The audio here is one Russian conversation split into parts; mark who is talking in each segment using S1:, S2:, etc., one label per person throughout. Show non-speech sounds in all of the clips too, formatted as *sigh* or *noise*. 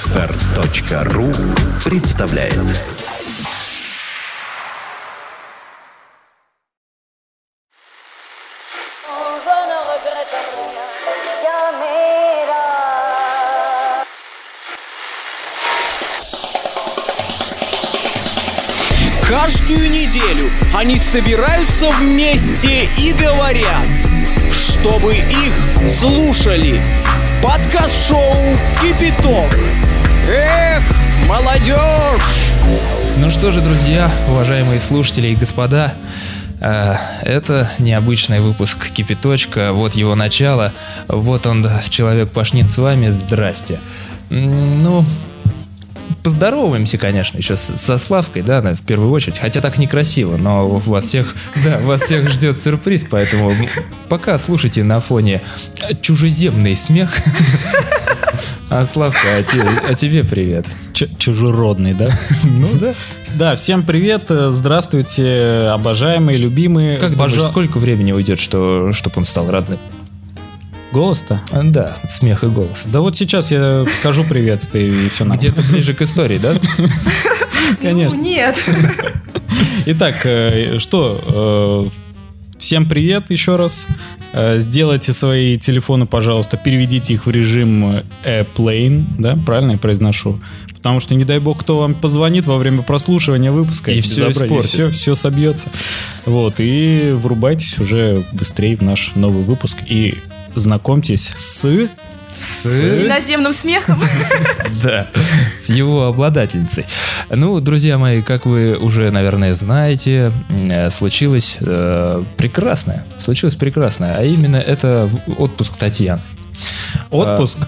S1: Отстар.ру представляет
S2: Каждую неделю они собираются вместе и говорят, чтобы их слушали. Подкаст-шоу «Кипяток». Эх, молодежь!
S3: Ну что же, друзья, уважаемые слушатели и господа, э, это необычный выпуск «Кипяточка». Вот его начало. Вот он, да, человек Пашнин с вами. Здрасте. М, Ну, поздороваемся, конечно, еще с- со Славкой, да, на- в первую очередь. Хотя так некрасиво, но вас всех, да, вас всех ждет сюрприз, поэтому пока слушайте на фоне э, чужеземный смех. А Славка, а те- а тебе привет.
S4: Чу- Чужеродный, да?
S3: Ну да.
S4: *laughs* Да, всем привет, э, здравствуйте, обожаемые, любимые.
S3: Как
S4: Божа-
S3: думаешь, сколько времени уйдет, что, чтобы он стал родным?
S4: Голос-то?
S3: А, Да, смех и голос.
S4: Да вот сейчас я скажу приветствие и все
S3: Где-то ближе к истории, да?
S4: Конечно.
S5: Ну, нет.
S4: *laughs* Итак, э, что, э, всем привет еще раз. Э, Сделайте свои телефоны, пожалуйста, переведите их в режим э, airplane, да, правильно я произношу? Потому что, не дай бог, кто вам позвонит во время прослушивания выпуска.
S3: И всё испортит.
S4: Все, все собьется. Вот, и врубайтесь уже быстрее в наш новый выпуск. И знакомьтесь с...
S5: Иноземным смехом.
S3: Да, *laughs* с его обладательницей. Ну, друзья мои, как вы уже, наверное, знаете, э, случилось э, прекрасное. Случилось прекрасное, а именно это в- отпуск Татьяны.
S4: Отпуск.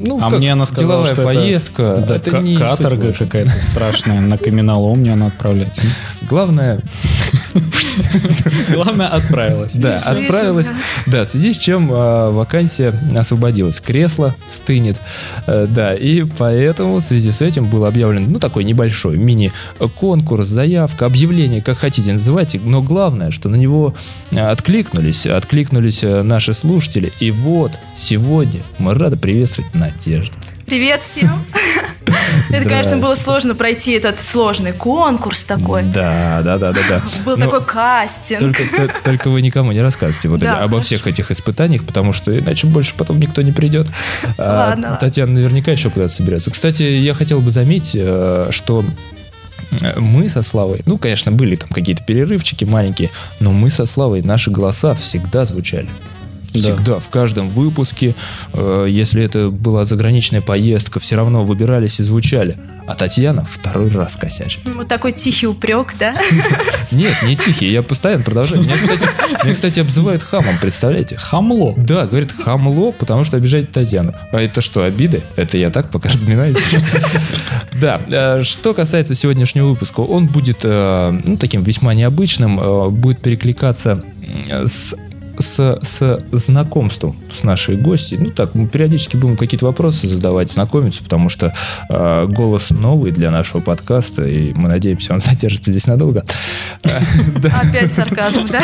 S3: Ну,
S4: А
S3: как
S4: мне она сказала,
S3: деловая
S4: что это-
S3: поездка.
S4: да,
S3: это
S4: ка-
S3: не суть
S4: каторга
S3: важна.
S4: какая-то страшная. На каменолом мне она отправляется.
S3: Главное,
S4: Главное, отправилась.
S3: Да,
S5: в связи с чем,
S3: отправилась. Да, в связи с чем а, вакансия освободилась. Кресло стынет. Э, Да, и поэтому в связи с этим был объявлен, ну, такой небольшой мини-конкурс, заявка, объявление, как хотите называйте, но главное, что на него э, откликнулись, откликнулись э, наши слушатели. И вот сегодня мы рады приветствовать Надежду.
S5: Привет всем. Это, конечно, было сложно пройти этот сложный конкурс такой.
S3: Да, да, да, да, да.
S5: Был
S3: Ну,
S5: такой кастинг.
S3: Только, то- только вы никому не рассказывайте вот
S5: Да,
S3: эти- обо
S5: хорошо.
S3: всех этих испытаниях, потому что иначе больше потом никто не придет. А,
S5: Ладно, ладно.
S3: Татьяна наверняка еще куда-то соберется. Кстати, я хотел бы заметить, э, что э, мы со Славой, ну, конечно, были там какие-то перерывчики маленькие, но мы со Славой, наши голоса всегда звучали.
S4: Да.
S3: Всегда, в каждом выпуске, э, если это была заграничная поездка, все равно выбирались и звучали. А Татьяна второй раз косячит.
S5: Вот такой тихий упрек, да?
S3: *laughs* Нет, не тихий, я постоянно продолжаю. Меня, кстати, меня, кстати, обзывают хамом, представляете?
S4: Хамло.
S3: Да, говорит, хамло, потому что обижает Татьяну. А это что, обиды? Это я так пока разминаюсь. Да, э, что касается сегодняшнего выпуска, он будет э, ну, таким весьма необычным, э, будет перекликаться э, с с, с знакомством с нашей гостьей. Ну так, мы периодически будем какие-то вопросы задавать, знакомиться, потому что э, голос новый для нашего подкаста, и мы надеемся, он *laughs* задержится здесь надолго.
S5: Опять сарказм, да?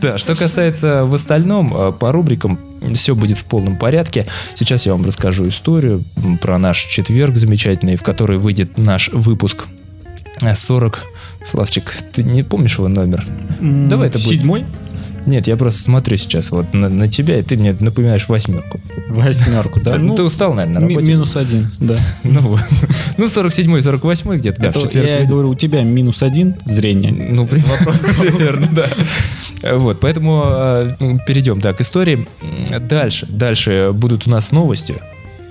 S3: Да, что касается в остальном, э, по рубрикам все будет в полном порядке. Сейчас я вам расскажу историю м, про наш четверг замечательный, в который выйдет наш выпуск э, 40. Славчик, ты не помнишь его номер? Давай это будет.
S4: Седьмой?
S3: Нет, я просто смотрю сейчас вот на, на тебя, и ты мне напоминаешь восьмерку.
S4: Восьмерку, да? Ну,
S3: Ты- ты устал, наверное, на
S4: ми-
S3: работе?
S4: минус один, да.
S3: *laughs* Ну, вот. ну 47 48 где-то, да,
S4: А
S3: в
S4: то
S3: четверг
S4: я
S3: выйдет.
S4: говорю, у тебя минус один зрение.
S3: Ну, при *laughs* вопрос, наверное, да. Вот, поэтому э, м, перейдем, да, к истории. М, Дальше, дальше будут у нас новости.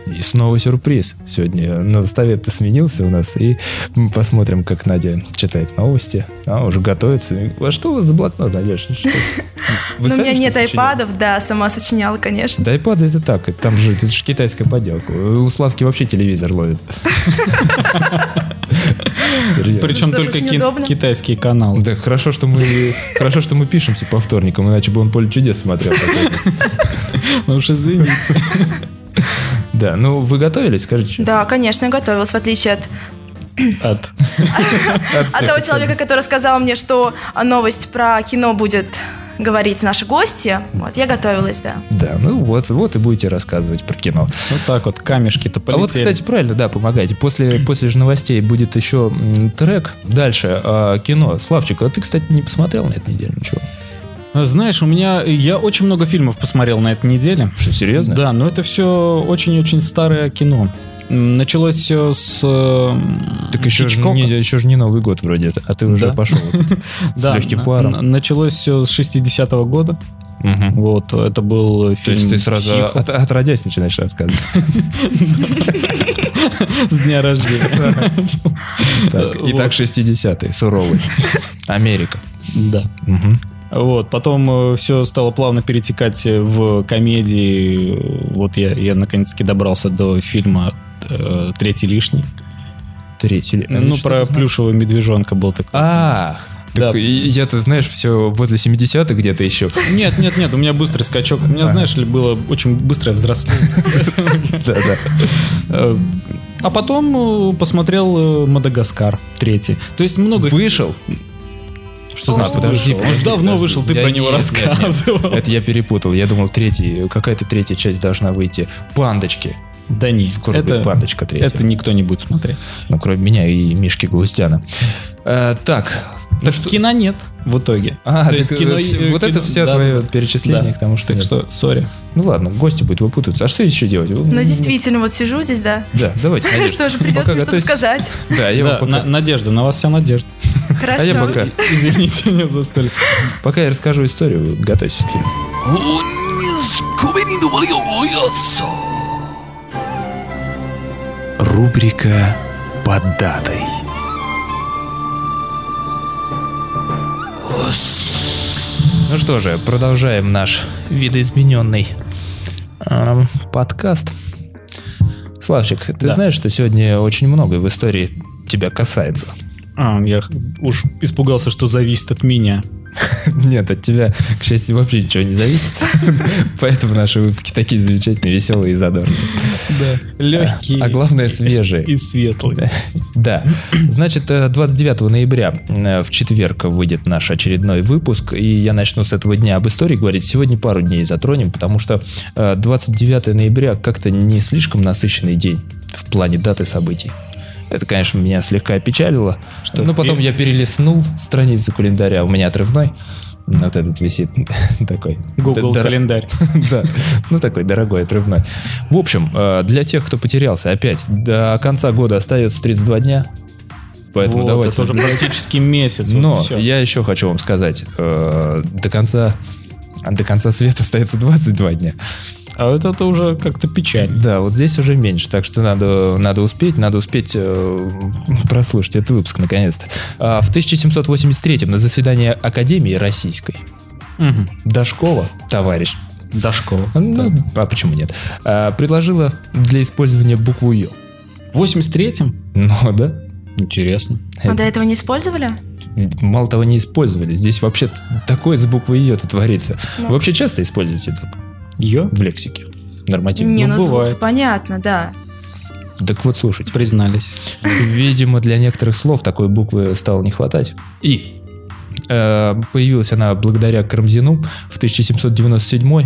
S3: И снова сюрприз. Сегодня наставец-то сменился у нас, и мы посмотрим, как Надя читает новости. А, уже готовится. И- А что у вас за блокнот, Надежда?
S5: *laughs*
S3: Что- Вы
S5: Но Ну,
S3: сами,
S5: у меня
S3: что ли,
S5: нет
S3: сочиняли?
S5: айпадов, да, сама сочиняла, конечно.
S3: Да айпады это так, это там же, это же китайская подделка. У Славки вообще телевизор
S5: *laughs*
S3: ловит. Серьезно.
S4: Причем
S5: что ж,
S4: только
S5: очень
S4: ки-
S5: удобно.
S4: китайские каналы.
S3: Да хорошо, что мы хорошо, что мы пишемся по вторникам, иначе бы он поле чудес смотрел.
S4: Ну уж извините.
S3: Да, ну вы готовились, скажите честно?
S5: Да, конечно, я готовилась, в отличие от,
S3: *laughs*
S4: От-
S3: От
S5: от
S3: всех
S5: того
S3: остальных.
S5: человека, который сказал мне, что а, новость про кино будет говорить наши гости. Вот, я готовилась, да.
S3: Да, ну вот, вот и будете рассказывать про кино.
S4: Вот так вот,
S3: А
S4: камешки-то полетели.
S3: вот, кстати, правильно, да, помогайте. После, после же новостей будет еще м, трек. Дальше а, кино. Славчик, а ты, кстати, не посмотрел на этой неделе ничего?
S4: Знаешь, у меня... Я очень много фильмов посмотрел на этой неделе.
S3: Что, серьезно?
S4: Да, но это все очень-очень старое кино. М, Началось все с... э,
S3: Так еще же,
S4: Хичкока.
S3: не, еще же не Новый год вроде, а ты уже
S4: Да. *laughs*
S3: пошел вот этот, с
S4: Да,
S3: легким
S4: н-
S3: паром.
S4: н- Началось все с 60-го года.
S3: Мгм.
S4: Вот, это был
S3: То
S4: фильм
S3: есть ты сразу
S4: «Психо»
S3: от- отродясь начинаешь рассказывать.
S4: с
S3: *laughs*
S4: дня рождения.
S3: Так,
S4: Вот.
S3: Итак, 60-е, суровый. *laughs* Америка.
S4: Да.
S3: Мгм.
S4: Вот, потом все стало плавно перетекать в комедии. Вот я, я наконец-таки добрался до фильма э, «Третий лишний».
S3: Третий. ли-
S4: ну,
S3: что
S4: про
S3: ты знаешь?
S4: плюшевого медвежонка был такой.
S3: А,
S4: Да.
S3: так и- я-то, знаешь, все возле 70-х где-то *laughs* еще.
S4: Нет, нет, нет, у меня быстрый скачок. У меня,
S3: Ага.
S4: знаешь ли, было очень быстрое взросление.
S3: *laughs* Да-да.
S4: Э, А потом э, посмотрел э, «Мадагаскар» третий. То есть много...
S3: Вышел?
S4: Что
S3: А,
S4: значит
S3: подожди,
S4: вышел? Он
S3: подожди,
S4: же давно
S3: подожди.
S4: вышел, ты
S3: Я
S4: про
S3: не-
S4: него
S3: нет, нет, нет.
S4: рассказывал.
S3: Это я перепутал. Я думал, третий, какая-то третья часть должна выйти. Пандочки.
S4: Да нет,
S3: Скоро
S4: это,
S3: будет пандочка третья.
S4: это никто не будет смотреть.
S3: Ну, кроме меня и Мишки Глустяна. Э, так. Ну,
S4: Так что кино нет в итоге.
S3: А,
S4: То
S3: так
S4: есть
S3: э,
S4: кино-
S3: все-
S4: э,
S3: вот
S4: кино-
S3: это все
S4: да,
S3: твое
S4: да.
S3: перечисление
S4: Да.
S3: к тому, что...
S4: Так
S3: нет.
S4: что, сори.
S3: Ну ладно, гости будут выпутываться. А что еще делать?
S5: Ну, действительно, вот сижу здесь, да.
S3: Да, давайте, Надежда.
S5: *laughs* Что же,
S3: Ну, Пока
S5: придется мне что-то
S3: готовьтесь. *laughs*
S5: сказать.
S3: Да, А я
S4: Да,
S3: вам
S4: на-
S3: пока...
S4: Надежда, на вас вся надежда.
S5: Хорошо.
S3: А я пока.
S4: Извините меня за столь.
S3: Пока я расскажу историю, вы готовьтесь к фильму.
S1: Рубрика «Под датой».
S3: Ну что же, продолжаем наш видоизмененный эм, подкаст. Славчик, ты
S4: Да.
S3: знаешь, что сегодня очень многое в истории тебя касается?
S4: А, я х- уж испугался, что зависит от меня.
S3: *laughs* Нет, от тебя, к счастью, вообще ничего не *laughs* зависит. Поэтому наши выпуски такие замечательные, веселые и задорные.
S4: Да. Легкий.
S3: А главное, свежие.
S4: и светлый.
S3: *laughs* Да. Значит, э, 29 ноября э, в четверг выйдет наш очередной выпуск, и я начну с этого дня об истории говорить. Сегодня пару дней затронем, потому что э, 29 ноября как-то не слишком насыщенный день в плане даты событий. Это, конечно, меня слегка опечалило.
S4: Что,
S3: Но потом
S4: пер-
S3: я перелистнул страницу календаря, у меня отрывной. Вот этот висит *laughs* такой.
S4: Google
S3: Дор-
S4: календарь.
S3: *laughs* да, ну такой дорогой, отрывной. В общем, э, для тех, кто потерялся, опять, до конца года остается 32 дня. Поэтому
S4: Вот,
S3: давайте.
S4: Это уже практически месяц. вот
S3: Но
S4: всё.
S3: я еще хочу вам сказать, э, до конца до конца света остается 22 дня.
S4: А вот это уже как-то печально.
S3: Да, вот здесь уже меньше, так что надо, надо успеть, надо успеть э, прослушать этот выпуск наконец-то. А, в 1783 на заседание Академии Российской Дашкова, товарищ,
S4: До школы.
S3: Ну, а почему нет? А, предложила для использования букву Ё.
S4: В 83-м?
S3: Но, да?
S4: Интересно.
S5: А до этого не использовали?
S3: Мало того, не использовали. Здесь вообще такое с буквы Ё тут творится.
S5: Ну.
S3: Вы вообще часто используете так
S4: Ее
S3: в лексике? Нормативно.
S5: Не, ну,
S4: бывает.
S5: звук понятно, да.
S3: Так вот, слушайте.
S4: признались.
S3: Видимо, для некоторых слов такой буквы стало не хватать. И э, появилась она благодаря Карамзину в 1797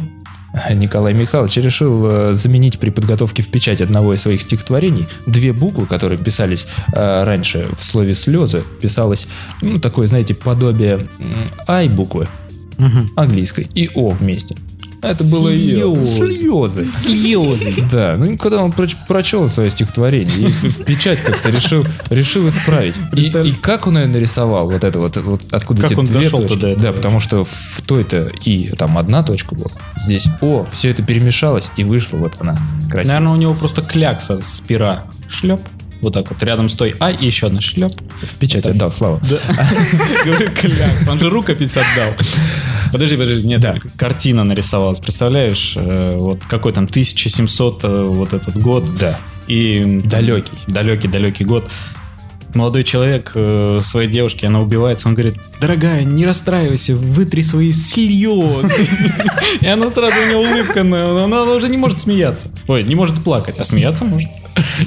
S3: Николай Михайлович решил э, заменить при подготовке в печать одного из своих стихотворений две буквы, которые писались э, раньше в слове «слезы», писалось, ну, такое, знаете, подобие м, «ай» буквы английской и «о» вместе. Это было ее.
S4: Слёзы.
S3: Слезы. Да, ну и когда он проч- прочел свое стихотворение и в в печать как-то решил, решил исправить. И,
S4: Представь.
S3: и как он ее нарисовал, вот это вот, вот откуда
S4: Как
S3: эти
S4: он
S3: две
S4: дошёл-то
S3: точки?
S4: до этого?
S3: Да, потому что в той-то и там одна точка была, здесь О, все это перемешалось и вышла вот она красивая.
S4: Наверное, у него просто клякса с пера. Шлеп. Вот так вот. Рядом с той А и еще одна шлеп.
S3: В печать отдал,
S4: *laughs*
S3: Слава.
S4: Говорю, клякса. Он же рукопись отдал. Подожди, подожди, нет,
S3: Да.
S4: картина нарисовалась, представляешь, э, вот какой там 1700 э, вот этот год,
S3: Да.
S4: и
S3: Далёкий.
S4: далекий, далекий год. Молодой человек э, своей девушке, она убивается, он говорит, дорогая, не расстраивайся, вытри свои слезы. *laughs* И она сразу, у нее улыбка, на- она уже не может смеяться. Ой, не может плакать, а смеяться может.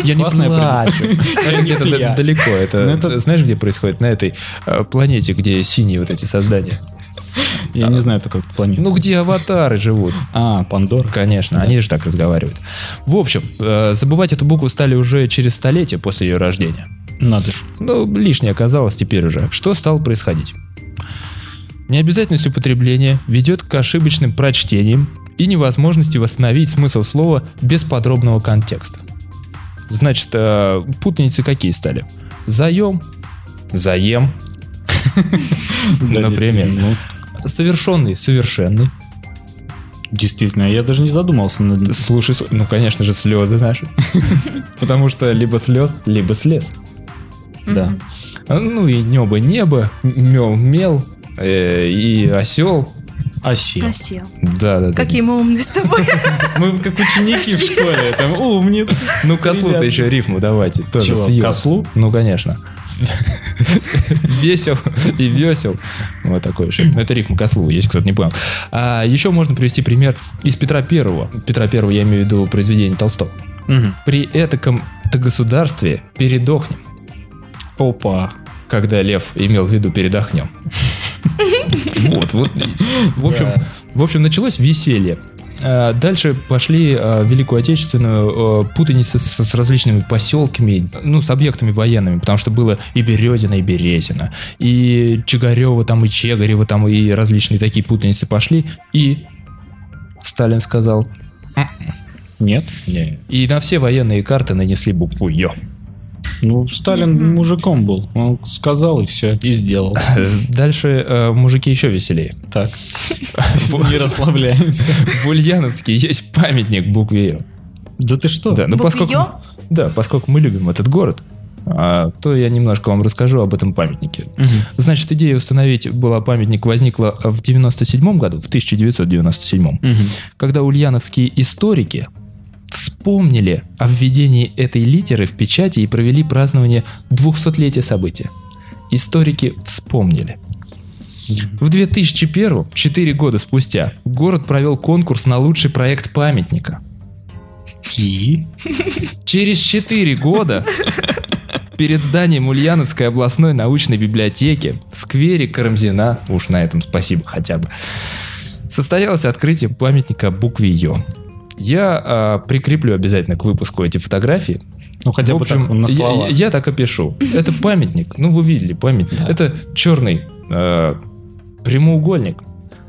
S3: Я не *laughs*
S4: Классная
S3: плачу.
S4: Это не
S3: Это да-
S4: я.
S3: далеко.
S4: Ну,
S3: Это
S4: это-
S3: знаешь, где происходит? На этой э, планете, где синие вот эти создания.
S4: Я не знаю такой планеты.
S3: Ну где аватары живут?
S4: А, Пандора.
S3: Конечно, они же так разговаривают. В общем, э, забывать эту букву стали уже через столетие после ее рождения.
S4: Надо же.
S3: Ну, лишнее оказалось теперь уже. Что стало происходить? Необязательность употребления ведет к ошибочным прочтениям и невозможности восстановить смысл слова без подробного контекста. Значит, э, путаницы какие стали? Заем, заем,
S4: Да,
S3: Например.
S4: действительно. Ну,
S3: совершенный, совершенный.
S4: Действительно, я даже не задумался над
S3: Ты Слушай, сл- ну, конечно же, слезы *laughs* наши. Потому что либо слез, либо слез.
S4: Да.
S3: А, Ну и небо небо, мел мел, э, и осел.
S4: Оси.
S5: Просел.
S3: Да, да, да.
S5: Какие мы умные с тобой.
S4: Мы как ученики в школе, там умницы.
S3: Ну, кослу-то
S4: Ребята.
S3: еще рифму давайте. Тоже
S4: Чего,
S3: съел.
S4: кослу?
S3: Ну, конечно. *laughs* Весел и весел. Вот такой же. Ну, это рифма кослу, если кто-то не понял. А еще можно привести пример из Петра Первого. Петра Первого, я имею в виду произведение Толстого. При этаком-то государстве передохнем.
S4: Опа.
S3: когда лев имел в виду передохнем. Вот, вот. В общем, в общем, началось веселье. А, Дальше пошли а, Великую Отечественную а, путаницы с, с различными поселками, ну, с объектами военными, потому что было и Березина, и Березина, и Чигарева, там, и Чегарева, там, и различные такие путаницы пошли, и Сталин сказал,
S4: Нет.
S3: и на все военные карты нанесли букву Ё.
S4: Ну, Сталин мужиком был. Он сказал и все,
S3: *laughs*
S4: и сделал.
S3: Дальше а, мужики еще веселее.
S4: Так. Не расслабляемся.
S3: В Ульяновске есть памятник букве Ё.
S4: Да ты что?
S3: Да, ну
S5: Букве
S3: поскольку,
S5: «Ё»?
S3: да, поскольку мы любим этот город, а, то я немножко вам расскажу об этом памятнике. Значит, идея установить была памятник возникла в 97 году, в 1997, когда ульяновские историки вспомнили о введении этой литеры в печати и провели празднование 200-летия события. Историки вспомнили. В 2001, 4 года спустя, город провел конкурс на лучший проект памятника.
S4: И?
S3: Через 4 года перед зданием Ульяновской областной научной библиотеки в сквере Карамзина, уж на этом спасибо хотя бы, состоялось открытие памятника букве Ё. Я а, прикреплю обязательно к выпуску эти фотографии.
S4: Ну, хотя
S3: В
S4: бы так,
S3: общем,
S4: на
S3: я-
S4: слова.
S3: Я, я так и пишу. Это памятник. Ну, вы видели памятник.
S4: Да.
S3: Это черный э, прямоугольник,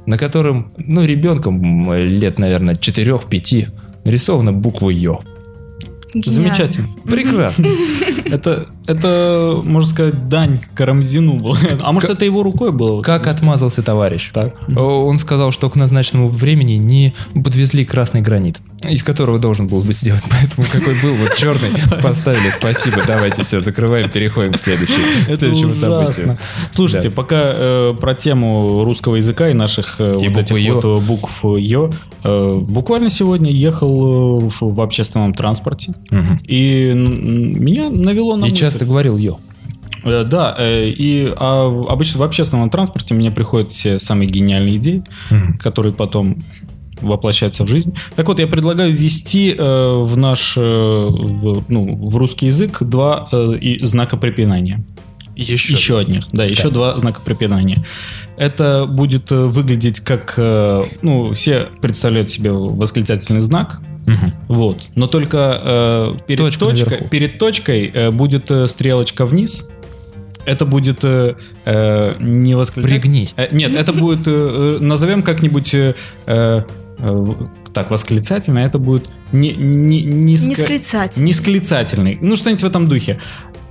S3: на котором, ну, ребенком м, лет, наверное, 4-5 нарисована буква Ё.
S5: Гениально.
S4: Замечательно.
S3: Прекрасно.
S4: Это, это, можно сказать, дань Карамзину была. А может, это его рукой было?
S3: Как отмазался товарищ?
S4: Так.
S3: О, Он сказал, что к назначенному времени не подвезли красный гранит, из которого должен был быть сделан. *laughs* Поэтому какой был, вот
S4: *laughs*
S3: черный поставили. Спасибо, давайте все, закрываем, переходим к следующей- к
S4: Это
S3: следующему событию.
S4: ужасно. Слушайте,
S3: Да.
S4: пока э, про тему русского языка и наших э,
S3: И
S4: вот
S3: буквы
S4: этих
S3: «ё».
S4: вот, э, букв «ё», э, буквально сегодня ехал э, в, в общественном транспорте,
S3: Мгм.
S4: и м, меня навело на
S3: И
S4: мысль.
S3: часто говорил, йо.
S4: Э, Да, э, и а, в- обычно в общественном транспорте мне приходят все самые гениальные идеи,
S3: Мгм.
S4: которые потом воплощаются в жизнь. Так вот, я предлагаю ввести э, в наш, э, в, ну, в русский язык два э, и знака препинания.
S3: Еще.
S4: Еще одних, да, еще два знака препинания. Это будет э, выглядеть как, э, ну, все представляют себе восклицательный знак, вот, но только э, перед,
S3: Точка
S4: точкой,
S3: наверху.
S4: перед точкой э, будет э, стрелочка вниз. Это будет э, э, не восклицательный...
S3: Пригнись.
S4: Э, Нет, это будет, э, э, назовем как-нибудь, э, э, э, в- так, восклицательно, это будет не, не, низко-
S5: Не склицать.
S4: несклицательный. Ну, что-нибудь в этом духе.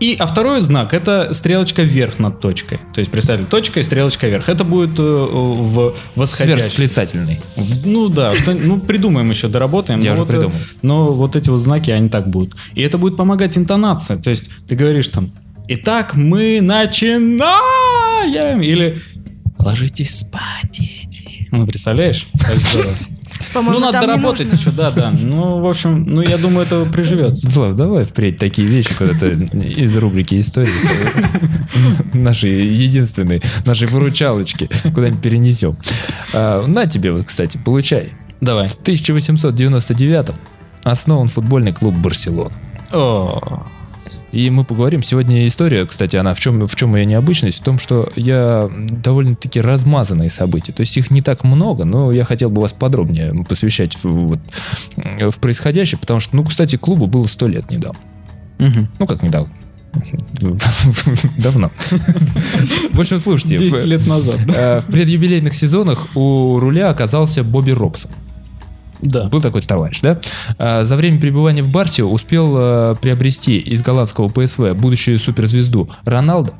S4: И, а второй знак – это стрелочка вверх над точкой. То есть, представили, точка и стрелочка вверх. Это будет э, э, в восходящем.
S3: Сверхсклицательный.
S4: В- Ну да, что, ну придумаем еще, доработаем.
S3: Я
S4: но
S3: уже
S4: вот, э,
S3: придумал.
S4: Но вот эти вот знаки, они так будут. И это будет помогать интонация. То есть ты говоришь там, итак, мы начинаем! Или ложитесь спать, дети. Ну, представляешь? Как здорово.
S5: По-моему,
S4: Ну, надо
S5: там не
S4: доработать
S5: нужно.
S4: еще, да, да. Ну, в общем, ну, я думаю, это приживется.
S3: Слав, давай впредь такие вещи, когда ты из рубрики
S4: *laughs*
S3: истории наши единственные, наши выручалочки куда-нибудь перенесем. А, На тебе, вот, кстати, получай.
S4: Давай.
S3: В 1899 основан футбольный клуб «Барселона».
S4: О,
S3: И мы поговорим. Сегодня история, кстати, она в чем, в чем ее необычность? В том, что я довольно-таки размазанные события. То есть их не так много, но я хотел бы вас подробнее посвящать в- вот, в происходящее, потому что, ну, кстати, клубу было сто лет недавно.
S4: Мгм.
S3: Ну, как недавно. *laughs* Давно. Больше слушайте.
S4: 10 лет назад.
S3: Э, В предюбилейных сезонах у руля оказался Бобби Робсон.
S4: Да.
S3: Был такой товарищ, да? А, За время пребывания в Барсе успел э, приобрести из голландского ПСВ будущую суперзвезду Роналда,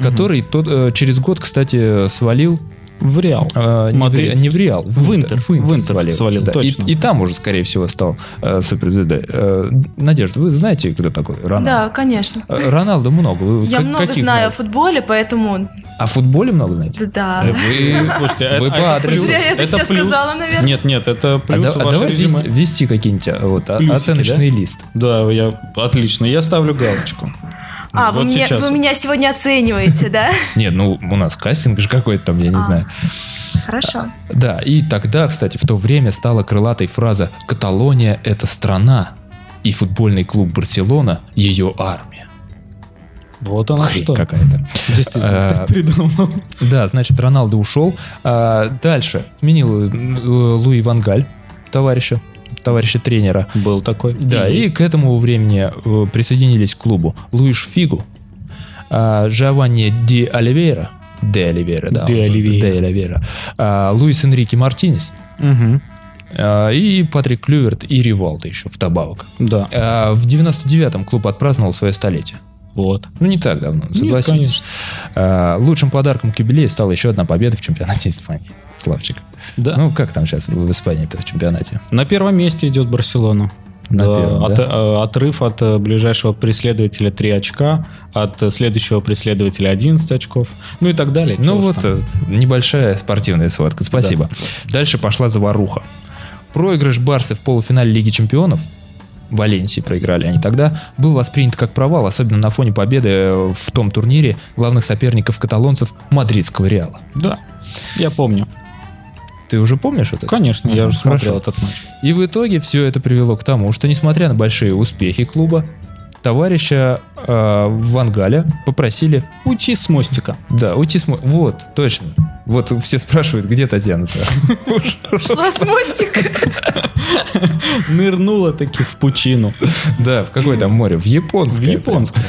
S3: который тот, э, через год, кстати, свалил
S4: В Реал.
S3: э, не, в, Ре-
S4: Мадридский.
S3: не в Реал,
S4: В Интер.
S3: В Интер,
S4: В Интер
S3: свалил.
S4: свалил,
S3: да.
S4: точно.
S3: И, и там уже, скорее всего, стал э, суперзвездой. Э, Надежда, вы знаете, кто такой Роналдо?
S5: Да, конечно.
S3: Э, Роналду много. Вы
S5: Я
S3: как-
S5: много
S3: каких
S5: знаю о
S3: знаете?
S5: футболе, поэтому
S3: О футболе много знаете?
S5: да. да.
S3: Э, Вы
S4: Слушайте, а
S3: Вы
S4: это,
S3: по
S4: это
S3: адресу.
S4: плюс.
S5: Зря я это всё
S4: плюс.
S5: сказала, наверное.
S4: Нет, нет, это
S3: А,
S4: плюс
S3: да- а
S4: ваше
S3: давай
S4: резюме.
S3: вести, вести какие-нибудь а, вот, а-
S4: Плюсики,
S3: оценочный лист.
S4: Да, я отлично. Я ставлю галочку.
S5: А, вы,
S4: Вот
S5: меня,
S4: сейчас.
S5: вы меня сегодня оцениваете, да?
S3: Нет, ну у нас кастинг же какой-то там, я не
S5: А.
S3: знаю.
S5: Хорошо.
S3: Да, и тогда, кстати, в то время стала крылатой фраза «Каталония – это страна, и футбольный клуб Барселона – ее армия».
S4: А Вот она
S3: Хрень
S4: что.
S3: какая-то.
S4: Действительно,
S3: А,
S4: кто *laughs* придумал.
S3: Да, значит, Роналду ушел. А, дальше сменил э, Луи Вангаль, товарища, товарища тренера.
S4: Был такой.
S3: Да, и к этому времени э, присоединились к клубу Луиш Фигу, а, Giovanni Ди Оливейра, Де Оливейра, да,
S4: Де
S3: он же-
S4: Оливейра.
S3: Де Оливейра, а, Луис Энрике Мартинес
S4: Мгм.
S3: а, и Патрик Клюверт и Ривалда еще вдобавок.
S4: Да.
S3: А, В 99-м клуб отпраздновал свое столетие.
S4: Вот.
S3: Ну, не так давно, согласитесь.
S4: конечно.
S3: А, Лучшим подарком к юбилею стала еще одна победа в чемпионате Испании. *laughs* Славчик.
S4: Да.
S3: Ну, как там сейчас в Испании-то в чемпионате?
S4: На первом месте идет Барселона.
S3: На
S4: Да,
S3: первом,
S4: от-
S3: да?
S4: э, Отрыв от э, ближайшего преследователя 3 очка, от э, следующего преследователя 11 очков, ну и так далее. Чего
S3: Ну
S4: уж
S3: вот,
S4: там.
S3: э, небольшая спортивная сводка. Спасибо. Дальше пошла заваруха. Проигрыш Барсы в полуфинале Лиги Чемпионов, Валенсии проиграли они тогда, был воспринят как провал, особенно на фоне победы э, в том турнире главных соперников каталонцев Мадридского Реала.
S4: Да, я помню.
S3: Ты уже помнишь это?
S4: Конечно, я
S3: Мгм,
S4: уже
S3: хорошо.
S4: смотрел этот матч.
S3: И в итоге все это привело к тому, что несмотря на большие успехи клуба, товарища э, Вангаля попросили
S4: Уйти с мостика.
S3: Да, уйти с мо- Вот, точно. Вот все спрашивают, где Татьяна-то?
S5: Шла с мостика.
S4: Нырнула таки в пучину.
S3: Да, в какое там море? В японское.
S4: В японское.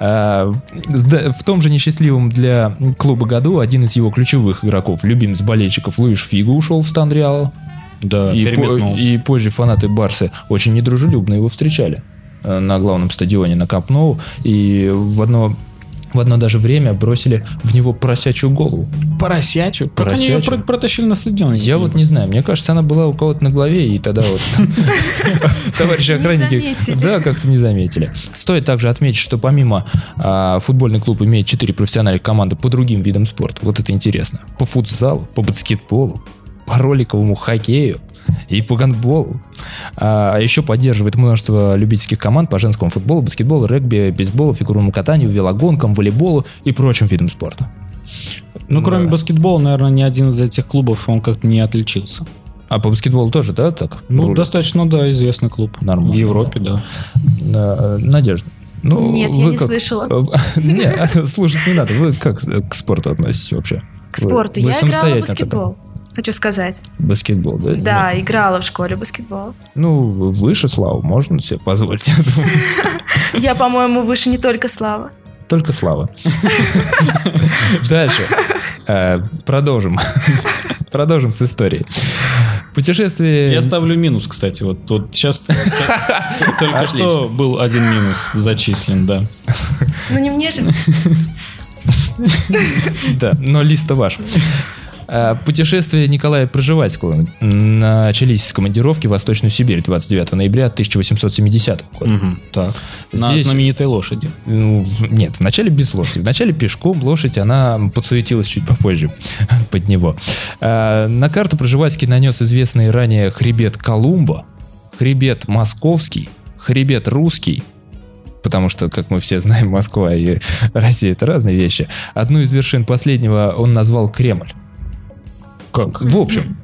S3: А, да, в том же несчастливом для клуба году один из его ключевых игроков, любимец болельщиков Луиш Фигу, ушел в стан Реала.
S4: Да,
S3: и, по-
S4: переметнулся.
S3: и позже фанаты Барсы очень недружелюбно его встречали э, на главном стадионе на Камп Ноу. И в одно, в одно даже время бросили в него просячую голову.
S4: Поросячу. Как они ее
S3: Поросячу.
S4: про- протащили на стадион?
S3: Я вот не знаю, мне кажется, она была у кого-то на голове, и тогда
S5: *laughs*
S3: вот товарищи
S5: Не
S3: охранники...
S5: заметили.
S3: Да, как-то не заметили. Стоит также отметить, что помимо а, футбольный клуб имеет 4 профессиональных команды по другим видам спорта. Вот это интересно. По футзалу, по баскетболу, по роликовому хоккею и по гандболу. А еще поддерживает множество любительских команд по женскому футболу, баскетболу, регби, бейсболу, фигурному катанию, велогонкам, волейболу и прочим видам спорта.
S4: Ну, кроме
S3: Да.
S4: баскетбола, наверное, ни один из этих клубов он как-то не отличился.
S3: А по баскетболу тоже, да, так?
S4: Ну,
S3: Рулит?
S4: достаточно, да, известный клуб.
S3: Нормально,
S4: В Европе, да.
S3: Э, Надежда. Ну,
S5: Нет, я
S3: вы
S5: не
S3: как- Э,
S5: слышала.
S3: *laughs* Нет, слушать не надо. Вы как с- э, к спорту относитесь вообще?
S5: К спорту.
S3: Вы
S5: Я играла в
S3: самостоятельно
S5: баскетбол. Хочу сказать.
S3: Баскетбол, да?
S5: Да, играла в школе в баскетбол.
S3: Ну, выше славу можно себе позволить. *laughs* я думаю.
S5: Я, по-моему, выше не только Слава.
S3: Только
S5: *laughs*
S3: слава. Дальше. Э, Продолжим. *laughs* Продолжим с историей. Путешествие...
S4: Я ставлю минус, кстати. Вот, вот сейчас только что был один минус зачислен, да.
S5: Ну не мне же.
S3: Да, но лист-то ваш. А, Путешествия Николая Проживальского начались с командировки в Восточную Сибирь 29 ноября 1870 года.
S4: Так. На
S3: Здесь-
S4: знаменитой лошади.
S3: Ну, в- нет, вначале без лошади. Вначале пешком, лошадь, она подсуетилась чуть попозже *laughs* под него. А, На карту Проживальский нанес известный ранее хребет Колумба, хребет Московский, хребет Русский, потому что, как мы все знаем, Москва и Россия — это разные вещи. Одну из вершин последнего он назвал Кремль.
S4: Как?
S3: В общем,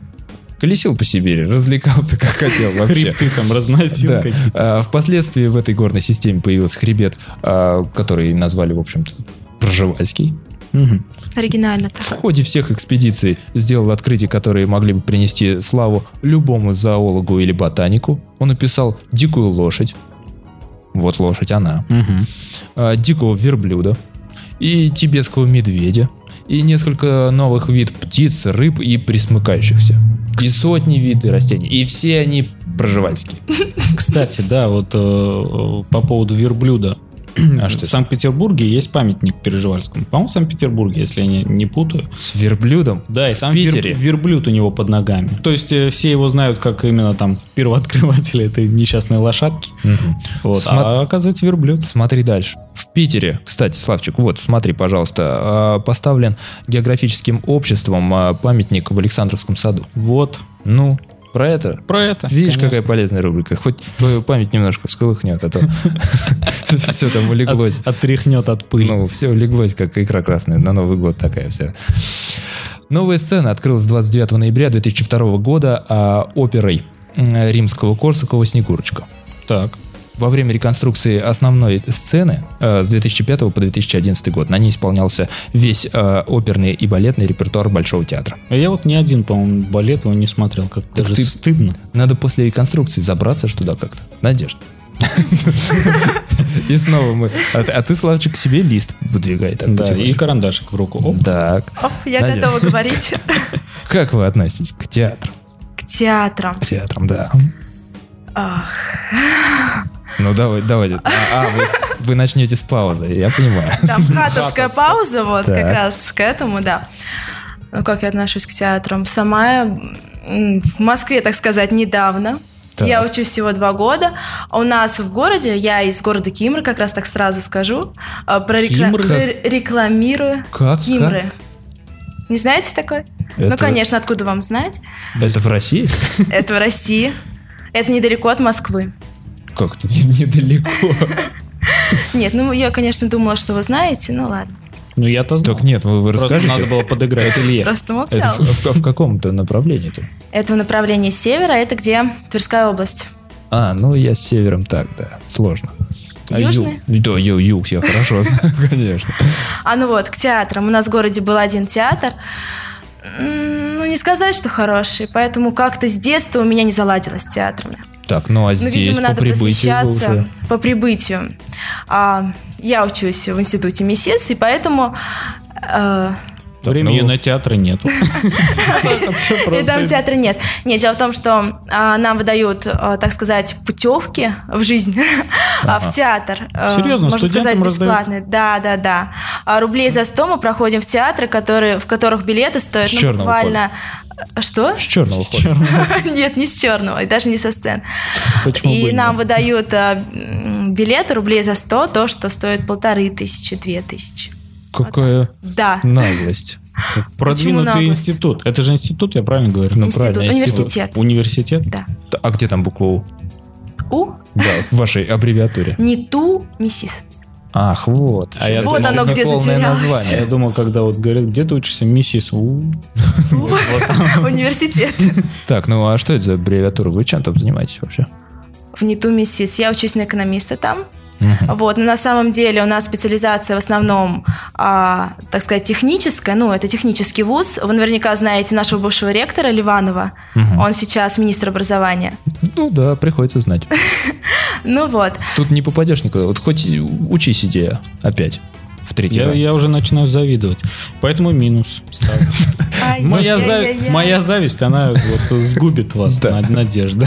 S3: Колесил по Сибири, развлекался как хотел вообще.
S4: Хребты там разносил.
S3: Да.
S4: какие-то.
S3: А, Впоследствии в этой горной системе появился хребет, а, который назвали, в общем-то, Пржевальский.
S4: Мгм.
S5: Оригинально
S3: В
S5: так.
S3: ходе всех экспедиций сделал открытия, которые могли бы принести славу любому зоологу или ботанику. Он описал дикую лошадь. Вот лошадь она.
S4: Мгм.
S3: а, Дикого верблюда. И тибетского медведя. И несколько новых вид птиц, рыб и присмыкающихся. И сотни видов растений. И все они проживальские.
S4: Кстати, да, вот э, э, по поводу верблюда.
S3: А что
S4: в
S3: это?
S4: Санкт-Петербурге есть памятник Переживальскому. По-моему, в Санкт-Петербурге, если я не, не путаю.
S3: С верблюдом?
S4: Да, и там
S3: В Питере?
S4: вер- верблюд у него под ногами. То есть э, все его знают как именно там первооткрывателя этой несчастной лошадки.
S3: Мгм.
S4: Вот.
S3: Смо-
S4: А оказывается верблюд.
S3: Смотри дальше. В Питере, кстати, Славчик, вот, смотри, пожалуйста, э, поставлен географическим обществом э, памятник в Александровском саду.
S4: Вот.
S3: Ну, про это?
S4: Про это.
S3: Видишь,
S4: конечно.
S3: какая полезная рубрика. Хоть твою память немножко всколыхнет, а то *laughs* все там улеглось.
S4: От- отряхнет от пыли.
S3: Ну, все улеглось, как икра красная. На Новый год такая вся. Новая сцена открылась 29 ноября 2002 года а, оперой м, римского Корсакова «Снегурочка».
S4: так.
S3: Во время реконструкции основной сцены э, с 2005 по 2011 год на ней исполнялся весь э, оперный и балетный репертуар Большого театра.
S4: А Я вот ни один, по-моему, балет его не смотрел. Как
S3: Так
S4: даже
S3: ты-
S4: стыдно.
S3: Надо после реконструкции забраться ж туда как-то. Надежда. И снова мы... А ты- А ты, Славчик, себе лист выдвигай так
S4: Да, и
S3: потихонечку.
S4: карандашик в руку. Оп.
S3: Так.
S5: Оп, я
S3: Надя.
S5: готова говорить
S3: Как вы относитесь к театру?
S5: к театрам.
S3: К театрам, да.
S5: Ах,
S3: Ну, давай, давайте. А, а, вы- вы начнете с паузы, я понимаю.
S5: Там хатовская пауза, вот
S3: Так.
S5: как раз к этому, да. Ну, как я отношусь к театрам? Сама я, м, в Москве, так сказать, недавно.
S3: Так.
S5: Я учусь всего два года. А У нас в городе, я из города Кимры, как раз так сразу скажу, а, прорекла-
S4: Кимры?
S5: пре- рекламирую
S3: Как?
S5: Кимры. Не знаете такое? Ну,
S3: Это-
S5: конечно, откуда
S3: *laughs*
S5: вам знать?
S3: Это в России?
S5: Это в России. Это недалеко от Москвы.
S3: Как-то не- недалеко.
S5: Нет, ну я, конечно, думала, что вы знаете, ну ладно.
S4: Ну я-то знал.
S3: Так нет, вы вы
S4: Просто
S3: расскажите.
S4: надо было подыграть Илье.
S3: Это
S5: Просто молчала.
S3: в, в- в каком-то направлении-то?
S5: Это в направлении севера, это где Тверская область.
S3: А, ну я с севером так, да, сложно. А
S5: Южный?
S3: ю- да, ю- юг я хорошо знаю, *laughs* конечно.
S5: А ну вот, к театрам. У нас в городе был один театр. М, Ну, не сказать, что хороший, поэтому как-то с детства у меня не заладилось с театрами.
S3: Так, ну а
S5: Ну,
S3: здесь
S5: видимо,
S3: по
S5: надо
S3: прибытию вы
S5: просвещаться
S3: уже...
S5: по прибытию. А, я учусь в институте МИСИС, и поэтому... э,
S3: Так,
S4: Времени
S3: ну-
S4: на театры нету. Всё
S5: И там
S4: просто.
S5: театра нет. Нет, дело в том, что а, нам выдают, а, так сказать, путевки в жизнь *laughs* а, в театр. А,
S4: Серьезно?
S5: Можно
S4: Студентам
S5: сказать,
S4: раздают?
S5: бесплатные. Да, да, да. А, Рублей за 100 мы проходим в театры, которые, в которых билеты стоят
S3: С
S5: ну,
S3: черного
S5: буквально... Что?
S3: С черного хода.
S5: *laughs* Нет, не с черного, и даже не со сцен.
S4: Почему бы
S5: И
S4: и нет?
S5: нам выдают а, м, билеты рублей за 100, то, что стоит полторы тысячи, две тысячи.
S3: Какая
S5: Да.
S3: наглость.
S4: Продвинутый
S5: наглость?
S4: институт. Это же институт, я правильно говорю?
S3: Ну,
S5: Институт,
S3: правильно, институт.
S5: университет.
S4: Университет?
S5: Да.
S3: Т- А где там буква У?
S5: У,
S3: Да, в вашей аббревиатуре.
S5: не ту,
S4: *laughs*
S5: не сис.
S3: Ах, вот.
S4: А я
S5: Вот
S4: думал,
S5: оно
S3: это
S5: где
S3: полное
S5: затерялось.
S4: А Я
S3: название.
S4: думал, когда вот говорят, где ты учишься, миссис У.
S5: *laughs* Университет.
S3: Так, ну а что это за аббревиатура? Вы чем там занимаетесь вообще?
S5: В НИТУ месяц. Я учусь на экономиста там.
S3: Мгм.
S5: Вот, но на самом деле у нас специализация в основном, а, так сказать, техническая, ну, это технический вуз. Вы наверняка знаете нашего бывшего ректора Ливанова,
S3: Мгм.
S5: он сейчас министр образования.
S3: Ну да, приходится знать.
S5: Ну вот,
S3: Тут не попадешь никуда. Вот хоть и учись идея опять. В третий
S4: Я,
S3: раз.
S4: я уже начинаю завидовать. Поэтому минус. ставлю. *laughs* Моя,
S5: Ай-яй-яй-яй.
S4: зави- моя зависть, она вот сгубит вас,
S3: Да. *laughs*
S4: Над- Надежда.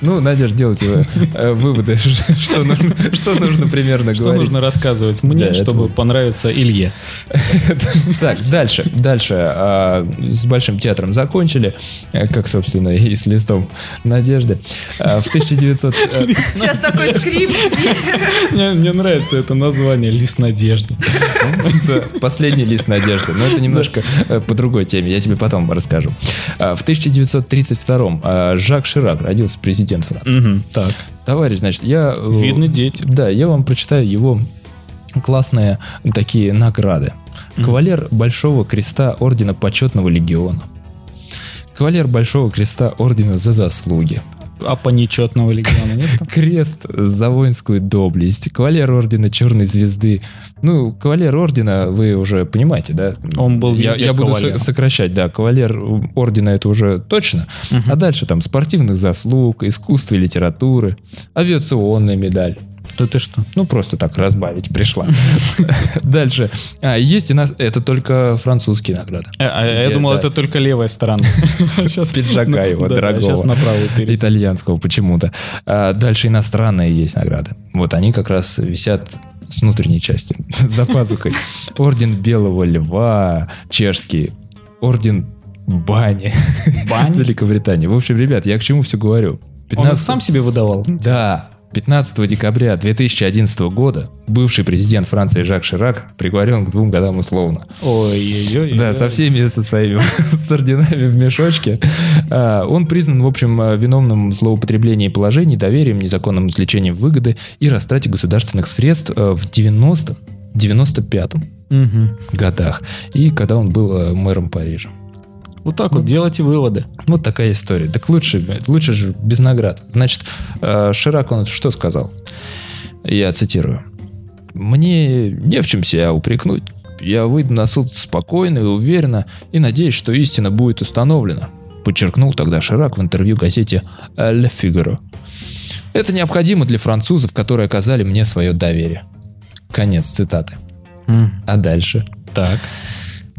S3: Ну, Надежда, делайте вы, э, выводы, *laughs* что нужно, что нужно примерно
S4: Что
S3: говорить.
S4: нужно рассказывать мне,
S3: Да, это
S4: чтобы
S3: вот.
S4: понравиться Илье?
S3: Так, дальше, дальше. а, С Большим театром закончили, э, как, собственно, и с листом Надежды. А, В 1900...
S4: *laughs*
S3: э,
S5: Сейчас такой
S3: *laughs*
S5: скрип.
S4: Мне, мне нравится это название «Лист надежды».
S3: Да, Последний лист надежды. Но это немножко э, по другой теме. Я тебе потом расскажу. А, В 1932 а, Жак Ширак родился президент Франции.
S4: Мгм, Так,
S3: Товарищ, значит, я... э,
S4: видно дети.
S3: Да, я вам прочитаю его классные такие награды. Кавалер Большого Креста Ордена Почетного Легиона. Кавалер Большого Креста Ордена за заслуги.
S4: А по нечетного легиона нет? там?
S3: Крест за воинскую доблесть, кавалер ордена Черной Звезды. Ну, кавалер ордена, вы уже понимаете, да?
S4: Он был
S3: Я,
S4: везде
S3: я буду
S4: кавалер.
S3: со- сокращать, да, кавалер ордена это уже точно. А дальше там спортивных заслуг, искусства и литературы, авиационная медаль.
S4: Да ты что?
S3: Ну, просто так разбавить
S4: *laughs*
S3: пришла. Дальше. А, есть у нас... Это только французские награды.
S4: Э, а Я,
S3: Я-
S4: думал,
S3: да.
S4: это только
S3: *laughs*
S4: левая сторона. Сейчас-
S3: Пиджака его
S4: Да,
S3: дорогого.
S4: Сейчас на правую перейду.
S3: итальянского почему-то. А дальше иностранные есть награды. Вот они как раз висят с внутренней части, *laughs* за пазухой. Орден Белого Льва, чешский, орден Бани,
S4: Бань?
S3: *laughs* Великобритании. В общем, ребят, я к чему все говорю?
S4: Он их
S3: 15
S4: сам себе выдавал?
S3: Да, 15 декабря 2011 года бывший президент Франции Жак Ширак приговорен к двум годам условно.
S4: Ой-ой-ой.
S3: Да, со всеми, со своими, *laughs* с орденами в мешочке. А, Он признан, в общем, э, виновным в злоупотреблении положений, доверием, незаконным извлечением выгоды и растрате государственных средств э, в 90 95-м
S4: Мгм.
S3: годах, и когда он был э, мэром Парижа.
S4: Вот так вот, делайте выводы.
S3: Вот такая история. Так лучше, лучше же без наград. Значит, э, Ширак он что сказал? Я цитирую. «Мне не в чем себя упрекнуть. Я выйду на суд спокойно и уверенно и надеюсь, что истина будет установлена», подчеркнул тогда Ширак в интервью газете э, «Le Figaro». «Это необходимо для французов, которые оказали мне свое доверие». Конец цитаты. А дальше?
S4: Так.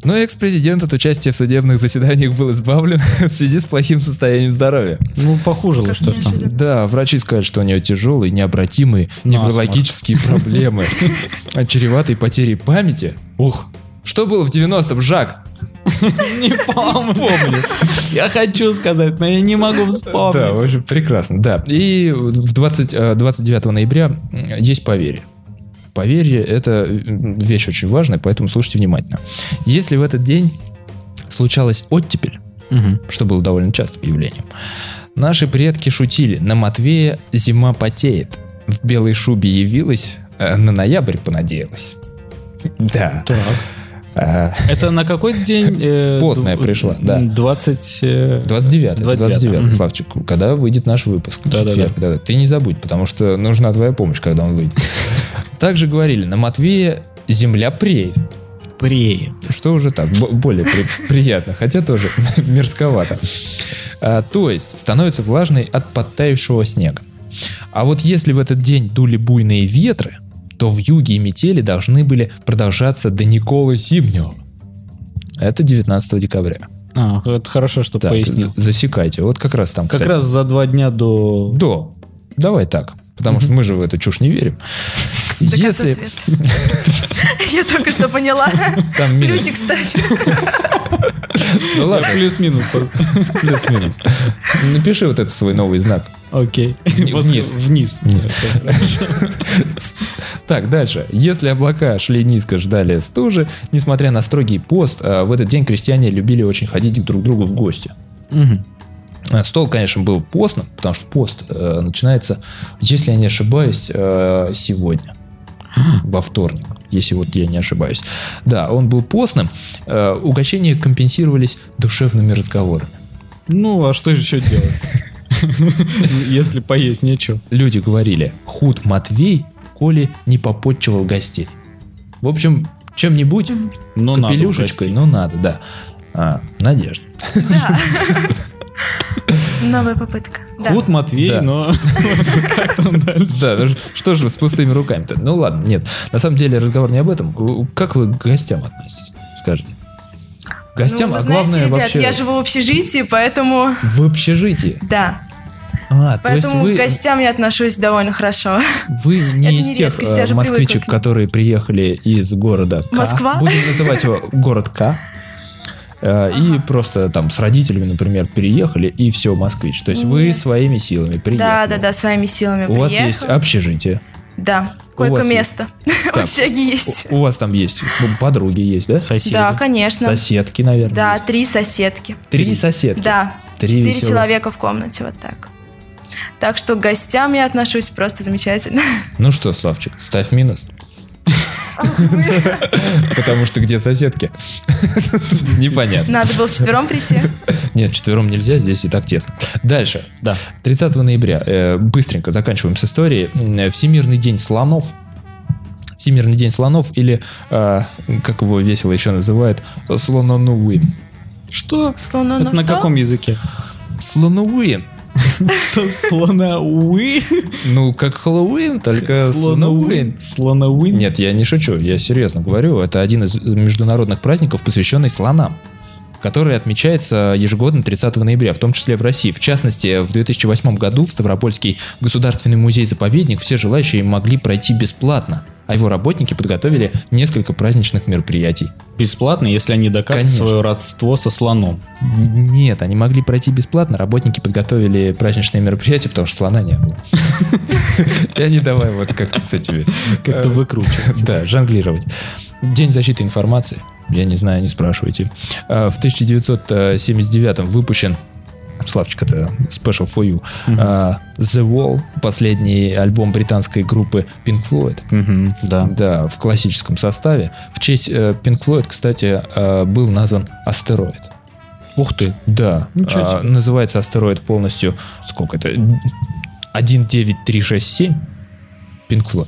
S3: Но экс-президент от участия в судебных заседаниях был избавлен *laughs* в связи с плохим состоянием здоровья.
S4: Ну, похуже
S5: Как
S4: что там.
S5: неожиданно.
S3: Да, врачи сказали, что у него тяжелые, необратимые
S4: Насморк.
S3: неврологические *laughs* проблемы, а чреватые потерей памяти. Ух, что было в 90-м, Жак?
S4: Не помню. Я хочу сказать, но я не
S3: Да,
S4: могу
S3: в
S4: вспомнить.
S3: общем, прекрасно, да. И в 20, э, 29 ноября м, есть поверье. Поверье – это м, вещь очень важная, поэтому слушайте внимательно. Если в этот день случалась оттепель,
S4: Мгм.
S3: что было довольно частым явлением. Наши предки шутили, на Матвея зима потеет. В белой шубе явилась, а на ноябрь понадеялась. Да.
S4: Так.
S3: А,
S4: Это на какой день? э,
S3: Потная
S4: дв-
S3: пришла, да.
S4: 20... э,
S3: 29 это
S4: 29,
S3: 29
S4: мгм.
S3: Славчик, когда выйдет наш выпуск. в
S4: Да-да-да.
S3: четверг, да-да. Ты не забудь, потому что нужна твоя помощь, когда он выйдет. Также говорили, на Матвея земля преет.
S4: Прея.
S3: Что уже так, бо- более при- приятно, хотя тоже *laughs* мерзковато. А, то есть, становится влажной от подтаявшего снега. А вот если в этот день дули буйные ветры, то в юге и метели должны были продолжаться до Николы Зимнего. Это 19 декабря.
S4: А, это хорошо, что
S3: Так,
S4: пояснил.
S3: засекайте. Вот как раз там,
S4: Как
S3: кстати.
S4: раз за два дня до...
S3: До. Давай так. Потому что мы же в эту чушь не верим.
S5: До конца
S3: Если
S5: света.
S3: *laughs*
S5: Я только что поняла.
S3: там минус-
S5: Плюсик ставь.
S3: Ну ладно,
S4: *laughs* Плюс-минус.
S3: плюс-минус. Напиши вот этот свой новый знак.
S4: Окей.
S3: Вниз.
S4: Вниз.
S3: Так, дальше. Если облака шли низко, ждали стужи, несмотря на строгий пост, э, в этот день крестьяне любили очень ходить друг к другу в гости.
S4: Мгм.
S3: Э, Стол, конечно, был постным, потому что пост э, начинается, если я не ошибаюсь, э, сегодня, во вторник, если вот я не ошибаюсь. Да, он был постным, э, угощения компенсировались душевными разговорами.
S4: Ну, а что еще делать? Если поесть нечего.
S3: люди говорили «худ Матвей, коли не попотчевал гостей». В общем, чем-нибудь,
S4: Ну, надо
S3: капелюшечкой,
S4: угостить.
S3: но надо, да. А, Надежда.
S5: Да. *laughs* Новая попытка. Да.
S4: Худ Матвей,
S3: Да.
S4: но... Как там дальше?
S3: *laughs* Да, ну ж- что же вы с пустыми руками-то? Ну ладно, нет. На самом деле разговор не об этом. У- Как вы к гостям относитесь? Скажите. К Гостям,
S5: Ну, вы
S3: а
S5: знаете,
S3: главное
S5: ребят,
S3: вообще
S5: Я живу в общежитии, поэтому
S3: в общежитии.
S5: да.
S3: А, то есть
S5: Поэтому
S3: вы,
S5: к гостям я отношусь довольно хорошо.
S3: вы
S5: это
S3: не из
S5: не
S3: тех
S5: редкость, я
S3: э,
S5: же
S3: москвичек,
S5: привыкла к ним.
S3: которые приехали из города К.
S5: Москва?
S3: Будем называть его город К. Э, И просто там с родителями, например, переехали, и все, москвич. То есть вы
S5: Нет.
S3: своими силами приехали.
S5: Да, да, да, своими силами
S3: У вас
S5: приехала.
S3: есть общежитие.
S5: Да,
S3: У вас
S5: койко-место. *laughs* В
S3: Так.
S5: общаге есть.
S3: У у вас там есть подруги есть, да?
S4: Соседи.
S5: Да, конечно.
S3: Соседки, наверное.
S5: Да,
S3: есть.
S5: три соседки.
S3: Три соседки.
S5: Да,
S3: Три
S5: четыре
S3: веселых.
S5: человека в комнате, вот так. Так что к гостям я отношусь просто замечательно. *laughs*
S3: Ну что, Славчик, ставь минус. Потому что где соседки? *laughs* Непонятно.
S5: Надо было
S3: *laughs*
S5: четвером прийти.
S3: Нет, четвером нельзя, здесь и так тесно. Дальше.
S5: *laughs*
S3: Да. 30 ноября. э, быстренько заканчиваем с историей. Э, Всемирный день слонов. Всемирный день слонов или, э, как его весело еще называют, слононуин.
S4: Что?
S5: Слон,
S4: Это *laughs* на каком языке?
S3: Слононуин.
S4: Со- Слонауи?
S3: Ну, как Хэллоуин, только слононуин.
S4: Слонауин. Слонауин?
S3: Нет, я не шучу, я серьезно говорю. Это один из международных праздников, посвященный слонам, который отмечается ежегодно 30 ноября, в том числе в России. В частности, в 2008 году в Ставропольский государственный музей-заповедник все желающие могли пройти бесплатно, а его работники подготовили несколько праздничных мероприятий.
S4: Бесплатно, если они докажут
S3: Конечно.
S4: свое родство со слоном.
S3: Нет, они могли пройти бесплатно, работники подготовили праздничные мероприятия, потому что слона не было. Я не давай вот как-то с этими.
S4: Как-то
S3: Э,
S4: выкручивать.
S3: Да, жонглировать. День защиты информации. Я не знаю, не спрашивайте. Э, В 1979 выпущен Славчик, это Special for You. э, The Wall, последний альбом британской группы Pink Floyd.
S4: Мгм, Да.
S3: Да, в классическом составе. В честь э, Pink Floyd, кстати, э, был назван астероид.
S4: Ух ты.
S3: Да.
S4: Ничего
S3: а, называется астероид полностью. Сколько это? 19367. Pink Floyd.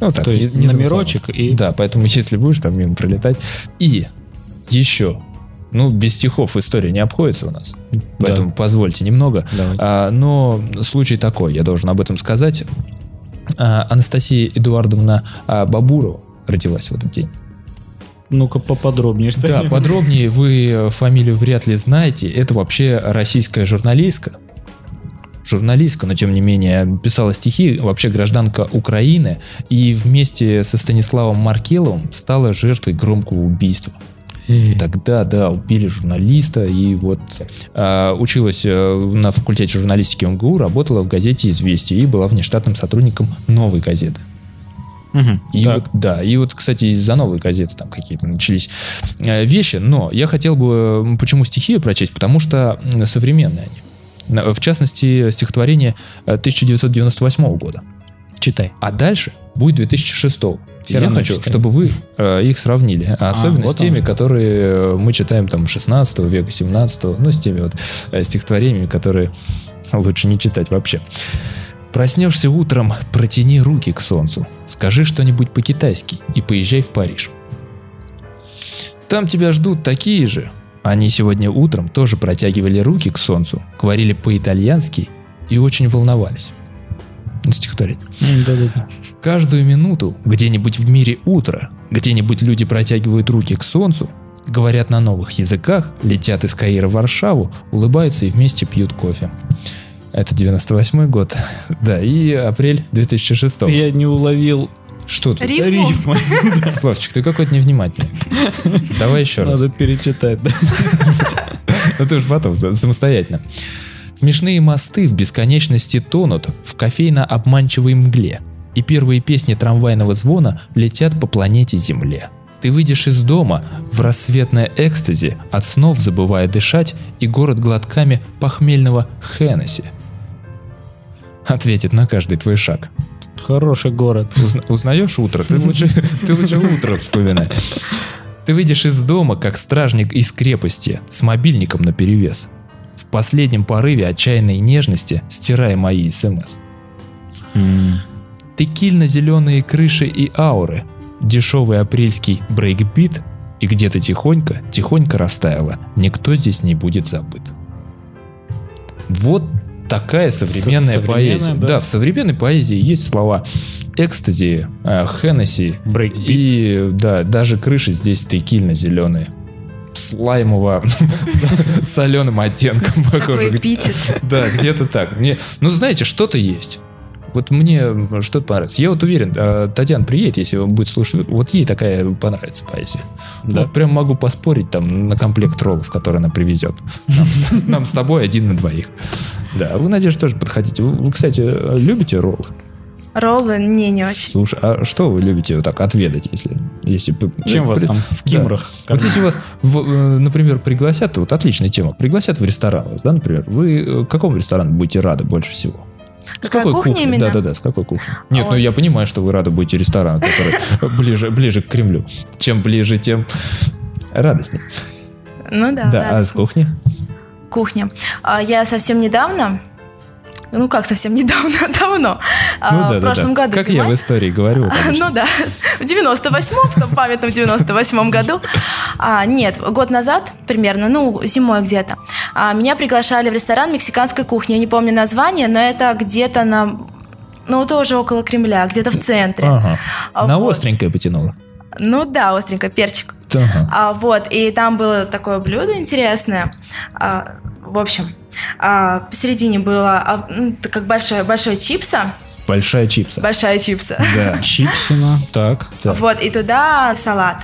S3: Ну, так,
S4: То есть
S3: не- не
S4: номерочек и...
S3: Да, поэтому если будешь там мимо пролетать. И еще. Ну, без стихов история не обходится у нас. Поэтому позвольте немного.
S4: Давай.
S3: А, но случай такой, я должен об этом сказать. А, Анастасия Эдуардовна а, Бабурова родилась в этот день.
S4: Ну-ка поподробнее. что
S3: Да,
S4: ли?
S3: подробнее вы э, фамилию вряд ли знаете. Это вообще российская журналистка. Журналистка, но тем не менее писала стихи, вообще гражданка Украины, и вместе со Станиславом Маркеловым стала жертвой громкого убийства. Тогда, да, убили журналиста, и вот а, училась э, на факультете журналистики МГУ, работала в газете «Известия» и была внештатным сотрудником «Новой газеты».
S4: Мгм,
S3: И
S4: так.
S3: вот, да, и вот, кстати, из-за новой газеты там какие-то начались э, вещи, но я хотел бы, м, почему стихию прочесть, потому что м, современные они. На- В частности, стихотворение э, 1998 года.
S4: Читай.
S3: А дальше будет 2006.
S4: Всё
S3: я
S4: равно
S3: хочу,
S4: читаем.
S3: чтобы вы э, их сравнили. А особенно
S4: вот
S3: с теми,
S4: оно что.
S3: которые э, мы читаем там 16 века, 17 ну, с теми вот э, стихотворениями, которые лучше не читать вообще. Проснешься утром, протяни руки к солнцу, скажи что-нибудь по-китайски и поезжай в Париж. Там тебя ждут такие же. Они сегодня утром тоже протягивали руки к солнцу, говорили по-итальянски и очень волновались. Ну, Стихотворение.
S4: Да-да-да.
S3: Каждую минуту где-нибудь в мире утро, где-нибудь люди протягивают руки к солнцу, говорят на новых языках, летят из Каира в Варшаву, улыбаются и вместе пьют кофе. Это 98 год. *laughs* Да, и апрель 2006.
S4: Я не уловил
S3: Что ты?
S5: Рифму?
S4: рифма.
S3: Славчик, ты какой-то невнимательный. Давай еще раз.
S4: Надо перечитать. да.
S3: Ну ты уж потом, за- самостоятельно. Смешные мосты в бесконечности тонут в кофейно-обманчивой мгле, и первые песни трамвайного звона летят по планете Земле. Ты выйдешь из дома в рассветное экстази, от снов забывая дышать, и город глотками похмельного Хеннесси. Ответит на каждый твой шаг.
S4: Хороший город.
S3: Узна- узнаешь утро? Ты лучше, ты лучше утро вспоминай. Ты выйдешь из дома, как стражник из крепости, с мобильником наперевес. В последнем порыве отчаянной нежности стирай мои смс. Текильно-зеленые крыши и ауры, дешевый апрельский брейкбит, и где-то тихонько, тихонько растаяло. Никто здесь не будет забыт. Вот такая современная,
S4: современная,
S3: поэзия.
S4: да.
S3: Да. в современной поэзии есть слова экстази, э, хеннесси,
S4: Брейкбит.
S3: и да, даже крыши здесь текильно-зеленые. *laughs* Слаймово соленым оттенком,
S5: Такой
S3: похоже.
S5: эпитет.
S3: Да, где-то так. Мне, ну, знаете, что-то есть. Вот мне что-то понравилось. Я вот уверен, э, Татьяна приедет, если он будет слушать. Вот ей такая понравится поэзия.
S4: Да.
S3: Вот прям могу поспорить там на комплект роллов, который она привезет. Нам, *laughs* нам с тобой один на двоих. Да, вы, Надежда, тоже подходите. Вы, вы, кстати, любите роллы?
S5: Роллы? Не, не очень.
S3: Слушай, а что вы любите вот так отведать, если... если бы-
S4: Чем вас
S3: при-
S4: там в
S3: Да.
S4: Кимрах?
S3: Вот если вас, в- э, например, пригласят, вот отличная тема, пригласят в ресторан вас, да, например, вы э, к какому ресторану будете рады больше всего? С
S5: Какая
S3: какой
S5: кухня
S3: кухни?
S5: именно? А
S3: Да-да-да, с какой кухни? Нет, ну
S5: Ой.
S3: я понимаю, что вы рады будете ресторану,
S5: *laughs*
S3: который ближе, ближе к Кремлю. Чем ближе, тем радостнее.
S5: Ну да,
S3: Да, а
S5: да.
S3: с кухни?
S5: кухня. А, Я совсем недавно, ну как совсем *laughs* недавно, давно, а,
S3: Ну да, да,
S5: в прошлом
S3: да.
S5: году
S3: Как я
S5: зимой.
S3: в истории говорил. конечно.
S5: *laughs* Ну да, в 98-м, в том памятном 98-м году. А, нет, год назад примерно, ну, зимой где-то, а, меня приглашали в ресторан мексиканской кухни. Я не помню название, но это где-то на... Ну, тоже около Кремля, где-то в центре.
S3: Ага.
S5: А
S3: На
S5: вот.
S3: остренькое потянуло.
S5: Ну да, остренько, перчик.
S3: Ага.
S5: А, вот, и там было такое блюдо интересное. А, в общем, а, посередине было а, ну, это как большое, большое чипса,
S3: Большая чипса.
S5: большая чипса.
S3: Да.
S4: Чипсина, так.
S3: Так.
S5: Вот, и туда салат.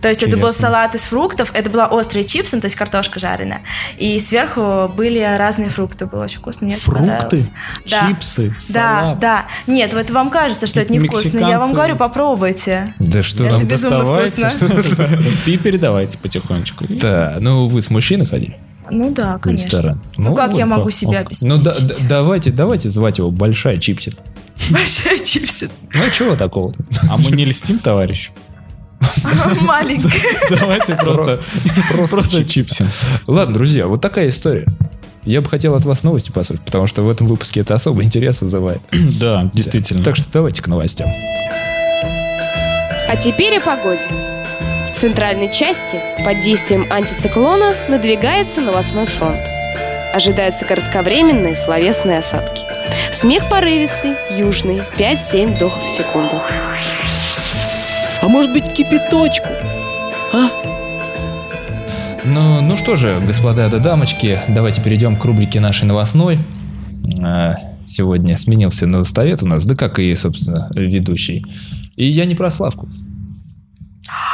S5: То есть это был
S4: Интересно.
S5: салат из фруктов, это была острая чипсы, ну, то есть картошка жареная. И сверху были разные фрукты, было очень вкусно, мне очень
S4: Фрукты,
S5: понравилось. Да.
S4: чипсы,
S5: Да,
S4: салат.
S5: да. Нет, вот вам кажется, что это невкусно. Я вам
S4: Мексиканцы.
S5: говорю, попробуйте.
S3: Да что
S5: Это
S3: там?
S5: безумно
S4: Доставайте,
S5: вкусно.
S4: что- и передавайте потихонечку.
S3: Да, ну вы с мужчиной ходили
S5: Ну да,
S3: в
S5: конечно.
S3: ресторан?
S5: Ну, как я
S4: вот
S5: могу
S4: как,
S5: себя
S4: ок.
S5: обеспечить?
S3: Ну да, да- давайте, давайте звать его Большая Чипсина.
S5: Большая чипсы,
S3: Ну чего такого-то?
S4: А мы не льстим, товарищ?
S5: маленькая.
S4: Давайте просто просто чипсин.
S3: Ладно, друзья, вот такая история. Я бы хотел от вас новости послушать, потому что в этом выпуске это особый интерес вызывает.
S4: Да, действительно.
S3: Так что давайте к новостям.
S6: А теперь о погоде. В центральной части под действием антициклона надвигается новостной фронт. Ожидаются кратковременные словесные осадки. Смех порывистый, южный, 5-7 вдохов в секунду.
S2: А может быть кипяточку?
S3: Ну, ну что же, господа да дамочки, давайте перейдем к рубрике нашей новостной. А, Сегодня сменился новостовед у нас, да как и, собственно, ведущий. И я не про Славку.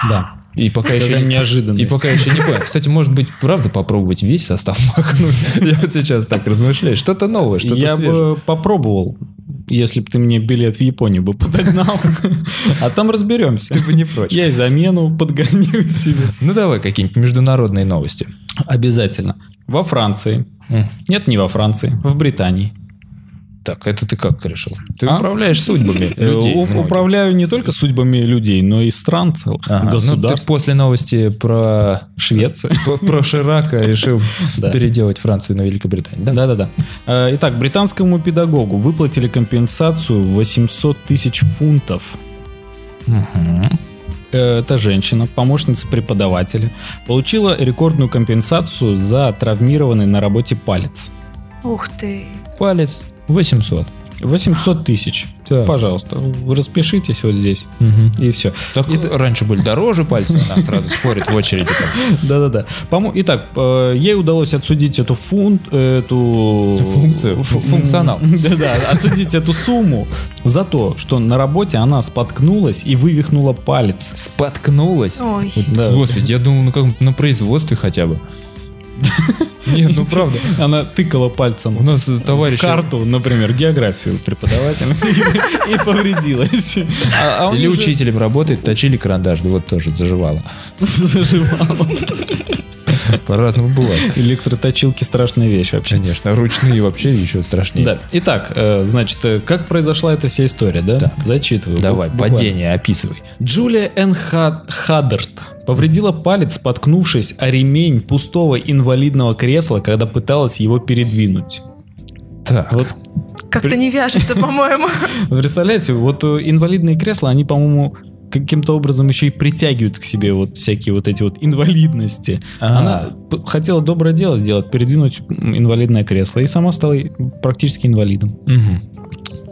S4: Да.
S3: И пока еще
S4: Это
S3: не...
S4: неожиданно.
S3: И пока еще не понял. Кстати, может быть, правда попробовать весь состав *laughs* махнуть? Я вот сейчас так размышляю. Что-то новое, что-то
S4: Я
S3: свежее.
S4: бы попробовал, если бы ты мне билет в Японию бы подогнал. А там разберемся.
S3: Ты бы не прочь.
S4: Я и замену подгоню себе.
S3: Ну давай какие-нибудь международные новости.
S4: Обязательно. Во Франции.
S3: М.
S4: Нет, не во Франции. В Британии.
S3: Так, это ты как решил? Ты
S4: А?
S3: управляешь судьбами
S4: Э,
S3: людей.
S4: у-
S3: многих.
S4: Управляю не только судьбами людей, но и стран целых.
S3: Ага, Ну, ты
S4: Государств.
S3: после новости про
S4: А, Швеция.
S3: *laughs* про- про Ширака решил
S4: *laughs* Да.
S3: переделать Францию на Великобританию. Да?
S4: Да-да-да. Э, Итак, британскому педагогу выплатили компенсацию 800 тысяч фунтов. Э, Это женщина, помощница преподавателя, получила рекордную компенсацию за травмированный на работе палец.
S5: Ух ты.
S3: Палец 800.
S4: 800 тысяч.
S3: Так.
S4: Пожалуйста, распишитесь вот здесь. И все.
S3: Так раньше были дороже пальцы, она сразу спорит в очереди.
S4: *laughs*
S3: там.
S4: Да-да-да. По-моему, итак, э, ей удалось отсудить эту фунт, э, эту
S3: Функцию, фу- функционал.
S4: Да-да, отсудить эту сумму за то, что на работе она споткнулась и вывихнула палец.
S3: Споткнулась.
S5: Ой.
S4: Да.
S3: Господи, я думал, ну как на производстве хотя
S4: *laughs*
S3: бы. Нет, ну правда.
S4: Она тыкала пальцем.
S3: У нас э,
S4: в
S3: товарищи
S4: карту, например, географию преподавателя *laughs* и повредилась. А- а он
S3: Или
S4: уже
S3: учителем работает, точили карандаш, да вот тоже заживало.
S4: *laughs* заживал.
S3: По-разному бывает.
S4: Электроточилки страшная вещь вообще.
S3: Конечно, ручные вообще еще страшнее.
S4: Да. Итак, э, значит, э, как произошла эта вся история, да? Зачитываю.
S3: Давай,
S4: Буквально.
S3: падение описывай.
S4: Джулия Энн Ха- Хаддард повредила палец, споткнувшись о ремень пустого инвалидного кресла, когда пыталась его передвинуть.
S3: Так,
S4: Вот,
S5: Как-то
S3: *laughs*
S5: не вяжется, по-моему.
S4: вы представляете, вот э, инвалидные кресла, они, по-моему, каким-то образом еще и притягивают к себе вот всякие вот эти вот инвалидности.
S3: А.
S4: Она п- хотела доброе дело сделать, передвинуть м, инвалидное кресло, и сама стала и- практически инвалидом.
S3: мгм.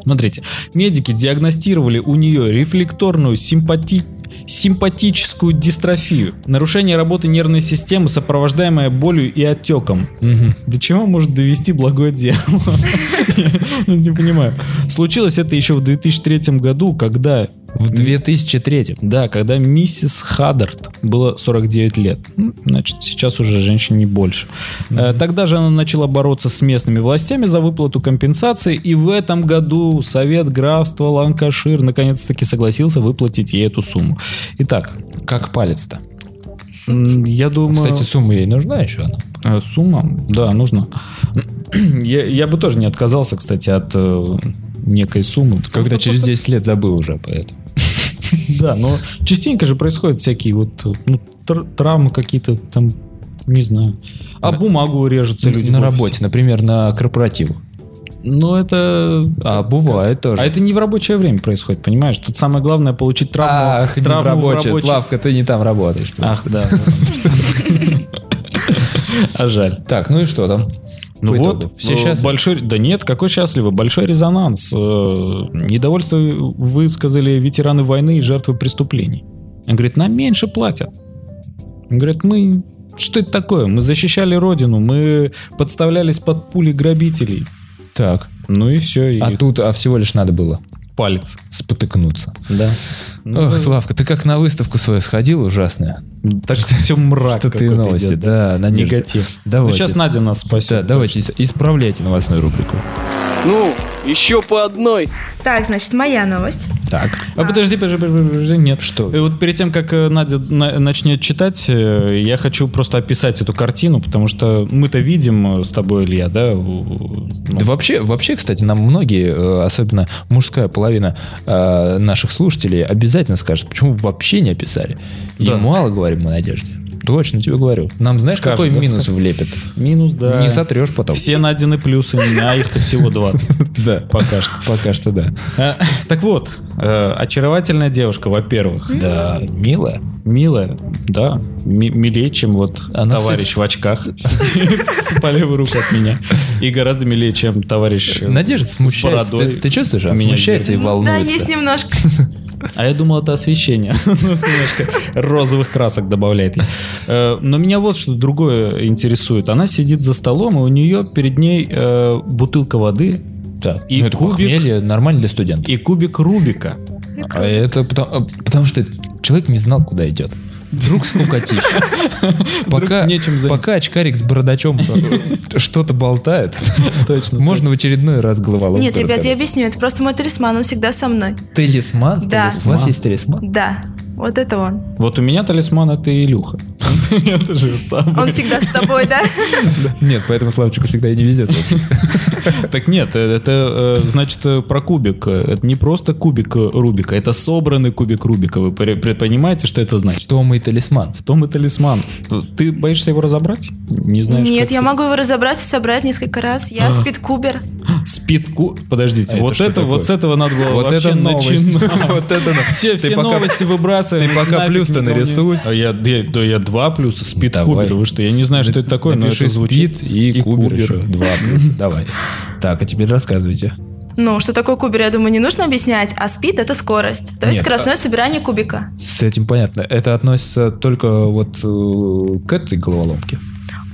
S4: Смотрите, медики диагностировали у нее рефлекторную симпати- симпатическую дистрофию, нарушение работы нервной системы, сопровождаемое болью и отеком.
S3: Мгм.
S4: До чего может довести благое дело? *laughs* Я Ну, не понимаю. Случилось это еще в 2003 году, когда...
S3: в 2003
S4: Да, когда миссис Хаддард было 49 лет. Ну, Значит, сейчас уже женщине не больше. Э, Тогда же она начала бороться с местными властями за выплату компенсации, и в этом году Совет графства Ланкашир наконец-таки согласился выплатить ей эту сумму. Итак,
S3: как палец-то?
S4: м, я думаю... Ну,
S3: Кстати, сумма ей нужна еще она?
S4: Э, Сумма? Да, нужно. *clears throat* Я, я бы тоже не отказался, кстати, от э, некой суммы.
S3: Когда
S4: Ну,
S3: через
S4: просто-
S3: 10 лет забыл уже об этом.
S4: Да, но частенько же происходят всякие вот э, ну, тр- травмы какие-то там, не знаю. А
S3: На-
S4: бумагу режутся люди
S3: на
S4: в офисе.
S3: работе, например, на корпоративах.
S4: Ну, это...
S3: А бывает тоже.
S4: А это не в рабочее время происходит, понимаешь? Тут самое главное получить травму.
S3: Ах, не
S4: травму в
S3: рабочая.
S4: рабочем-
S3: Славка, ты не там работаешь.
S4: Ах,
S3: *laughs*
S4: да. А жаль.
S3: Так, ну и что там?
S4: Ну
S3: По итогу.
S4: вот,
S3: все
S4: э,
S3: сейчас...
S4: большой, да нет, какой счастливый, большой резонанс. Э, Недовольство высказали ветераны войны и жертвы преступлений. Он говорит, нам меньше платят. Он говорит, мы что это такое? Мы защищали родину, мы подставлялись под пули грабителей.
S3: Так.
S4: Ну и все, и
S3: А тут а всего лишь надо было
S4: палец.
S3: спотыкнуться.
S4: Да. Ну,
S3: Ох, Славка, ты как на выставку свою сходил ужасная.
S4: так что все мрак.
S3: Это ты
S4: какой-то
S3: новости,
S4: идет,
S3: да, надежда.
S4: Негатив.
S3: *laughs*
S4: Ну,
S3: Давайте.
S4: сейчас Надя нас
S3: Да,
S4: спасет.
S3: давайте исправляйте новостную рубрику.
S2: Ну, еще по одной.
S5: Так, значит, моя новость.
S3: Так.
S4: А подожди, подожди, подожди, подожди, нет.
S3: Что?
S4: И вот перед тем, как э, Надя на- начнет читать, э, я хочу просто описать эту картину, потому что мы-то видим э, с тобой, Илья, да? у- ну,
S3: Да вообще, вообще, кстати, нам многие, э, особенно мужская половина э, наших слушателей, обязательно скажут, почему вы вообще не описали. И
S4: Да.
S3: мало говорим о надежде. Точно тебе говорю. Нам знаешь,
S4: Скажут,
S3: какой
S4: да,
S3: минус влепят?
S4: Минус, да.
S3: Не сотрешь потом.
S4: Все Надины плюсы, а их-то всего два.
S3: Да.
S4: Пока что.
S3: *laughs* Пока что да.
S4: Э, Так вот, э, очаровательная девушка, во-первых.
S3: Да, милая.
S4: Милая, да, ми- милее, чем вот
S3: Она
S4: товарищ
S3: *laughs*
S4: в очках сидит с- по левую руку от меня. И гораздо милее, чем товарищ э,
S3: Надежда
S4: с
S3: смущается.
S4: бородой.
S3: Ты, ты чувствуешь, она
S4: Меня
S3: смущается и
S5: Ну, Да,
S3: волнуется.
S5: есть немножко.
S4: А я думал, это освещение. *laughs* У нас Немножко розовых красок добавляет. Э, Но меня вот что другое интересует. Она сидит за столом, и у нее перед ней э, бутылка воды
S3: Да.
S4: И
S3: Ну, это
S4: кубик.
S3: похмелье нормально для студента.
S4: и кубик Рубика.
S3: А это потому, а, потому что человек не знал, куда идет. Вдруг скукотища. Пока,
S4: нечем заняться.
S3: пока очкарик с бородачом э, что-то болтает,
S4: Точно.
S3: можно в очередной раз головоломку
S5: Нет, ребят, я
S3: разгадать.
S5: объясню. Это просто мой талисман, он всегда со мной.
S3: Талисман?
S5: Да.
S3: Талисман? У вас есть талисман?
S5: Да, вот это он.
S4: Вот у меня талисман это Илюха. *laughs* Я тоже сам.
S5: Он всегда с
S3: *laughs*
S5: тобой, да?
S3: Нет, поэтому Славчику всегда и не везет.
S4: Так нет, э, это э, значит э, про кубик. Э, Это не просто кубик э, Рубика, это собранный кубик Рубика. Вы пре- пре- понимаете, что это значит?
S3: В том и талисман.
S4: В том и талисман. Ты боишься его разобрать? Не знаешь,
S5: Нет,
S4: как
S5: я
S4: с-
S5: могу его разобрать и собрать несколько раз. Я спидкубер.
S4: Спидку. Подождите,
S3: А это
S4: вот
S3: что
S4: это,
S3: такое?
S4: вот с этого надо было
S3: Вот
S4: вообще
S3: это новость.
S4: начинать.
S3: *laughs* Вот
S4: *laughs*
S3: это на-
S4: Все,
S3: Ты
S4: все
S3: пока-
S4: новости выбрасываем.
S3: ты
S4: их
S3: пока
S4: нафиг
S3: плюс-то
S4: никому не-
S3: нарисуй.
S4: А я, я- да я два плюса. Спид
S3: Давай.
S4: Кубер, вы что? Я не знаю, что это такое, но
S3: Напиши
S4: это звучит.
S3: спид и,
S4: И
S3: кубер,
S4: кубер.
S3: еще. Два
S4: *laughs*
S3: плюс. Давай. Так, а теперь рассказывайте.
S5: Ну, что такое кубер, я думаю, не нужно объяснять. А спид — это скорость. То есть
S3: Нет, а
S5: скоростное собирание кубика.
S3: С этим понятно. Это относится только вот э, к этой головоломке.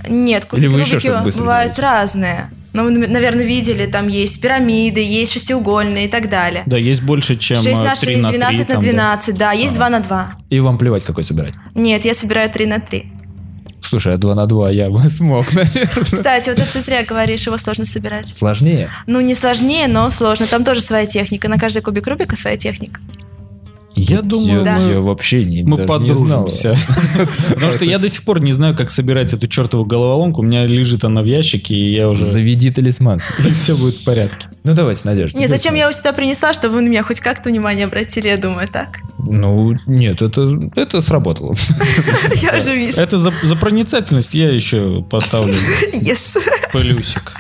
S5: Нет,
S3: Или
S5: кубики
S3: вы еще
S5: Рубики
S3: что-то быстро
S5: бывают
S3: делаете?
S5: разные. Ну, вы, наверное, видели, там есть пирамиды, есть шестиугольные и так далее.
S4: Да, есть больше, чем
S5: 6
S4: э,
S5: на 6,
S4: три на 3.
S5: 12 на 12, да, есть 2 на 2.
S3: И вам плевать, какой собирать.
S5: Нет, я собираю 3 на 3.
S3: Слушай, а 2 на 2 я бы *laughs* смог, наверное.
S5: Кстати, вот это ты зря говоришь, его сложно собирать.
S3: Сложнее.
S5: Ну, не сложнее, но сложно. Там тоже своя техника. На каждый кубик Рубика своя техника.
S4: Я думаю,
S5: Да.
S4: мы-
S3: Я вообще не,
S4: мы
S3: даже не знал.
S4: подружимся.
S3: *laughs*
S4: Потому что я до сих пор не знаю, как собирать эту чертову головоломку. У меня лежит она в ящике, и я *laughs* уже...
S3: Заведи талисман.
S4: Все будет в порядке.
S3: Ну давайте, Надежда.
S5: Не, зачем я его сюда принесла, чтобы вы на меня хоть как-то внимание обратили, я думаю,
S4: *laughs*
S5: так.
S3: Ну, нет, это, это сработало.
S5: Я уже вижу.
S4: Это за, за проницательность я еще поставлю
S5: Yes.
S4: плюсик.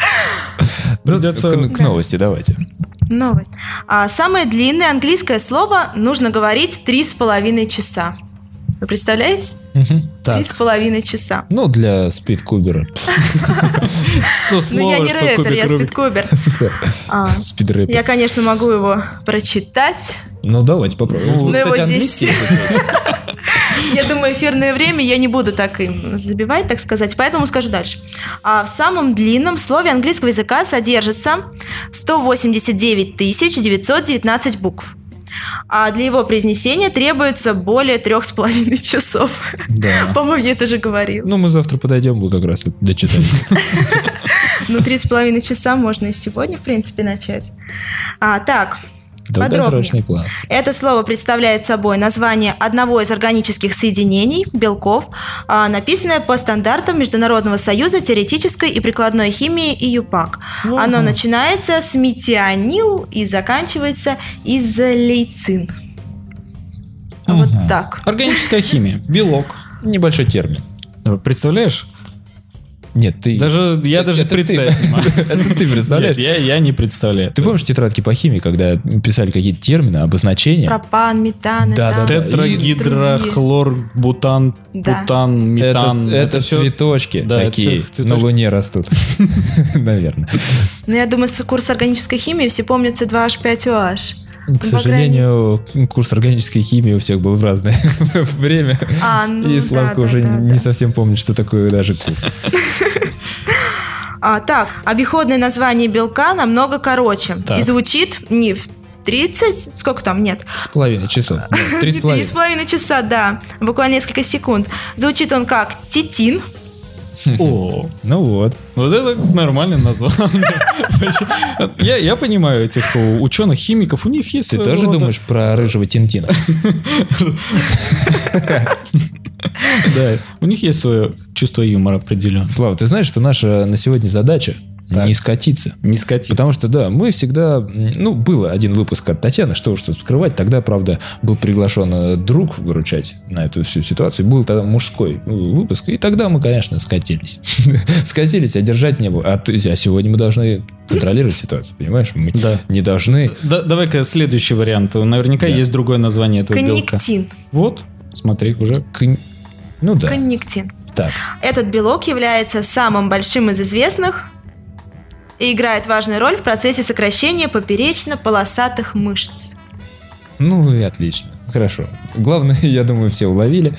S3: Ну,
S4: Придется-
S3: к, к новости давайте.
S5: Новость. А, самое длинное английское слово нужно говорить три с половиной часа. Вы представляете? Три с половиной часа.
S3: Ну, для спидкубера.
S4: Что
S5: ну, я
S4: слово,
S5: не
S4: что
S5: рэпер,
S4: кубик
S5: я
S4: Рубика. *laughs*
S5: спидкубер. А,
S3: Спидрэпер.
S5: Я, конечно, могу его прочитать,
S3: Ну, давайте попробуем.
S5: но
S4: кстати,
S5: его здесь...
S4: английский
S5: *laughs* Я думаю, эфирное время я не буду так им забивать, так сказать, поэтому скажу дальше. А в самом длинном слове английского языка содержится 189 919 букв. А для его произнесения требуется более трех с половиной *laughs* часов.
S3: Да.
S5: По-моему, я это же говорил.
S3: Ну, мы завтра подойдем, вы как раз вот
S5: *laughs*
S3: дочитаете.
S5: Ну, три с половиной часа можно и сегодня, в принципе, начать. А, так,
S3: Долгосрочный план.
S5: Это слово представляет собой название одного из органических соединений, белков, а, написанное по стандартам Международного союза теоретической и прикладной химии и ЮПАК. Оно начинается с метионил и заканчивается изолейцин. Вот
S3: Мгм.
S5: так.
S4: А,
S3: *laughs*
S4: Органическая химия, белок.
S3: Небольшой термин.
S4: Представляешь?
S3: Нет, ты...
S4: Даже я
S3: Это-
S4: даже
S3: это ты.
S4: представить не могу.
S3: *laughs* Это ты представляешь?
S4: Нет, я, я не представляю.
S3: Ты помнишь тетрадки по химии, когда писали какие-то термины, обозначения?
S5: Пропан, метан,
S3: Да, да,
S5: этан.
S3: да.
S4: Тетрагидрохлор, бутан,
S5: Да.
S4: бутан, метан.
S3: это, это
S4: всё-
S3: цветочки
S4: Да, это
S3: такие,
S4: цве-
S3: на
S4: цветочки.
S3: Луне растут, *laughs* наверное.
S5: Ну, я думаю, с курса органической химии все помнятся 2H5OH.
S3: К сожалению, курс органической химии у всех был в разное *laughs* время.
S5: А, ну
S3: И
S5: да,
S3: Славка
S5: да,
S3: уже
S5: да,
S3: не
S5: да.
S3: совсем помнит, что такое даже курс.
S5: А, так, обиходное название белка намного короче.
S4: Так.
S5: И звучит не в 30, сколько там, нет,
S3: С половиной часов.
S5: *laughs*
S3: Нет, Три с
S5: Три
S3: половиной.
S5: с половиной часа, да, буквально несколько секунд. Звучит он как титин,
S4: О,
S3: Ну вот.
S4: вот это
S3: *laughs*
S4: нормальное название. Я, я понимаю этих ученых, химиков, у них есть
S3: Ты
S4: своего
S3: тоже
S4: рода-
S3: думаешь про рыжего *laughs* Тинтина?
S4: Да, *laughs* у них есть свое чувство юмора определенно.
S3: Слава, ты знаешь, что наша на сегодня задача
S4: Так.
S3: не скатиться.
S4: Не скотить.
S3: Потому что, да, мы всегда... м, Ну, было один выпуск от Татьяны, что уж тут скрывать. Тогда, правда, был приглашен э, друг выручать на эту всю ситуацию. Был тогда мужской э, выпуск. И тогда мы, конечно, скатились. *laughs* Скатились, а держать не было. А, то есть, а сегодня мы должны контролировать ситуацию, понимаешь? Мы
S4: Да.
S3: не должны...
S4: Да- Давай-ка следующий вариант. Наверняка есть другое название этого белка.
S5: коннектин.
S4: Вот, смотри, уже.
S3: кон- Ну да,
S5: Коннектин.
S3: так.
S5: Этот белок является самым большим из известных и играет важную роль в процессе сокращения
S3: *laughs*
S5: поперечно-полосатых мышц.
S3: Ну и отлично. Хорошо. Главное, *laughs* я думаю, все уловили.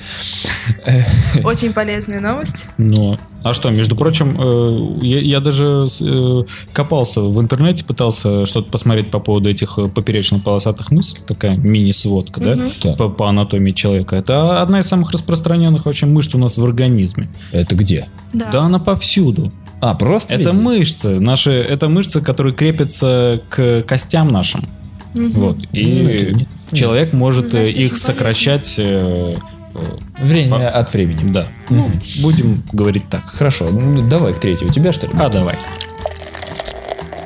S5: Очень полезная новость.
S4: Но. А что, между прочим, э, я, я даже э, копался в интернете, пытался что-то посмотреть по поводу этих э, поперечно-полосатых мыслей, такая мини-сводка, да,
S5: Мгм.
S3: Так.
S4: по, по анатомии человека. Это одна из самых распространенных вообще мышц у нас в организме.
S3: Это где?
S5: Да.
S4: да она повсюду.
S3: А, просто
S4: Это
S3: везде?
S4: мышцы, наши, это мышцы, которые крепятся к костям нашим.
S5: Мгм.
S4: Вот. И
S3: Ну, это нет.
S4: человек может
S5: Значит,
S4: э,
S5: очень
S4: их
S5: полезно.
S4: сокращать. э, э,
S3: Время от времени.
S4: Да. Ну, будем говорить так.
S3: Хорошо, ну, давай к третьему. У тебя, что ли?
S4: А давай.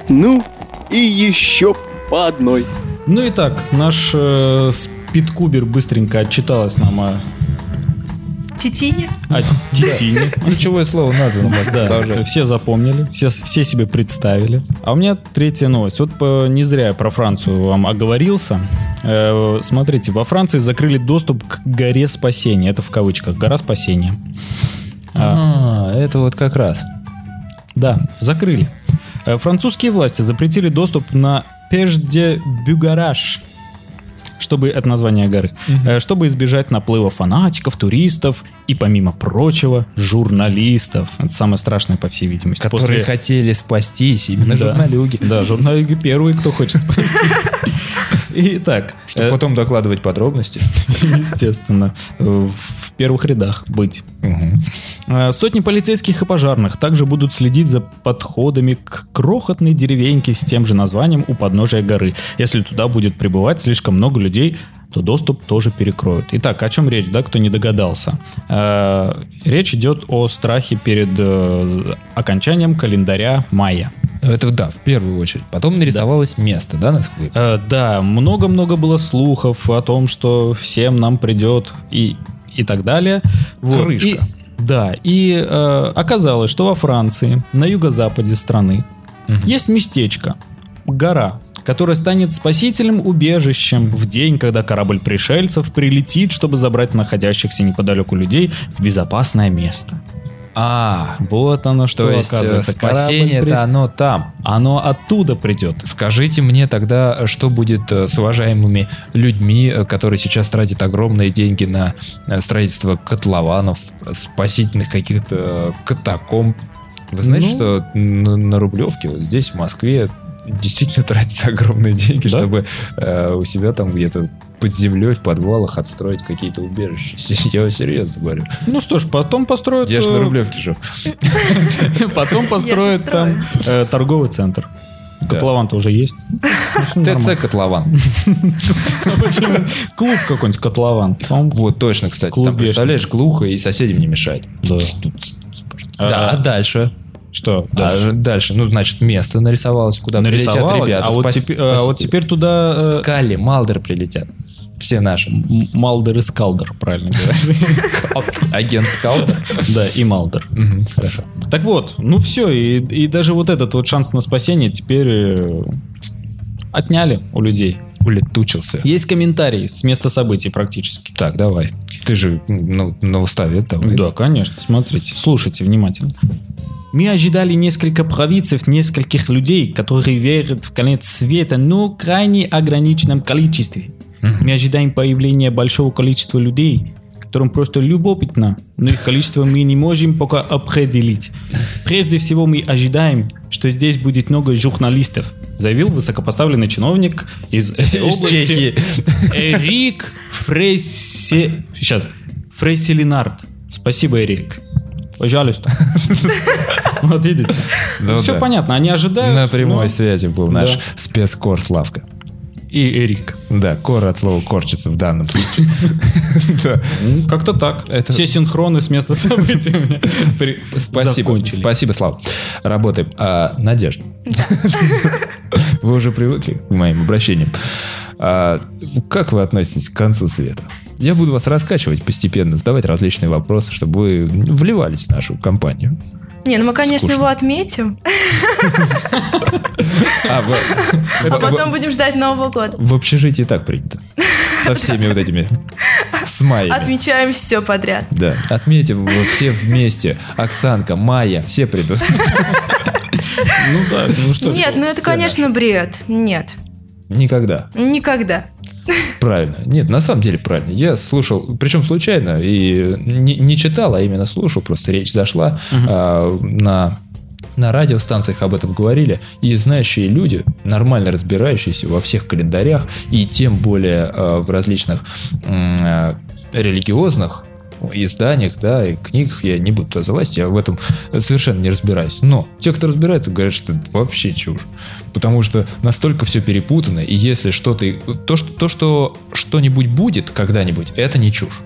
S2: Ну и еще по одной.
S4: Ну и так, наш э, спидкубер быстренько отчиталась нам о,
S5: Титине.
S4: о Титине.
S3: Ключевое слово названо. можно
S4: Да,
S3: продолжать.
S4: все запомнили, все, все себе представили. А у меня третья новость. Вот по- не зря я про Францию вам оговорился. Э, смотрите, во Франции закрыли доступ к горе спасения. Это в кавычках. Гора спасения. А,
S3: А, это вот как раз.
S4: Да, закрыли. Э, Французские власти запретили доступ на Пежде Бюгараж, чтобы от названия горы, э, чтобы избежать наплыва фанатиков, туристов и, помимо прочего, журналистов. Это самое страшное, по всей видимости.
S3: Которые
S4: После-
S3: хотели спастись, именно
S4: Да.
S3: журналюги.
S4: Да, журналюги первые, кто хочет спастись. Итак,
S3: Чтобы
S4: э,
S3: потом докладывать подробности.
S4: *laughs* естественно, э, в первых рядах быть.
S3: Мгм.
S4: Э, Сотни полицейских и пожарных также будут следить за подходами к крохотной деревеньке с тем же названием у подножия горы. Если туда будет прибывать слишком много людей, то доступ тоже перекроют. Итак, о чем речь, да, кто не догадался? Э, Речь идет о страхе перед э, окончанием календаря мая.
S3: Это да, в первую очередь. Потом нарисовалось место, да, насколько?
S4: Э, да, много-много было слухов о том, что всем нам придет и, и так далее. Вот.
S3: Крышка.
S4: И- да, и э, оказалось, что во Франции, на юго-западе страны,
S3: Мгм.
S4: есть местечко, гора, которая станет спасительным убежищем в день, когда корабль пришельцев прилетит, чтобы забрать находящихся неподалеку людей в безопасное место.
S3: А,
S4: Вот оно что,
S3: то есть э,
S4: оказывается. корабль при-
S3: спасение-то оно там.
S4: Оно оттуда придет.
S3: Скажите мне тогда, что будет э, с уважаемыми людьми, э, которые сейчас тратят огромные деньги на э, строительство котлованов, э, спасительных каких-то э, катакомб. Вы знаете,
S4: Ну.
S3: что на, на Рублевке, вот здесь, в Москве, действительно *laughs* тратятся огромные деньги,
S4: Да?
S3: чтобы э, у себя там где-то под землей, в подвалах отстроить какие-то убежища. *laughs* Я вам серьезно говорю.
S4: Ну что ж, потом построят...
S3: Я же на
S4: э,
S3: Рублевке жив.
S4: *laughs* Потом построят там
S5: строю.
S4: э, торговый центр. Котлован-то уже *laughs* есть. Ну,
S3: ТЦ Котлован.
S4: Клуб какой-нибудь котлован. По-моему,
S3: Вот, точно, кстати. Там,
S4: Клубешник.
S3: представляешь, глухо и соседям не мешает.
S4: Да.
S3: Да, а
S4: А,
S3: дальше?
S4: Что?
S3: А же- дальше, ну, значит, место нарисовалось, куда прилетят
S4: Нарисовалось,
S3: ребята.
S4: а вот
S3: спас-
S4: тепе- а вот
S3: спасители.
S4: теперь туда... э,
S3: Скали, Малдер прилетят. Все наши.
S4: М- Малдер и Скалдер, *laughs* правильно говорю.
S3: Агент Скалдер.
S4: Да, и Малдер.
S3: Мгм, Хорошо.
S4: Так вот, ну все, и, и даже вот этот вот шанс на спасение теперь э, отняли у людей.
S3: Улетучился.
S4: Есть комментарий с места событий практически.
S3: Так, давай. Ты же ну, на уставе давай.
S4: Да, конечно, смотрите, слушайте внимательно. Мы ожидали несколько провидцев, нескольких людей, которые верят в конец света, но в крайне ограниченном количестве.
S3: Мгм.
S4: Мы ожидаем появления большого количества людей, которым просто любопытно, но их количество мы не можем пока определить. Прежде всего мы ожидаем, что здесь будет много журналистов, заявил высокопоставленный чиновник из этой
S3: *laughs* Из
S4: области. Эрик Фрейсе... Сейчас. Фрейселинард. Спасибо, Эрик.
S3: *laughs*
S4: Пожалуйста. Вот видите.
S3: Ну
S4: Все
S3: да.
S4: понятно, они ожидают.
S3: На прямой
S4: но-
S3: связи был
S4: ну. Да.
S3: наш спецкор Славка.
S4: И Эрик.
S3: Да, кор от слова корчится в данном
S4: *laughs*
S3: случае. Да.
S4: Ну, Как-то так.
S3: Это-
S4: Все синхроны с места событий
S3: *laughs*
S4: у меня при-
S3: Спасибо.
S4: закончились.
S3: Спасибо, Слава. Работаем. А, Надежда. *laughs* Вы уже привыкли к моим обращениям. А, как вы относитесь к концу света? Я буду вас раскачивать постепенно, задавать различные вопросы, чтобы вы вливались в нашу компанию.
S5: Не, ну мы, конечно,
S3: Скучно.
S5: его отметим,
S3: А, в,
S5: а
S3: в-
S5: потом будем ждать Нового года.
S3: в общежитии так принято. Со всеми вот этими смаями.
S5: Отмечаем все подряд.
S3: Да, отметим вот все вместе. Оксанка, Майя, все придут.
S4: Ну да, ну что ж.
S5: Нет, ну это, конечно, бред. Нет,
S3: Никогда.
S5: никогда.
S3: Правильно. Нет, на самом деле правильно. Я слушал, причем случайно, и не, не читал, а именно слушал, просто речь зашла а, на на радиостанциях об этом говорили, и знающие люди, нормально разбирающиеся во всех календарях, и тем более а, в различных м, а, религиозных изданиях, да, и книгах, я не буду туда залазить, я в этом совершенно не разбираюсь. Но те, кто разбирается, говорят, что это вообще чушь. Потому что настолько все перепутано, и если что-то... То, что, то, что что-нибудь будет когда-нибудь, это не чушь.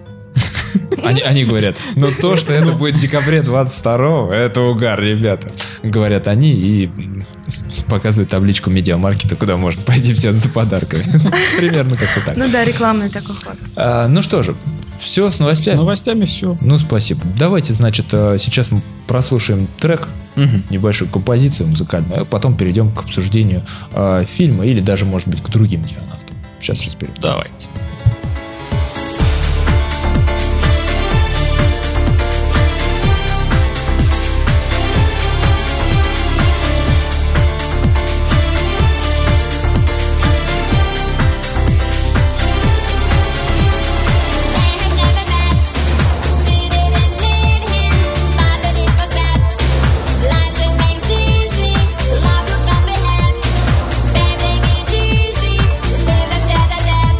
S3: Они, они говорят, но то, что это будет в декабре 22-го, это угар, ребята. Говорят они и м, с- показывают табличку медиамаркета, куда можно пойти все за подарками. *laughs* Примерно как-то так.
S5: Ну да, рекламный такой ход.
S3: А, Ну что же, все с
S4: С
S3: новостями.
S4: новостями все.
S3: Ну, спасибо. Давайте, значит, э, сейчас мы прослушаем трек, небольшую композицию музыкальную, а потом перейдем к обсуждению э, фильма или даже, может быть, к другим дианавтам. Сейчас разберем.
S4: Давайте.
S7: Baby, get dizzy, live and dead and dead.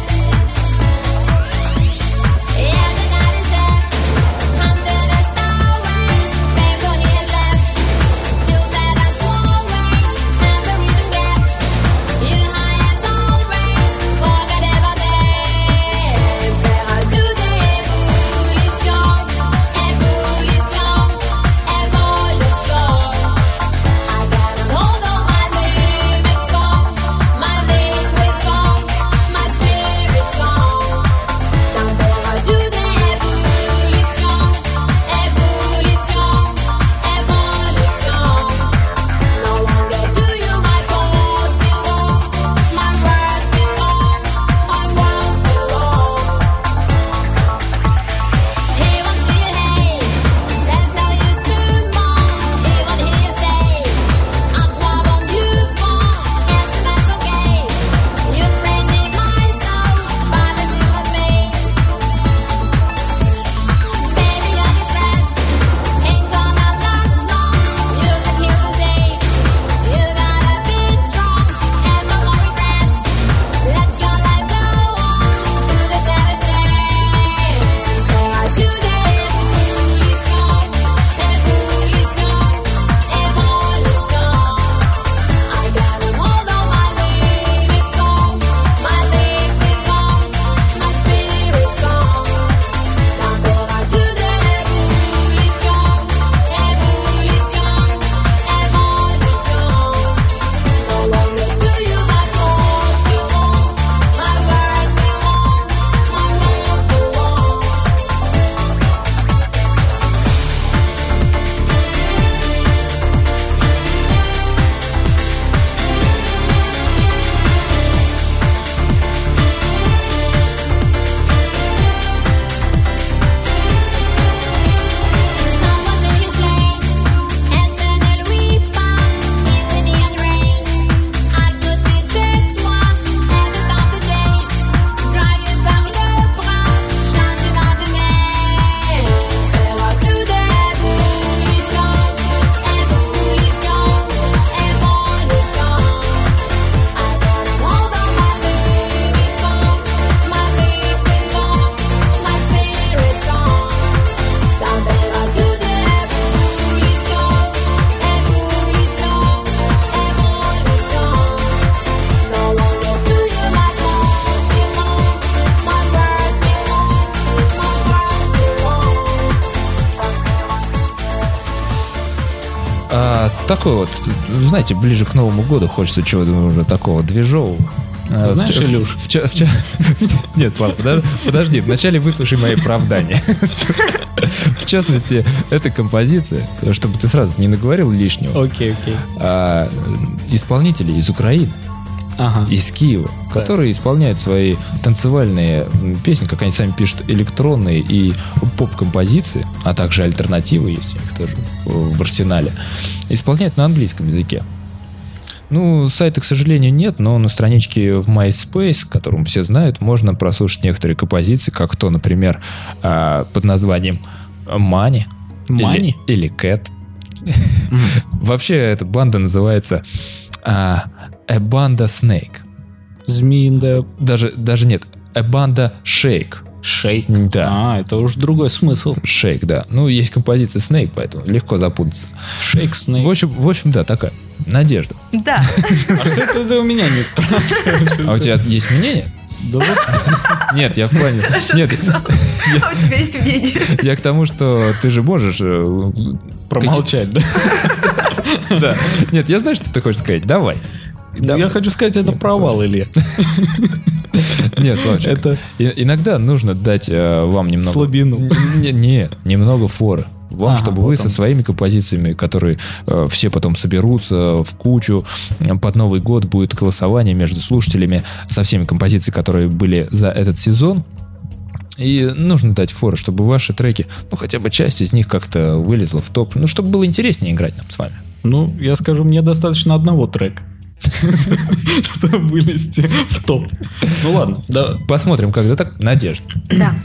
S3: А, такой вот, знаете, ближе к Новому году хочется чего-то уже такого движового. А,
S4: Знаешь,
S3: вчера-
S4: Илюш?
S3: вчера- вчера- *laughs* Нет, Слав, подож- подожди, вначале выслушай мои оправдания. *laughs* В частности, эта композиция, чтобы ты сразу не наговорил лишнего,
S4: Окей, окей.
S3: а, исполнители из Украины,
S4: Ага.
S3: из Киева, которые исполняют свои танцевальные м, песни, как они сами пишут, электронные и поп-композиции, а также альтернативы есть у них тоже э, в арсенале, исполняют на английском языке. Ну, сайта, к сожалению, нет, но на страничке в MySpace, которым все знают, можно прослушать некоторые композиции, как то, например, а, под названием Money. или-
S4: Money?
S3: Или Cat. Вообще, эта банда называется а, A Banda Snake.
S4: Змеинда
S3: Даже, даже нет, A Banda Shake.
S4: шейк.
S3: Да,
S4: А, это уж другой смысл.
S3: Shake, да. Ну, есть композиция Snake, поэтому легко запутаться.
S4: Шейк
S3: В
S4: снейк.
S3: общем, в общем, да, такая. Надежда.
S5: *laughs* Да.
S4: А что это ты у меня не спрашиваешь?
S3: А у тебя есть мнение?
S4: Да вот,
S3: Нет, я в плане... Нет,
S5: А у тебя есть мнение?
S3: я к тому, что ты же можешь... э,
S4: Промолчать, да?
S3: какие- *laughs* Да. Нет, я знаю, что ты хочешь сказать. Давай.
S4: Ну, Я хочу сказать, это провал, Илья.
S3: Нет, Славчик,
S4: Это
S3: и- иногда нужно дать э, вам немного...
S4: слабину.
S3: Нет, немного форы. Вам,
S4: Ага,
S3: чтобы
S4: вот
S3: вы
S4: он.
S3: со своими композициями, которые э, все потом соберутся в кучу, э, под Новый год будет голосование между слушателями со всеми композициями, которые были за этот сезон. И нужно дать форы, чтобы ваши треки, ну хотя бы часть из них как-то вылезла в топ, ну чтобы было интереснее играть нам с вами.
S4: Ну, я скажу, мне достаточно одного трека. *laughs* Чтобы вылезти в топ. Ну ладно, да.
S3: Посмотрим, когда так. Надежда.
S5: Да.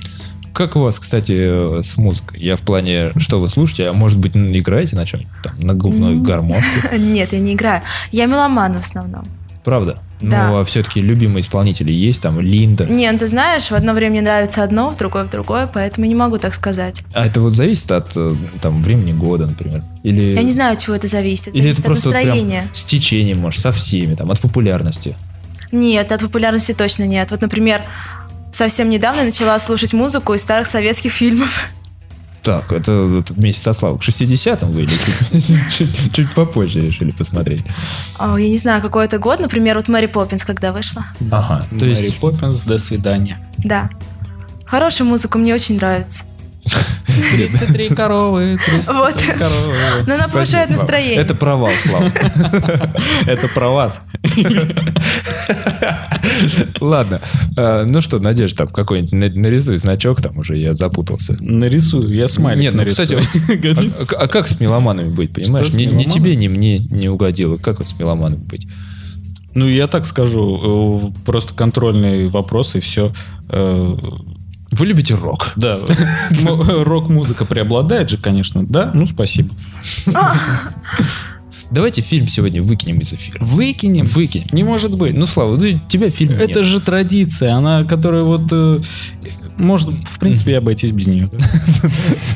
S3: Как у вас, кстати, э, с музыкой? Я в плане, что вы слушаете, а может быть, н- играете на чем? Там, на губной
S5: *laughs*
S3: гармошке?
S5: Нет, я не играю. Я меломан в основном.
S3: Правда?
S5: Да.
S3: Ну, а все-таки любимые исполнители есть, там, Линда.
S5: Не, ну ты знаешь, в одно время мне нравится одно, в другое в другое, поэтому не могу так сказать.
S3: А это вот зависит от, э, там, времени года, например? Или...
S5: Я не знаю, от чего это зависит. Это
S3: Или
S5: зависит
S3: это
S5: от
S3: просто вот прям
S5: настроения.
S3: с течением, может, со всеми, там, от популярности.
S5: Нет, от популярности точно нет. Вот, например, совсем недавно я начала слушать музыку из старых советских фильмов. *laughs*
S3: Так, это, это вместе со Славой. К 60-м вы или чуть- чуть- чуть попозже решили посмотреть?
S5: А, я не знаю, какой это год, например, вот Мэри Поппинс, когда вышла.
S3: Ага, А, то
S4: Мэри
S3: есть...
S4: Поппинс, до свидания.
S3: *laughs*
S5: Да. Хорошая музыка, мне очень нравится.
S4: Три коровы,
S5: Вот.
S3: *laughs*
S4: коровы.
S5: Но она повышает
S3: Слава,
S5: настроение.
S3: Это провал, Слава.
S4: Это про вас.
S3: Ладно. Э, Ну что, Надежда, там какой-нибудь на- нарисуй значок, там уже я запутался.
S4: Нарисую, я смайлик
S3: Нет, ну,
S4: нарисую. *laughs*
S3: кстати,
S4: Годится?
S3: А, к- а как с меломанами быть, понимаешь?
S4: с
S3: Ни, ни
S4: меломанами?
S3: тебе, ни мне не угодило. Как вот с меломанами быть?
S4: Ну, я так скажу, э, просто контрольный вопрос и Э, все.
S3: Вы любите рок?
S4: *laughs* Да, м- рок-музыка преобладает же, конечно. Да, ну спасибо.
S3: Давайте фильм сегодня выкинем из эфира.
S4: Выкинем?
S3: Выкинем.
S4: Не может быть.
S3: Ну,
S4: Ну,
S3: Слава, ну, тебя фильм
S4: это же традиция, она, которая вот... э, Может, в принципе, и обойтись без нее.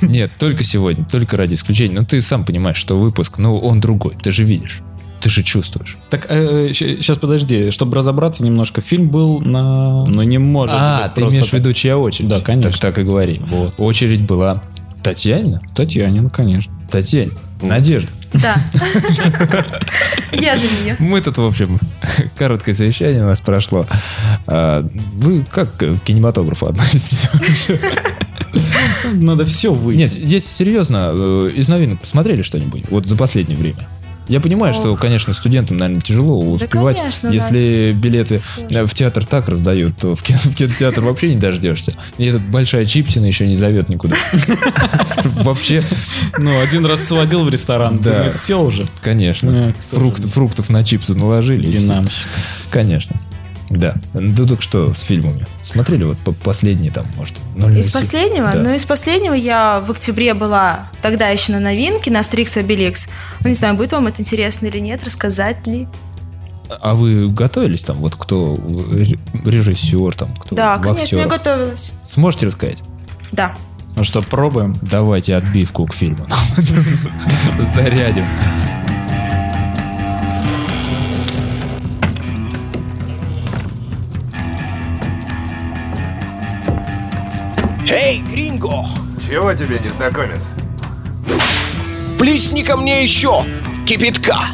S3: Нет, только сегодня, только ради исключения. Но ты сам понимаешь, что выпуск, ну, он другой. Ты же видишь. Ты же чувствуешь.
S4: Так, сейчас подожди, чтобы разобраться немножко, фильм был на... Ну, не может
S3: а,
S4: быть
S3: ты
S4: просто
S3: имеешь в
S4: так.
S3: виду чья очередь?
S4: Да, конечно.
S3: Так так и говори.
S4: Вот.
S3: Очередь была Татьянина?
S4: Татьянин, конечно.
S3: Татьянь. Надежда. *laughs*
S5: Да. Я за нее.
S3: Мы тут, в общем, *laughs* короткое совещание у нас прошло. А, Вы как к кинематографу относитесь?
S4: Надо все
S3: Нет,
S4: выяснить.
S3: здесь серьезно, э, из новинок посмотрели что-нибудь? Вот за последнее время. Я понимаю, что,
S5: Ох.
S3: конечно, студентам, наверное, тяжело успевать,
S5: конечно, да,
S3: если билеты
S5: сложно.
S3: э, в театр так раздают, то в кино- в кинотеатр вообще не дождешься. И этот большая Чипсина еще не зовет никуда. *laughs* Вообще,
S4: Ну, один раз сводил в ресторан,
S3: Да.
S4: да. все уже.
S3: конечно,
S4: Э, кто
S3: фрукт- фруктов на чипсы наложили. и всё.
S4: Динамщик.
S3: Конечно. Да. Ну так что с фильмами? Смотрели вот по- последний там, может?
S5: Из последнего?
S3: Да.
S5: Ну, из последнего я в октябре была тогда еще на новинке, на Стрикс Обеликс. Ну, не знаю, будет вам это интересно или нет, рассказать ли.
S3: А вы готовились там? Вот кто э, режиссер там? Кто
S5: Да,
S3: Ну, в
S5: конечно, я
S3: актерах?
S5: готовилась.
S3: Сможете рассказать?
S5: Да.
S4: Ну что, пробуем?
S3: Давайте отбивку к
S4: *laughs*
S3: фильму. Зарядим.
S2: Эй, гринго!
S7: Чего тебе, незнакомец?
S2: Плесни ко мне еще!
S8: кипятка.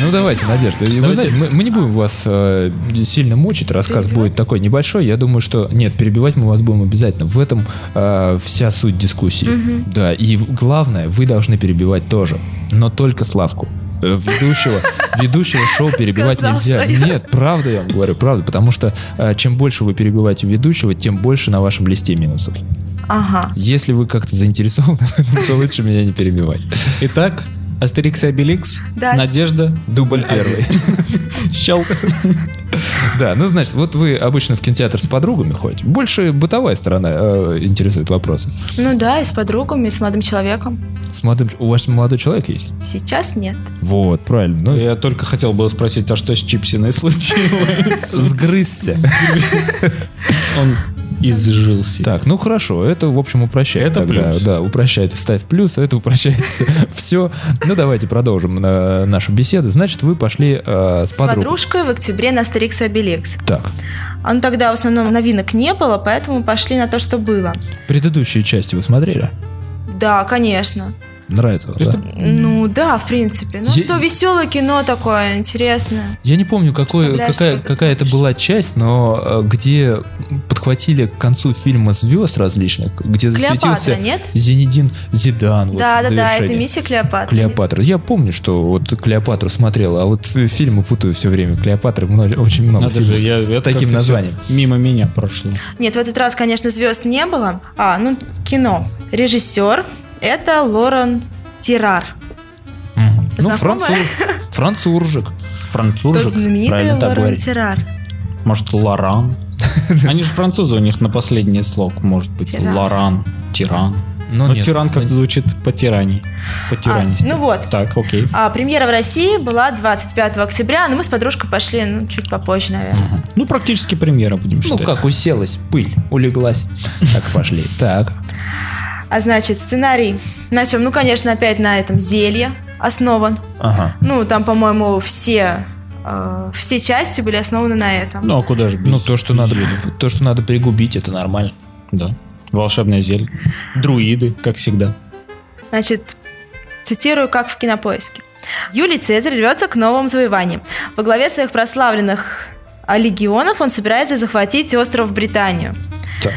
S7: Ну давайте, Надежда. Вы знаете, мы, мы не будем вас э, сильно мучить, рассказ будет такой небольшой. Я думаю, что нет, перебивать мы вас будем обязательно. В этом э, вся суть дискуссии. Да, и в- главное, вы должны перебивать тоже, но только Славку. Э, Ведущего, ведущего шоу перебивать
S5: Сказал
S7: нельзя.
S5: своё.
S7: Нет, правда я вам говорю, правда, потому что э, чем больше вы перебиваете ведущего, тем больше на вашем листе минусов.
S5: Ага.
S7: Если вы как-то заинтересованы, в этом, то лучше меня не перебивать.
S4: Итак, Астерикс и Обеликс,
S5: Да.
S4: Надежда,
S7: Дубль первый.
S4: щелк.
S7: Да, ну значит, вот вы обычно в кинотеатр с подругами ходите. Больше бытовая сторона э, интересует вопросы.
S5: Ну да, и с подругами, и с молодым человеком.
S7: С молодым, у вас молодой человек есть?
S5: Сейчас нет.
S7: Вот, правильно. Ну,
S4: Я только хотел было спросить, а что с Чипсиной случилось?
S7: сгрызся.
S4: Он изжился.
S7: Так, ну хорошо, это, в общем, упрощает.
S4: Это
S7: тогда,
S4: плюс.
S7: Да, упрощает, ставь плюс, это упрощает *laughs* все. Ну, давайте продолжим э, нашу беседу. Значит, вы пошли э, с
S5: С
S7: подругой.
S5: подружкой в октябре на Астерикс и Обеликс.
S7: Так,
S5: А ну тогда в основном новинок не было, поэтому пошли на то, что было.
S7: предыдущие части вы смотрели?
S5: Да, конечно.
S7: Нравится вам, да?
S5: Ну да, в принципе. Ну
S7: Я-
S5: что, веселое кино такое, интересное.
S7: Я не помню, какой,
S5: Представляешь,
S7: какая,
S5: сколько
S7: какая это
S5: смотришь.
S7: была часть, но э, где подхватили к концу фильма звезд различных, где
S5: Клеопатра,
S7: засветился
S5: нет?
S7: Зенедин Зидан. вот,
S5: Да, да, да, это
S7: завершение.
S5: миссия Клеопатра.
S7: Клеопатра. Я помню, что вот Клеопатру смотрел, а вот ф- фильмы путаю все время. Клеопатры мно- очень много
S4: Надо
S7: фильмов
S4: же, я это
S7: с таким
S4: как-то
S7: названием.
S4: всё Мимо меня прошло.
S5: Нет, в этот раз, конечно, звезд не было. А, ну, кино. Режиссер это Лорен Тирар.
S7: Мгм. Ну,
S5: Знакомая?
S7: француз, француржик.
S5: Тот
S4: Францужек,
S5: знаменитый
S4: правильно так
S5: Лорен
S4: говорить.
S5: Тирар.
S4: Может, Лоран? *laughs* Они же французы, у них на последний слог может быть
S5: Тиран.
S4: Лоран, Тиран.
S7: Но Ну,
S4: Но
S7: нет,
S4: Ну, тиран как звучит по тиране. По тиранисти.
S5: ну вот.
S4: Так, окей.
S5: А, премьера в России была 25 октября, но мы с подружкой пошли ну, чуть попозже, наверное.
S4: Ну, практически премьера будем
S7: Ну
S4: считать.
S7: как, уселась, пыль, улеглась. Так пошли. Так.
S5: А значит, сценарий на чем? Ну, конечно, опять на этом зелье основан.
S7: Ага.
S5: Ну, там, по-моему, все, э, все части были основаны на этом.
S4: Ну, а куда же без
S7: Ну, то, что надо,
S4: *laughs* зелья?
S7: то, что надо пригубить, это нормально.
S4: Да. Волшебное зелье. Друиды, как всегда.
S5: Значит, цитирую, как в кинопоиске. Юлий Цезарь рвется к новым завоеваниям. Во главе своих прославленных а, легионов он собирается захватить остров Британию.
S7: Так.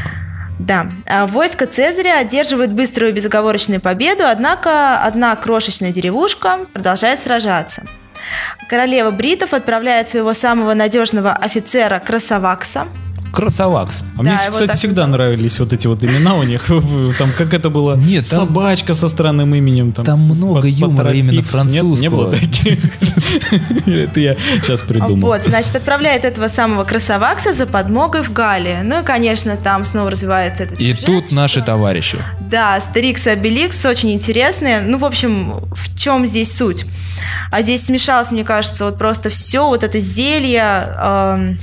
S5: Да, А, войско Цезаря одерживает быструю и безоговорочную победу, однако одна крошечная деревушка продолжает сражаться. Королева бритов отправляет своего самого надежного офицера Красавакса.
S7: Красавакс.
S4: А мне,
S5: Да, его
S4: кстати,
S5: так
S4: всегда нравились вот эти вот имена у них. *laughs* Там как это было?
S7: Нет, там-
S4: Собачка со странным именем. Там,
S7: Там много
S4: По-
S7: юмора
S4: Поторопикс.
S7: именно
S4: Нет, не
S7: французского.
S4: было таких. *laughs* Это я сейчас придумал.
S5: А, Вот, значит, отправляет этого самого Красавакса за подмогой в Галлию. Ну и, конечно, там снова развивается этот
S7: И
S5: сюжет,
S7: тут наши
S5: что-
S7: товарищи.
S5: Да, Астерикс и Обеликс очень интересные. Ну, в общем, в чем здесь суть? А здесь смешалось, мне кажется, вот просто все, вот это зелье... эм,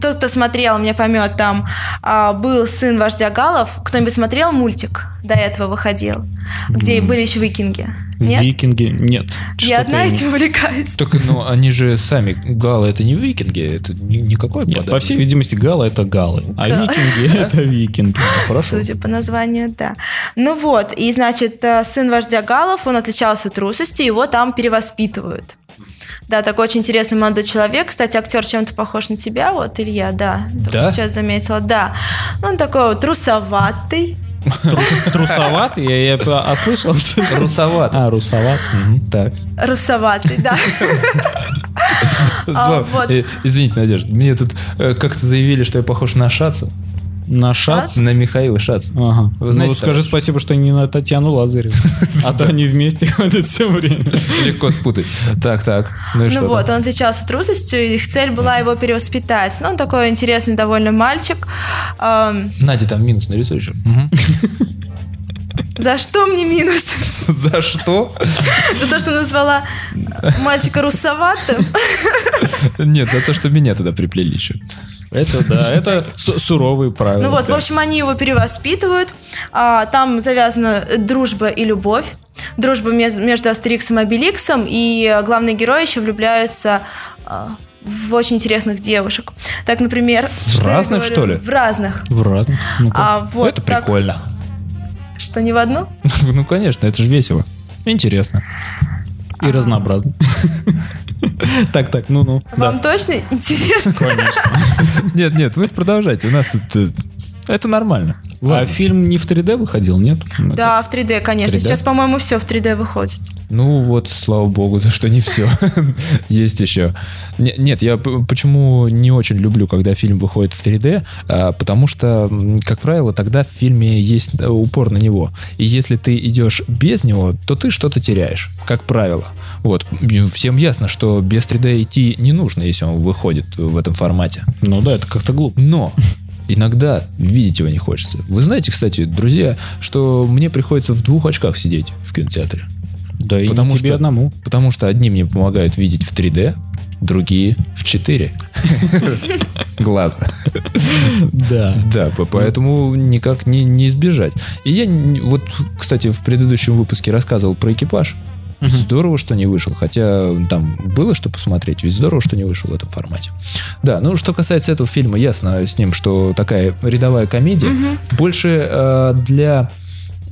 S5: тот, кто смотрел, мне поймет, там а, был сын вождя Галов. Кто-нибудь смотрел мультик? До этого выходил, где были еще викинги. Нет?
S4: Викинги. Нет.
S5: Я
S4: что-то
S5: одна
S4: им-
S5: этим увлекаюсь.
S7: Так, ну, они же сами, галы, это не викинги, это ни- никакой
S4: Нет,
S7: подарок.
S4: по всей видимости, галы это галы, а
S5: Га-
S4: викинги
S5: *laughs*
S4: это викинги. Хорошо.
S5: Судя по названию, да. Ну вот, и значит, э, сын вождя Галов, он отличался трусостью, его там перевоспитывают. Да, такой очень интересный молодой человек. Кстати, актер чем-то похож на тебя, вот Илья, да. только
S7: Да?
S5: Сейчас заметила, да. Ну, Он такой вот трусоватый.
S4: Трус- Трусоватый, я- я ослышался.
S7: *laughs* Русовато.
S4: А, русоват. Мгм, Так.
S5: Русоватый, да. а,
S7: Слав,
S5: вот.
S7: э, извините, Надежда, мне тут э, как-то заявили, что я похож на Шаца,
S4: На шац.
S7: на Михаила Шаца.
S4: Ага.
S7: Вы знаете,
S4: ну, скажи
S7: товарищ?
S4: спасибо, что не на Татьяну Лазареву. А то они вместе ходят все время.
S7: Легко спутать. Так, так, ну и *laughs* что
S5: Ну вот,
S7: там?
S5: он отличался трусостью, и их цель была его перевоспитать. Ну, он такой интересный довольно мальчик. Эм,
S7: Надя, там минус нарисуй еще. Мгм. *laughs*
S5: За что мне минус? *laughs*
S7: За что?
S5: За то,
S7: *laughs*
S5: что назвала мальчика русоватым?
S7: Нет, за то, что меня туда приплели еще.
S4: Это да, это су- суровые правила.
S5: Ну вот, в
S4: Да.
S5: общем, они его перевоспитывают. А, там завязана э, дружба и любовь. Дружба мез- между Астериксом и Обеликсом. И э, главные герои еще влюбляются а, в очень интересных девушек. Так, например...
S7: В
S5: я
S7: разных,
S5: говорю?
S7: что ли?
S5: В разных.
S4: В разных.
S5: А вот
S7: это
S5: так,
S7: прикольно.
S5: Что, не в одну?
S7: Ну, конечно, это же весело. Интересно.
S4: И разнообразно. Так, так, ну-ну.
S5: Вам точно интересно?
S7: *laughs* Нет, нет, вы продолжайте. У нас это... Это нормально.
S4: А фильм не в 3D выходил, нет?
S5: Да, в 3D, конечно.
S4: 3D?
S5: Сейчас, по-моему, все в 3D выходит.
S7: Ну вот, слава богу, за что не все. Есть еще. Не- Нет, я п- почему не очень люблю, когда фильм выходит в 3D, а, потому что, м, как правило, тогда в фильме есть э, упор на него. И если *laughs* ты идешь без него, то ты что-то теряешь, как правило. Вот, м, всем ясно, что без 3D идти не нужно, если он выходит в этом формате.
S4: Ну да, это как-то глупо.
S7: Но иногда видеть его не хочется. Вы знаете, кстати, друзья, что мне приходится в двух очках сидеть в кинотеатре.
S4: Да и
S7: Потому
S4: не тебе
S7: что-
S4: одному.
S7: Потому что одни мне помогают видеть в 3D, другие в 4. *laughs* Глаза.
S4: Да.
S7: Да, по- поэтому никак не, не избежать. И я не- вот, кстати, в предыдущем выпуске рассказывал про экипаж.
S4: Мгм.
S7: Здорово, что не вышел. Хотя там было что посмотреть, ведь здорово, что не вышел в этом формате. Да, ну что касается этого фильма, ясно с ним, что такая рядовая комедия.
S5: Мгм.
S7: Больше э, для,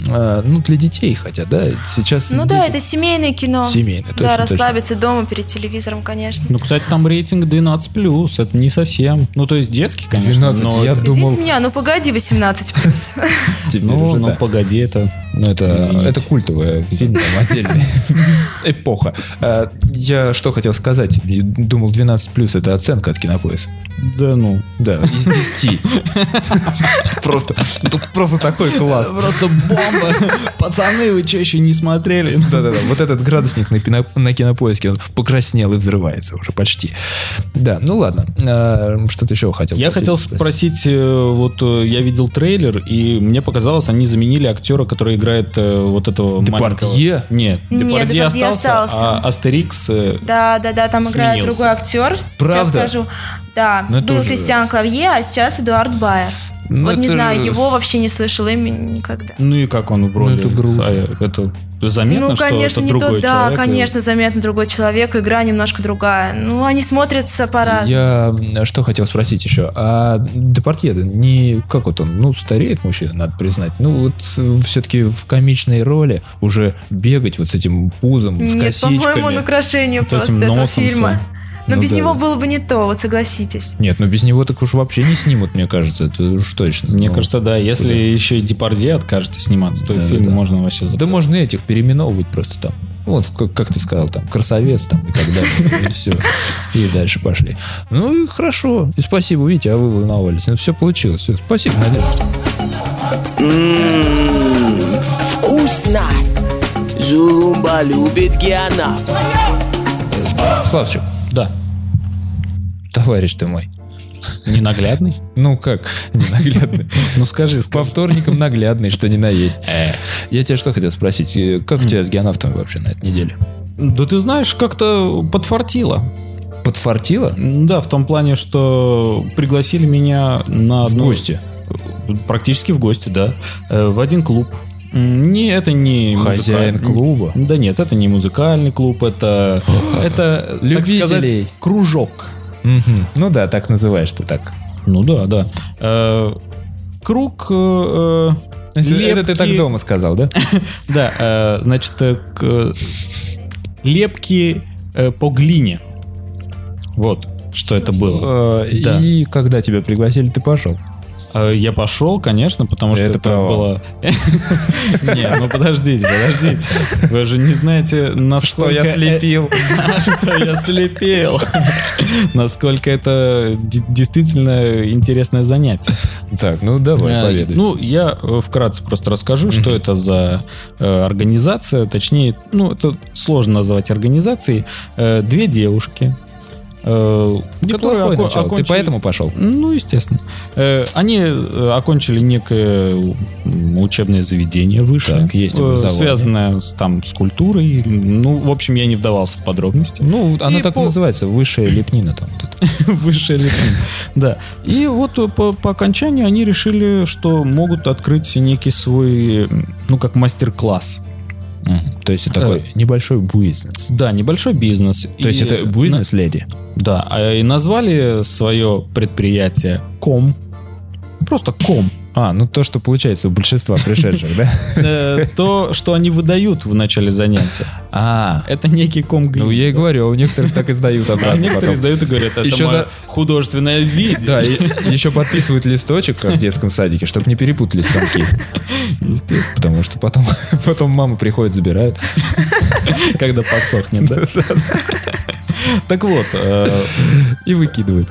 S7: э, ну, для детей, хотя, да, сейчас...
S5: Ну да,
S7: дети-
S5: это семейное кино.
S7: Семейное, точно,
S5: Да,
S7: точно.
S5: расслабиться дома перед телевизором, конечно.
S4: Ну, кстати, там рейтинг 12+, это не совсем. Ну, то есть детский, конечно.
S7: 12,
S4: но
S7: я
S4: это-
S7: думал,
S5: Извините меня, ну погоди, 18 плюс.
S7: теперь
S4: Ну,
S7: уже,
S4: ну,
S7: да.
S4: погоди, это...
S7: Ну, это,
S4: Извините.
S7: это культовый фильм,
S5: *laughs*
S7: там, отдельный. Эпоха. А, Я что хотел сказать? Я Думал, 12 плюс это оценка от кинопоиса.
S4: Да ну.
S7: Да, из 10. Просто, ну, тут просто такой класс.
S4: Просто бомба. *laughs* Пацаны, вы чаще не смотрели.
S7: Да-да-да, вот этот градусник на, пино- на кинопоиске, он покраснел и взрывается уже почти. Да, ну ладно. А, Что-то еще хотел
S4: Я хотел
S7: спросить.
S4: спросить, э, вот э, я видел трейлер, и мне показалось, они заменили актера, который играет э, вот этого
S7: Депардье?
S4: маленького. Нет,
S5: Нет,
S4: Депардье
S5: Депардье
S4: остался,
S5: остался.
S4: а Астерикс... э,
S5: Да, да, да, там играет
S4: Сменился.
S5: другой актер.
S7: Правда?
S5: Сейчас скажу. Да,
S7: Ну, это
S5: был
S7: уже-
S5: Кристиан Клавье, а сейчас Эдуард Байер.
S7: Ну,
S5: вот не
S7: это-
S5: знаю, его вообще не слышала имени никогда.
S4: Ну и как он в роли?
S7: это грустно.
S4: А, это заметно,
S5: ну, конечно,
S4: что это
S5: не
S4: другой
S5: тот, да,
S4: человек?
S5: конечно, заметно другой человек, игра немножко другая. Ну, они смотрятся по-разному.
S7: Я м, что хотел спросить еще. А Депардье, не как вот он, ну, стареет мужчина, надо признать. Ну, вот все-таки в комичной роли уже бегать вот с этим пузом, с
S5: Нет,
S7: косичками.
S5: по-моему, он украшение
S4: Вот этим
S5: просто этого
S4: носом
S5: фильма.
S4: своим.
S5: Но
S7: Ну
S5: без
S7: да.
S5: него было бы не то, вот согласитесь.
S7: Нет, ну без него так уж вообще не снимут, мне кажется. Это уж точно.
S4: Мне
S7: Ну,
S4: кажется, да, если
S7: куда?
S4: еще и Депардье откажется сниматься, то
S7: Да,
S4: фильм
S7: да, да.
S4: можно
S7: Да
S4: вообще забыть.
S7: можно и этих переименовывать просто там. Ну, Вот, как, как ты сказал, там, красавец там и так
S4: *laughs*
S7: далее, и все. И дальше пошли. Ну и хорошо. И спасибо, видите, а вы волновались. Ну, все получилось. Все, спасибо, Надежда.
S2: Вкусно! Зулумба любит гиана.
S7: Славчик,
S4: Да.
S7: товарищ ты мой.
S4: Ненаглядный?
S7: Ну как, ненаглядный.
S4: *laughs* Ну скажи,
S7: По
S4: скажи. Э.
S7: вторникам наглядный, что ни на есть. Я тебя что хотел спросить, э, как у
S4: Хм.
S7: тебя с геонавтами вообще на этой неделе?
S4: Да ты знаешь, как-то подфартило.
S7: Подфартило?
S4: Да, в том плане, что пригласили меня на
S7: В
S4: одну...
S7: гости.
S4: Практически в гости, да. Э, В один клуб. М, Не, это не...
S7: Хозяин
S4: музыкаль-
S7: клуба.
S4: Да нет, это не музыкальный клуб, это...
S7: *gasps*
S4: Это, так
S7: Любителей.
S4: сказать, кружок.
S7: Мгм. Ну да, так называешь ты так.
S4: Ну да, да. Э, Круг... э, э,
S7: Это, это ты так
S4: лепки-
S7: дома сказал, *laughs* да?
S4: Да, э, значит, э, к- э, лепки э, по глине. Вот, что это было.
S7: Э,
S4: Да.
S7: И когда тебя пригласили, ты пошел.
S4: Э, Я пошел, конечно, потому что
S7: Это
S4: это,
S7: провал.
S4: было... *laughs* Не, ну подождите, подождите. Вы же не знаете, насколько... э- *laughs* Что я слепил. Насколько это д- действительно интересное занятие.
S7: Так, ну давай,
S4: Э,
S7: поведай.
S4: Ну, я э, вкратце просто расскажу, что это за э, организация. Точнее, ну, это сложно назвать организацией. Э, Две девушки, э, которые
S7: Неплохое
S4: око-
S7: начало. Ты
S4: окончили-
S7: поэтому пошел?
S4: ну, естественно. Э, Они э, окончили некое м, учебное заведение выше,
S7: Так, есть
S4: э,
S7: образование.
S4: связанное с, там, с культурой. Ну, в общем, я не вдавался в подробности.
S7: Ну, оно
S4: И
S7: так и
S4: по-
S7: называется, высшая лепнина там. вот это.
S4: *laughs* Высшее летом. Да. И вот э, по, по окончании они решили, что могут открыть некий свой, м, ну, как мастер-класс.
S7: Мгм. То есть это такой небольшой бизнес.
S4: Да, небольшой бизнес.
S7: То есть это бизнес, леди?
S4: Да, а и назвали свое предприятие Ком. Просто Ком.
S7: А, ну то, что получается у большинства пришедших, *laughs* да?
S4: Э, То, что они выдают в начале занятия.
S7: А,
S4: Это некий ком
S3: Ну, я и говорю, у некоторых так и сдают
S4: А
S3: обратно
S4: некоторые
S3: потом.
S4: сдают и говорят, это
S3: Ещё
S4: мое
S3: за-
S4: художественное видео.
S3: Да, еще подписывают листочек, как в детском садике, чтобы не перепутали станки. Потому что потом, потом мама приходит, забирает.
S4: когда подсохнет, да? Так вот, э,
S3: и выкидывают.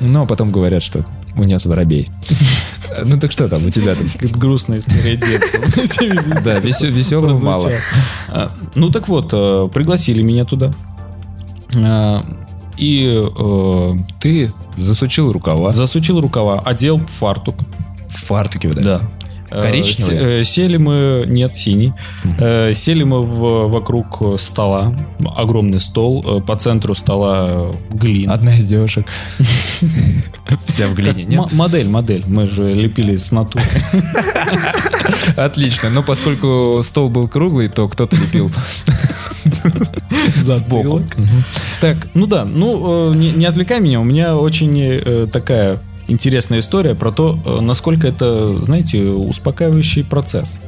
S7: ну а потом говорят, что унес воробей. Ну так что там, у тебя там?
S4: как грустная история детства.
S7: Да, веселого мало.
S4: прозвучало. А, Ну так вот, э, пригласили меня туда. А, И э,
S7: Ты засучил рукава
S4: засучил рукава, одел фартук.
S7: в фартуке вот это.
S4: Да. Э,
S7: Коричневый?
S4: Сели мы... Нет, синий. Э, Сели мы в- вокруг стола. Огромный стол. э, По центру стола э, глина.
S7: Одна из девушек. Вся в глине, А нет?
S4: М- Модель, модель. Мы же лепили с натуры.
S3: Отлично, но поскольку стол был круглый, то кто-то лепил.
S4: Сбоку. Так, ну да, ну э, не, не отвлекай меня, у меня очень э, такая интересная история про то, э, насколько это, знаете, успокаивающий процесс.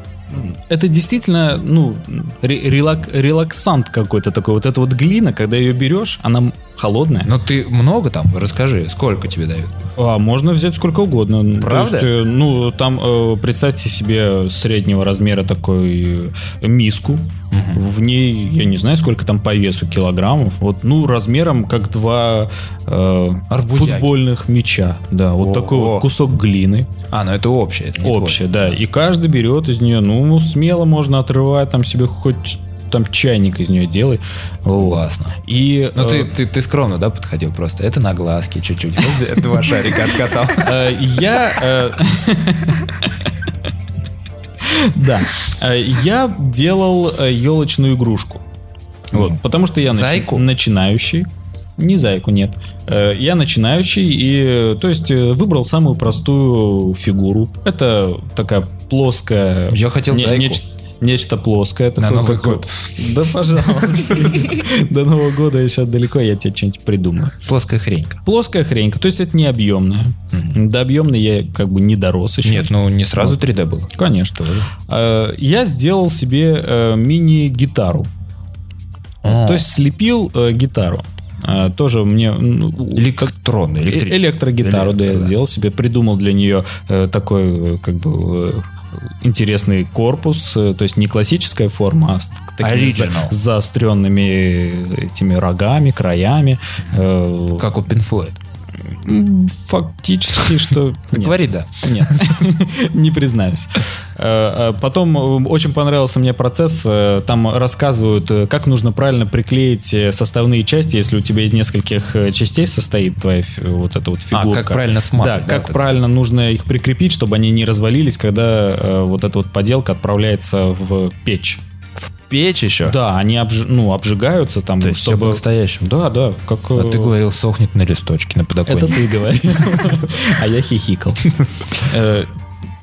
S4: Это действительно, ну, ре- релак- релаксант какой-то такой. Вот эта вот глина, когда ее берешь, она м- холодная.
S7: Но ты много там? Расскажи, сколько тебе дают?
S4: А можно взять сколько угодно. То
S7: Правда?
S4: есть, э, ну, там, э, представьте себе среднего размера такой э, миску. В ней, я не знаю, сколько там по весу килограммов. Вот, ну, размером как два э,
S7: Арбузяки.
S4: футбольных мяча. Да, вот
S7: Ого.
S4: такой вот кусок глины.
S7: А, ну это общее. это не твой.
S4: Общая, да. И каждый берет из нее, ну, смело можно отрывать там себе хоть там чайник из нее делай. Вот.
S7: Классно.
S4: И,
S7: Ну
S4: э,
S7: ты, ты, ты скромно, да, подходил просто? Это на глазки чуть-чуть. *laughs* Вот Два шарика откатал.
S4: Э, Я... э, Да. Э, Я делал э, елочную игрушку. Вот, потому что я начи-
S7: Зайку?
S4: начинающий. Не зайку, нет. Э, Я начинающий и, э, то есть, э, выбрал самую простую фигуру. Это такая плоская...
S7: Я хотел зайку.
S4: неч- Нечто плоское.
S7: На
S4: такое,
S7: Новый
S4: как-
S7: год.
S4: Да, пожалуйста. *laughs* До Нового года еще далеко, я тебе что-нибудь придумаю.
S7: Плоская хренька.
S4: Плоская хренька, то есть это не объемная. До объемной я как бы не дорос еще.
S7: Нет, ну не сразу 3D было.
S4: Конечно. Э, Я сделал себе э, мини-гитару.
S7: А.
S4: То есть слепил э, гитару. Э, Тоже мне... ну,
S7: Электронный,
S4: э-
S7: электрический.
S4: Электрогитару, да, я
S7: Электро, да.
S4: сделал себе. Придумал для нее э, такой, э, как бы, э, интересный корпус. э, То есть не классическая форма, а с такими за-
S7: Оригинал.
S4: заостренными этими рогами, краями. Э,
S7: Как у Пинфлойд.
S4: м, Фактически, что...
S7: *laughs*
S4: Нет.
S7: Говори, да.
S4: Нет, *laughs* не признаюсь. Э, э, Потом э, очень понравился мне процесс. э, Там рассказывают, э, как нужно правильно приклеить э, составные части, если у тебя из нескольких э, частей состоит твоя фи- вот эта вот
S7: А,
S4: фигурка.
S7: как правильно
S4: Да,
S7: смазать.
S4: как
S7: вот это?
S4: правильно нужно их прикрепить, чтобы они не развалились, когда э, вот эта вот поделка отправляется в печь.
S7: Печь еще?
S4: Да, они обж- ну, обжигаются там,
S7: То есть все
S4: чтобы...
S7: по-настоящему.
S4: Да, да, как...
S7: А
S4: э,
S7: ты говорил, сохнет на листочке, на
S4: это
S7: подоконнике.
S4: ты говорил. *laughs* А я хихикал. Э,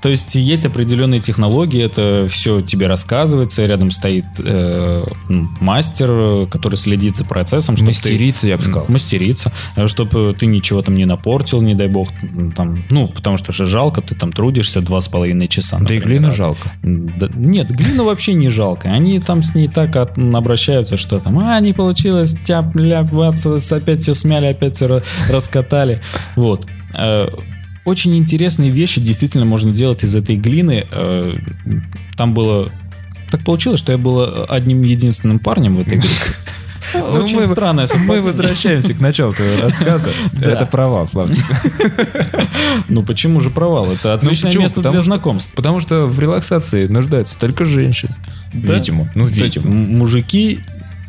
S4: То есть есть определенные технологии, это все тебе рассказывается, рядом стоит э, ну, мастер, э, который следит за процессом, чтобы ты-
S7: Мастерица, я бы сказал.
S4: мастерица, чтобы ты ничего там не напортил, не дай бог, там, ну, потому что же жалко, ты там трудишься два с половиной часа.
S7: Да и
S4: например,
S7: глину
S4: да.
S7: жалко.
S4: Да- нет, глина вообще не жалко. Они там с ней так от- обращаются, что там, а, не получилось, тяп ляп бац, опять все смяли, опять все раскатали. Вот. Э, Очень интересные вещи действительно можно делать из этой глины. Э, Там было... Так получилось, что я был э, одним единственным парнем в
S7: *laughs*
S4: этой группе.
S7: Ну,
S4: Очень
S7: мы-
S4: странное
S7: Мы
S4: совпадение.
S7: возвращаемся к началу твоего *laughs* рассказа. Это провал, Славик.
S4: Ну почему же провал? Это
S7: Ну,
S4: отличное
S7: почему?
S4: место
S7: Потому
S4: для
S7: что-
S4: знакомств.
S7: Потому что в релаксации нуждаются только женщины. Видимо. Ну, видимо.
S4: М- Мужики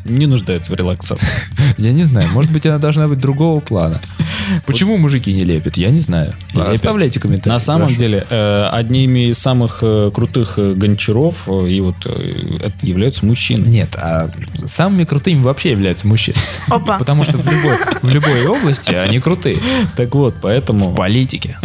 S4: не нуждаются в релаксации.
S7: *laughs* Я не знаю. Может быть, она должна быть другого *laughs* плана. Почему мужики не лепят? Я не знаю.
S4: Лепят.
S7: Оставляйте комментарии.
S4: На самом
S7: прошу.
S4: деле, э, одними из самых э, крутых э, гончаров э, и вот э, это
S7: *laughs*
S4: являются мужчины.
S7: Нет, а самыми крутыми вообще являются мужчины.
S5: Опа.
S7: Потому что в любой, в любой области они *laughs* крутые.
S4: Так вот, поэтому...
S7: В политике,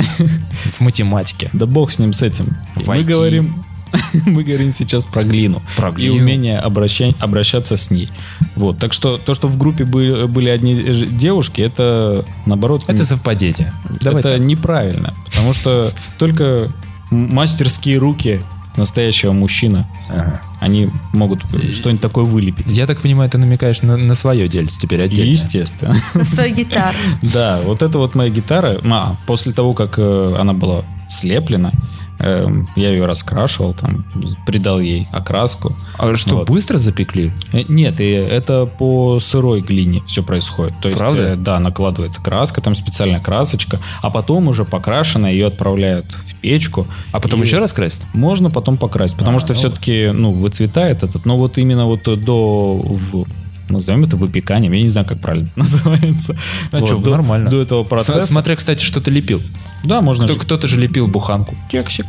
S7: в математике.
S4: Да бог с ним, с этим.
S7: В
S4: Мы
S7: IT.
S4: говорим *laughs* Мы говорим сейчас про глину.
S7: Про
S4: И
S7: глину.
S4: умение обраща- обращаться с ней. Вот. Так что то, что в группе были, были одни ж- девушки, это наоборот...
S7: Это
S4: не-
S7: совпадение. Давай
S4: это
S7: так.
S4: неправильно. Потому что только м- мастерские руки настоящего мужчины,
S7: Ага.
S4: они могут что-нибудь такое вылепить.
S7: Я так понимаю, ты намекаешь на, на свое дельце теперь отдельно.
S4: Естественно.
S5: на свою гитару.
S7: *laughs*
S4: Да, вот это вот моя гитара. А, после того, как э, она была слеплена, эм, я ее раскрашивал, там, придал ей окраску.
S7: А что,
S4: Вот.
S7: быстро запекли?
S4: Э, Нет, и это по сырой глине все происходит. То есть,
S7: Правда?
S4: э, да, накладывается краска, там специальная красочка, а потом уже покрашенная ее отправляют в печку.
S7: А потом
S4: И
S7: еще раз красить?
S4: Можно потом покрасить, потому
S7: А,
S4: что
S7: ну.
S4: все-таки, ну, выцветает этот. Но вот именно вот э, до, в- назовем это выпеканием, я не знаю, как правильно *laughs* это называется.
S7: А чё,
S4: до-
S7: нормально.
S4: До этого процесса.
S7: С- Смотря, кстати, что ты лепил.
S4: Да, можно
S7: Кто-
S4: же
S7: Кто-то же лепил буханку.
S4: кексик.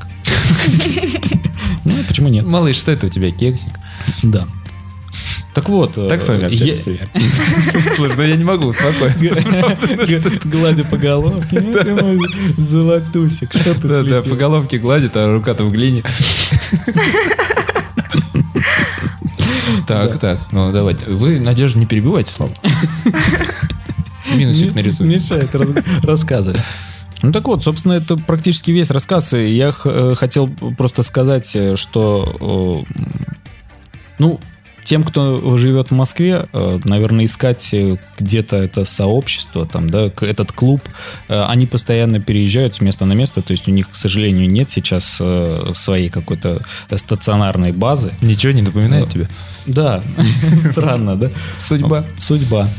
S4: Ну, почему нет?
S7: Малыш, что это у тебя, кексик?
S4: Да. Так вот.
S7: Так с вами
S4: э,
S7: общались,
S4: я-
S7: привет. Слушай, ну я не могу успокоиться.
S4: Гладя по головке. «Ну ты мой Золотусик, что ты
S7: Да, да,
S4: слепил?»
S7: по головке гладит, а рука-то в глине. Так, так, ну давайте. Вы, Надежда, не перебивайте слово. Минусик
S4: М-
S7: нарисуй.
S4: Мешает *laughs* раз- рассказывать. Ну так вот, собственно, это практически весь рассказ. И я х- э, хотел просто сказать, э, что э, м, ну, тем, кто живет в Москве, э, наверное, искать э, где-то это сообщество, там, да, к- этот клуб, Э, они постоянно переезжают с места на место, то есть у них, к сожалению, нет сейчас э, своей какой-то стационарной базы.
S7: Ничего не напоминает тебе?
S4: Да, *laughs* странно, да?
S7: Судьба.
S4: Судьба.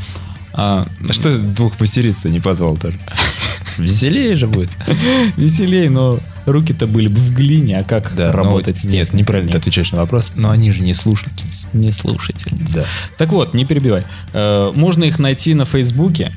S4: А,
S7: А Что двух мастериц-то не позвал даже? Веселее же будет.
S4: Веселей, но руки-то были бы в глине, а как
S7: но
S4: работать с
S7: Нет,
S4: техникой?
S7: неправильно ты отвечаешь на вопрос, но они же не слушательницы.
S4: Не слушайте.
S7: Да.
S4: Так вот, не перебивай. Э, Можно их найти на Фейсбуке.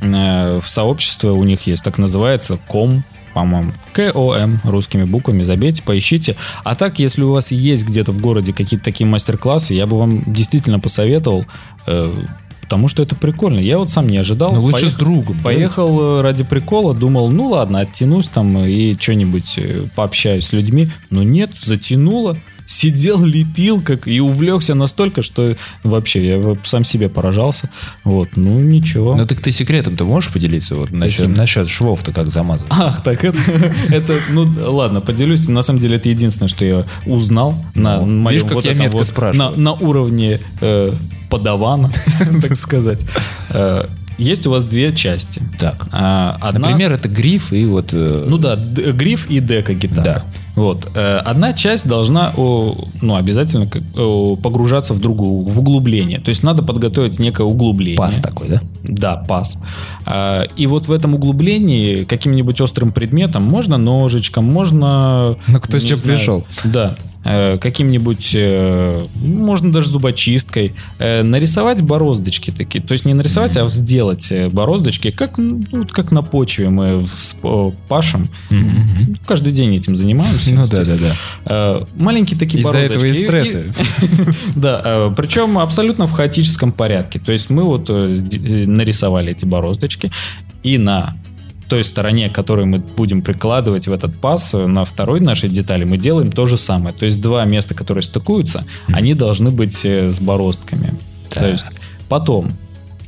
S4: Э, В сообщество у них есть, так называется, ком, по-моему. КОМ, русскими буквами, забейте, поищите. А так, если у вас есть где-то в городе какие-то такие мастер-классы, я бы вам действительно посоветовал, э, потому что это прикольно. Я вот сам не ожидал.
S7: Ну лучше с
S4: Поех-
S7: другом. да?
S4: Поехал э, ради прикола, думал, ну ладно, оттянусь там и что-нибудь э, пообщаюсь с людьми. Но нет, затянуло. Сидел, лепил, как и увлекся настолько, что вообще я вот сам себе поражался. Вот, ну ничего.
S7: Ну так ты секретом-то можешь поделиться? Вот насчет,
S4: Каким?
S7: насчет швов-то как замазывать?
S4: Ах, так это, *laughs* это, ну ладно, поделюсь. На самом деле это единственное, что я узнал на
S7: Ну,
S4: моем
S7: видишь, как
S4: вот
S7: я
S4: этом
S7: метко
S4: вот- на,
S7: спрашиваю.
S4: на уровне э, подавана, *laughs*
S7: *laughs*
S4: так сказать. Э, Есть у вас две части.
S7: Так.
S4: А, Одна,
S7: Например, это гриф и вот... э,
S4: Ну да, д- гриф и дека гитара.
S7: Да.
S4: Вот. Э, Одна часть должна, о, ну, обязательно как, о, погружаться в другую, в углубление. То есть надо подготовить некое углубление.
S7: пас такой, да?
S4: Да, пас. А, И вот в этом углублении каким-нибудь острым предметом можно ножичком, можно...
S7: Ну, кто с
S4: не
S7: чем
S4: знаю,
S7: пришел.
S4: Да. э, Каким-нибудь, э, можно даже зубочисткой, э, нарисовать бороздочки такие. То есть не нарисовать, а сделать э, бороздочки, как, ну, вот как на почве мы всп- э, пашем.
S7: Мгм.
S4: Каждый день этим занимаемся.
S7: Ну да, да, да.
S4: Э, Маленькие такие
S7: Из-за этого и
S4: бороздочки.
S7: стрессы.
S4: Да, э, причем абсолютно в хаотическом порядке. То есть мы вот э, сде- э, нарисовали эти бороздочки и на той стороне, которую мы будем прикладывать в этот паз, э, на второй нашей детали мы делаем то же самое. То есть два места, которые стыкуются, они должны быть э, с бороздками. То
S7: Так.
S4: есть потом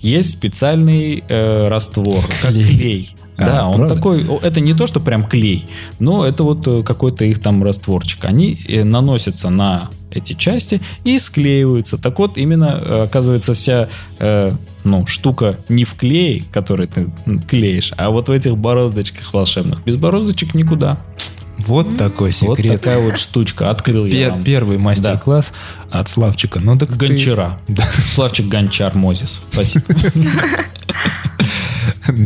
S4: есть специальный э, раствор, как
S7: Клей.
S4: клей.
S7: А,
S4: Да, он
S7: правда?
S4: такой, о, это не то, что прям клей, но это вот э, какой-то их там растворчик. Они э, наносятся на эти части и склеиваются. Так вот, именно э, оказывается вся э, ну, штука не в клее, который ты м, клеишь, а вот в этих бороздочках волшебных. Без бороздочек никуда.
S7: Вот такой
S4: Вот
S7: секрет.
S4: такая вот штучка. Открыл я
S7: Пе-
S4: вам.
S7: Первый мастер-класс от Славчика. Ну так ты-
S4: Гончара.
S7: Да.
S4: Славчик Гончар Мозис. Спасибо.
S7: *laughs*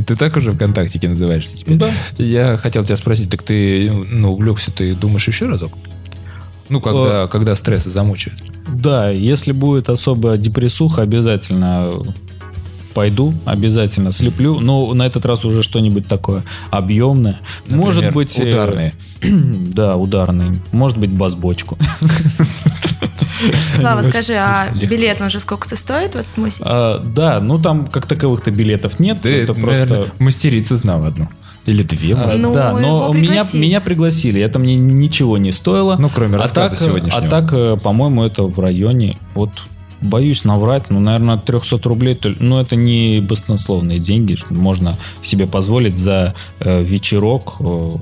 S7: Ты так уже ВКонтактике называешься теперь?
S4: Да.
S7: Я хотел тебя спросить, так ты, ну, увлекся, ты думаешь еще разок? Ну,
S4: Э,
S7: когда, когда стрессы замучают.
S4: Да, если будет особая депрессуха, обязательно пойду, обязательно слеплю, но на этот раз уже что-нибудь такое объемное.
S7: Например,
S4: Может быть... э,
S7: Ударные.
S4: *clears throat* Да, ударный. Может быть, бас-бочку.
S5: Слава, скажи, а билет он же сколько-то стоит? Вот мы с-
S4: А, Да, ну там ну как таковых-то билетов нет.
S7: Ты,
S4: это
S7: наверное,
S4: просто...
S7: мастерица знал одну. Или две,
S4: А,
S7: может.
S5: Ну,
S4: да, но
S5: его
S4: меня,
S5: пригласили.
S4: меня пригласили, это мне ничего не стоило.
S7: Ну, кроме
S4: а
S7: рассказа
S4: так,
S7: сегодняшнего.
S4: А так, э, по-моему, это в районе, вот, боюсь наврать, ну, наверное, 300 рублей. то ли- Ну, это не баснословные деньги, что можно себе позволить за э, вечерок, э,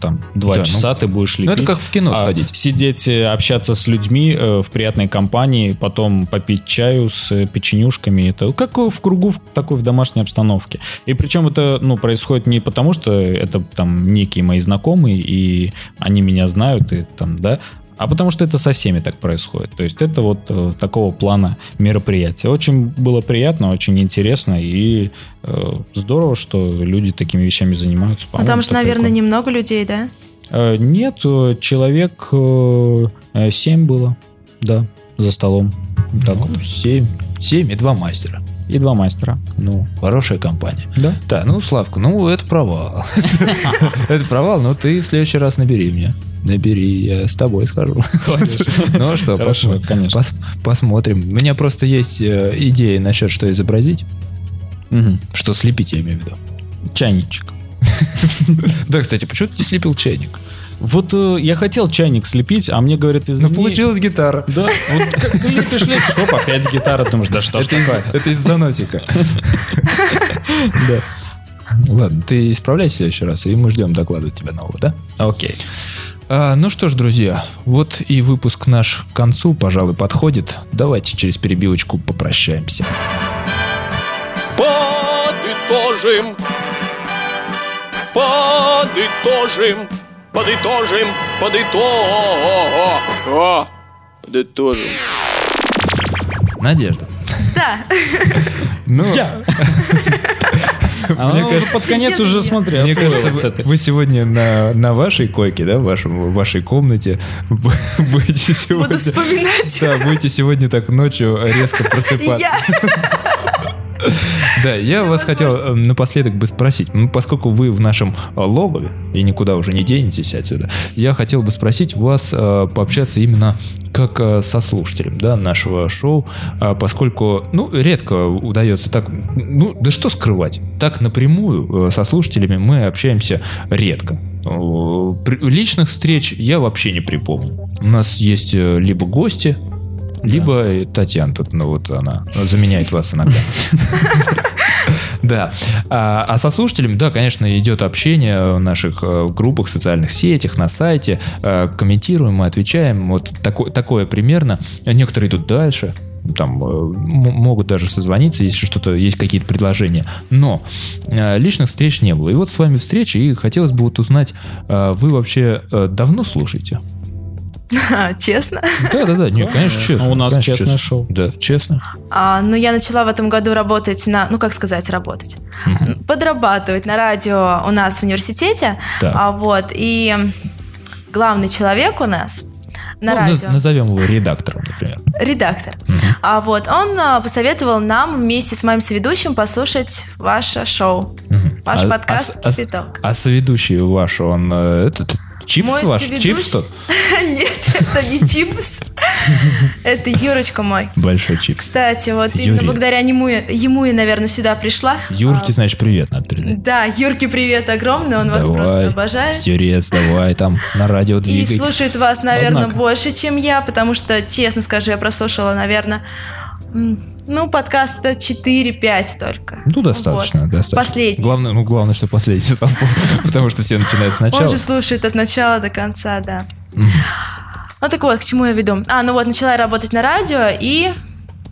S4: там, два
S7: Да, ну,
S4: часа ты будешь лепить.
S7: Ну, это как в кино
S4: А,
S7: сходить.
S4: Сидеть, э, общаться с людьми э, в приятной компании, потом попить чаю с э, печенюшками. Это как в кругу в такой в домашней обстановке. И причем это ну, происходит не потому, что это там некие мои знакомые, и они меня знают, и там, да, а потому что это со всеми так происходит. То есть это вот э, такого плана мероприятие. Очень было приятно, очень интересно и э, здорово, что люди такими вещами занимаются.
S5: Ну,
S4: По-моему,
S5: там же,
S4: это
S5: наверное,
S4: прикольно.
S5: немного
S7: *laughs*
S5: людей, да?
S4: Э, Нет, э, человек 7 было, да, за столом. Так вот.
S7: Ну, семь. Семь и два мастера.
S4: И два мастера.
S7: Ну, хорошая компания.
S4: Да?
S7: Да, ну, Славка, ну, это провал. *laughs* Это провал, но ты в следующий раз набери меня. Набери, я с тобой скажу.
S4: *laughs*
S7: Ну а что,
S4: Хорошо,
S7: посмотрим.
S4: конечно.
S7: Пос- Посмотрим. У меня просто есть э, идея насчет, что изобразить. Что слепить, я имею в виду.
S4: Чайничек.
S7: Да, кстати, почему ты не слепил чайник?
S4: Вот э, я хотел чайник слепить, а мне говорят, извини.
S7: Ну, гитара.
S4: Да, вот как ты лепишь, лепишь, хоп, опять гитара, думаешь, да что ж
S7: Это из,
S4: такое.
S7: это из заносика. Ладно, ты исправляйся в следующий раз, и мы ждем доклада от тебя нового, да?
S4: Окей.
S7: А, ну что ж, друзья, вот и выпуск наш к концу, пожалуй, подходит. Давайте через перебивочку попрощаемся.
S2: Подытожим. Подытожим. Подытожим. Подытожим. Подытожим.
S7: Надежда.
S5: Да.
S7: Ну,
S4: А
S7: *laughs* Мне
S4: ну,
S7: кажется-
S4: под конец
S5: Нет,
S4: уже,
S5: нет.
S4: смотри,
S7: мне
S4: освоилась
S7: кажется,
S4: с
S7: вы,
S4: этой.
S7: вы сегодня на, на вашей койке, да, в, вашем, в вашей комнате б- будете
S5: Буду
S7: сегодня...
S5: вспоминать.
S7: Да, будете сегодня так ночью резко просыпаться.
S5: Я.
S7: *laughs* Да, я вас хотел э, напоследок бы спросить, ну, поскольку вы в нашем э, логове и никуда уже не денетесь отсюда, я хотел бы спросить вас э, пообщаться именно как э, со слушателем да, нашего шоу, а, поскольку, ну, редко удается так, ну, да что скрывать, так напрямую э, со слушателями мы общаемся редко. Э, при- Личных встреч я вообще не припомню. У нас есть э, либо гости, либо э, Татьяна тут, ну вот она заменяет вас иногда. Да. А, а со слушателями, да, конечно, идет общение в наших э, группах, социальных сетях, на сайте. Э, Комментируем, мы отвечаем. Вот тако- такое примерно. Некоторые идут дальше. Там э, м- могут даже созвониться, если что-то есть какие-то предложения. Но э, личных встреч не было. И вот с вами встреча, и хотелось бы вот узнать, э, вы вообще э, давно слушаете?
S5: *laughs* А, Честно.
S7: Да, да, да, нет, конечно, честно.
S4: У нас
S7: конечно,
S4: честное шоу.
S7: Да, честно.
S5: А, ну, я начала в этом году работать на, ну, как сказать, работать, подрабатывать на радио у нас в университете,
S7: Так.
S5: а вот, и главный человек у нас на
S7: Ну, наз-
S5: радио,
S7: назовем его редактором, например.
S5: редактор, а вот, он а, посоветовал нам вместе с моим соведущим послушать ваше шоу,
S7: Мгм.
S5: ваш
S7: А-
S5: подкаст
S7: а с- а с-
S5: «Кипяток». *laughs*
S7: А соведущий ваш, он э, этот чипс
S5: Мой
S7: ваш?
S5: соведущий-
S7: Чипс тот?
S5: Нет, это не
S7: *laughs*
S5: Чипс, это Юрочка мой.
S7: Большой чипс.
S5: Кстати, вот
S7: Юрий.
S5: именно благодаря нему, я- ему я, наверное, сюда пришла.
S7: Юрке,
S5: А,
S7: значит, привет надо передать.
S5: Да, Юрке привет огромный, он вас
S7: Давай,
S5: просто обожает.
S7: Юрец, давай там на радио
S5: *laughs* И
S7: двигай.
S5: слушает вас, наверное,
S4: Однако.
S5: больше, чем я, потому что, честно скажу, я прослушала, наверное, м, ну, подкаста 4-5 только.
S7: Ну, достаточно,
S5: Вот.
S7: достаточно.
S5: Последний.
S7: Главное, ну, главное, что последний, там, *laughs* потому что все начинают
S5: Он
S7: сначала.
S5: же слушает от начала до конца, да. Ну так вот, к чему я веду. А, ну вот, начала я работать на радио, и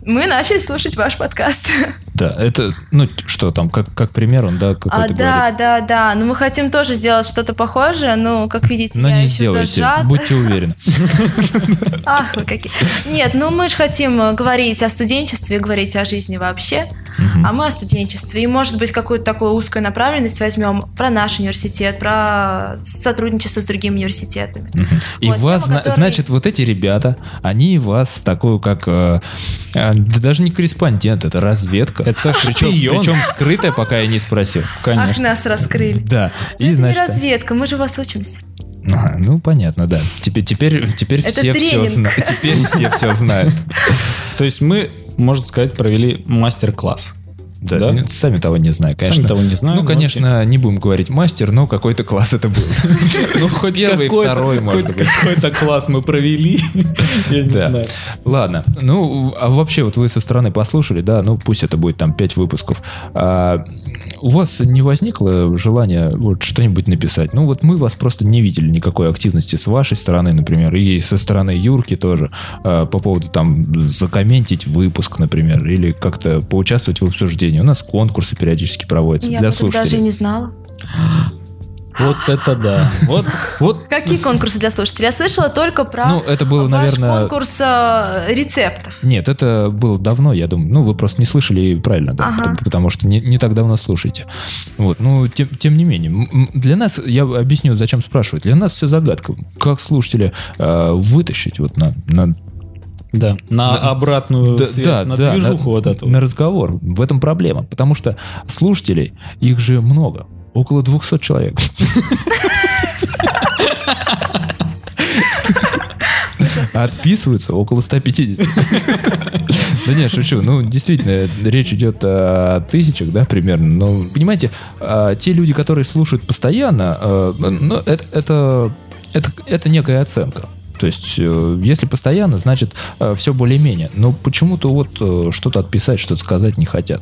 S5: мы начали слушать ваш подкаст.
S7: Да, это, ну, что там, как, как пример он, да,
S5: *laughs* А,
S7: какой-то
S5: да,
S7: говорит.
S5: да, да. Ну мы хотим тоже сделать что-то похожее, ну, как видите,
S7: Но
S5: я
S7: не
S5: еще
S7: сделайте,
S5: зажата.
S7: будьте уверены.
S5: Ах, вы А, какие. Нет, ну мы же хотим э, говорить о студенчестве, говорить о жизни вообще. А мы о студенчестве. И, может быть, какую-то такую узкую направленность возьмем про наш университет, про сотрудничество с другими университетами.
S7: И
S5: Вот,
S7: вас,
S5: тема,
S7: зна-
S5: которой-
S7: значит, вот эти ребята, они вас такую как... э, э, да даже не корреспондент, это разведка.
S4: Это
S7: причем,
S4: шпион.
S7: причем скрытая, пока я не спросил.
S5: Ах,
S4: Конечно.
S5: нас раскрыли.
S7: Да. И,
S5: это не
S7: значит,
S5: разведка, мы же у вас учимся.
S7: а, ну, понятно, да. Теперь, теперь, теперь
S5: Это
S7: все все
S5: тренинг.
S7: знают. *laughs* Теперь все все знают.
S4: То есть мы, можно сказать, провели мастер-класс.
S7: Да,
S4: Да.
S7: нет, сами того не знаю, конечно.
S4: того не знаю,
S7: Ну,
S4: но
S7: конечно, не будем говорить мастер, но какой-то класс это был. *laughs* Ну, хоть первый,
S4: Какой-то-
S7: второй, может
S4: хоть
S7: быть.
S4: какой-то класс мы провели. *laughs* Я не
S7: Да.
S4: знаю.
S7: Ладно. Ну, а вообще, вот вы со стороны послушали, да, ну пусть это будет там 5 выпусков. А у вас не возникло желания вот что-нибудь написать? Ну, вот мы вас просто не видели никакой активности с вашей стороны, например, и со стороны Юрки тоже, а, по поводу там закомментить выпуск, например, или как-то поучаствовать в обсуждении. У нас конкурсы периодически проводятся
S5: Я
S7: для
S5: об этом даже и
S7: слушателей.
S5: не знала.
S4: Вот это да. Вот, вот
S5: Какие конкурсы для слушателей? Я слышала только про
S7: Ну, это было,
S5: ваш
S7: наверное...
S5: конкурс э, рецептов.
S7: Нет, это было давно, я думаю. Ну, вы просто не слышали и правильно, да,
S5: Ага.
S7: потому, потому что не, не так давно слушаете. Вот, ну, тем, тем не менее, м- м, для нас, я объясню, зачем спрашивать, для нас все загадка. Как слушателя э, вытащить вот на, на-
S4: Да, на
S7: Да.
S4: обратную
S7: да-
S4: связь,
S7: да,
S4: на
S7: да,
S4: движуху вот эту.
S7: на разговор. В этом проблема, потому что слушателей, их же много, около 200 человек. Отписываются около 150. Да не, шучу. Ну, действительно, речь идет о тысячах, да, примерно. Но, понимаете, а, те люди, которые слушают постоянно, а, ну, это, это, это, это некая оценка. То есть, э, если постоянно, значит, все более-менее. Но почему-то вот э, что-то отписать, что-то сказать не хотят.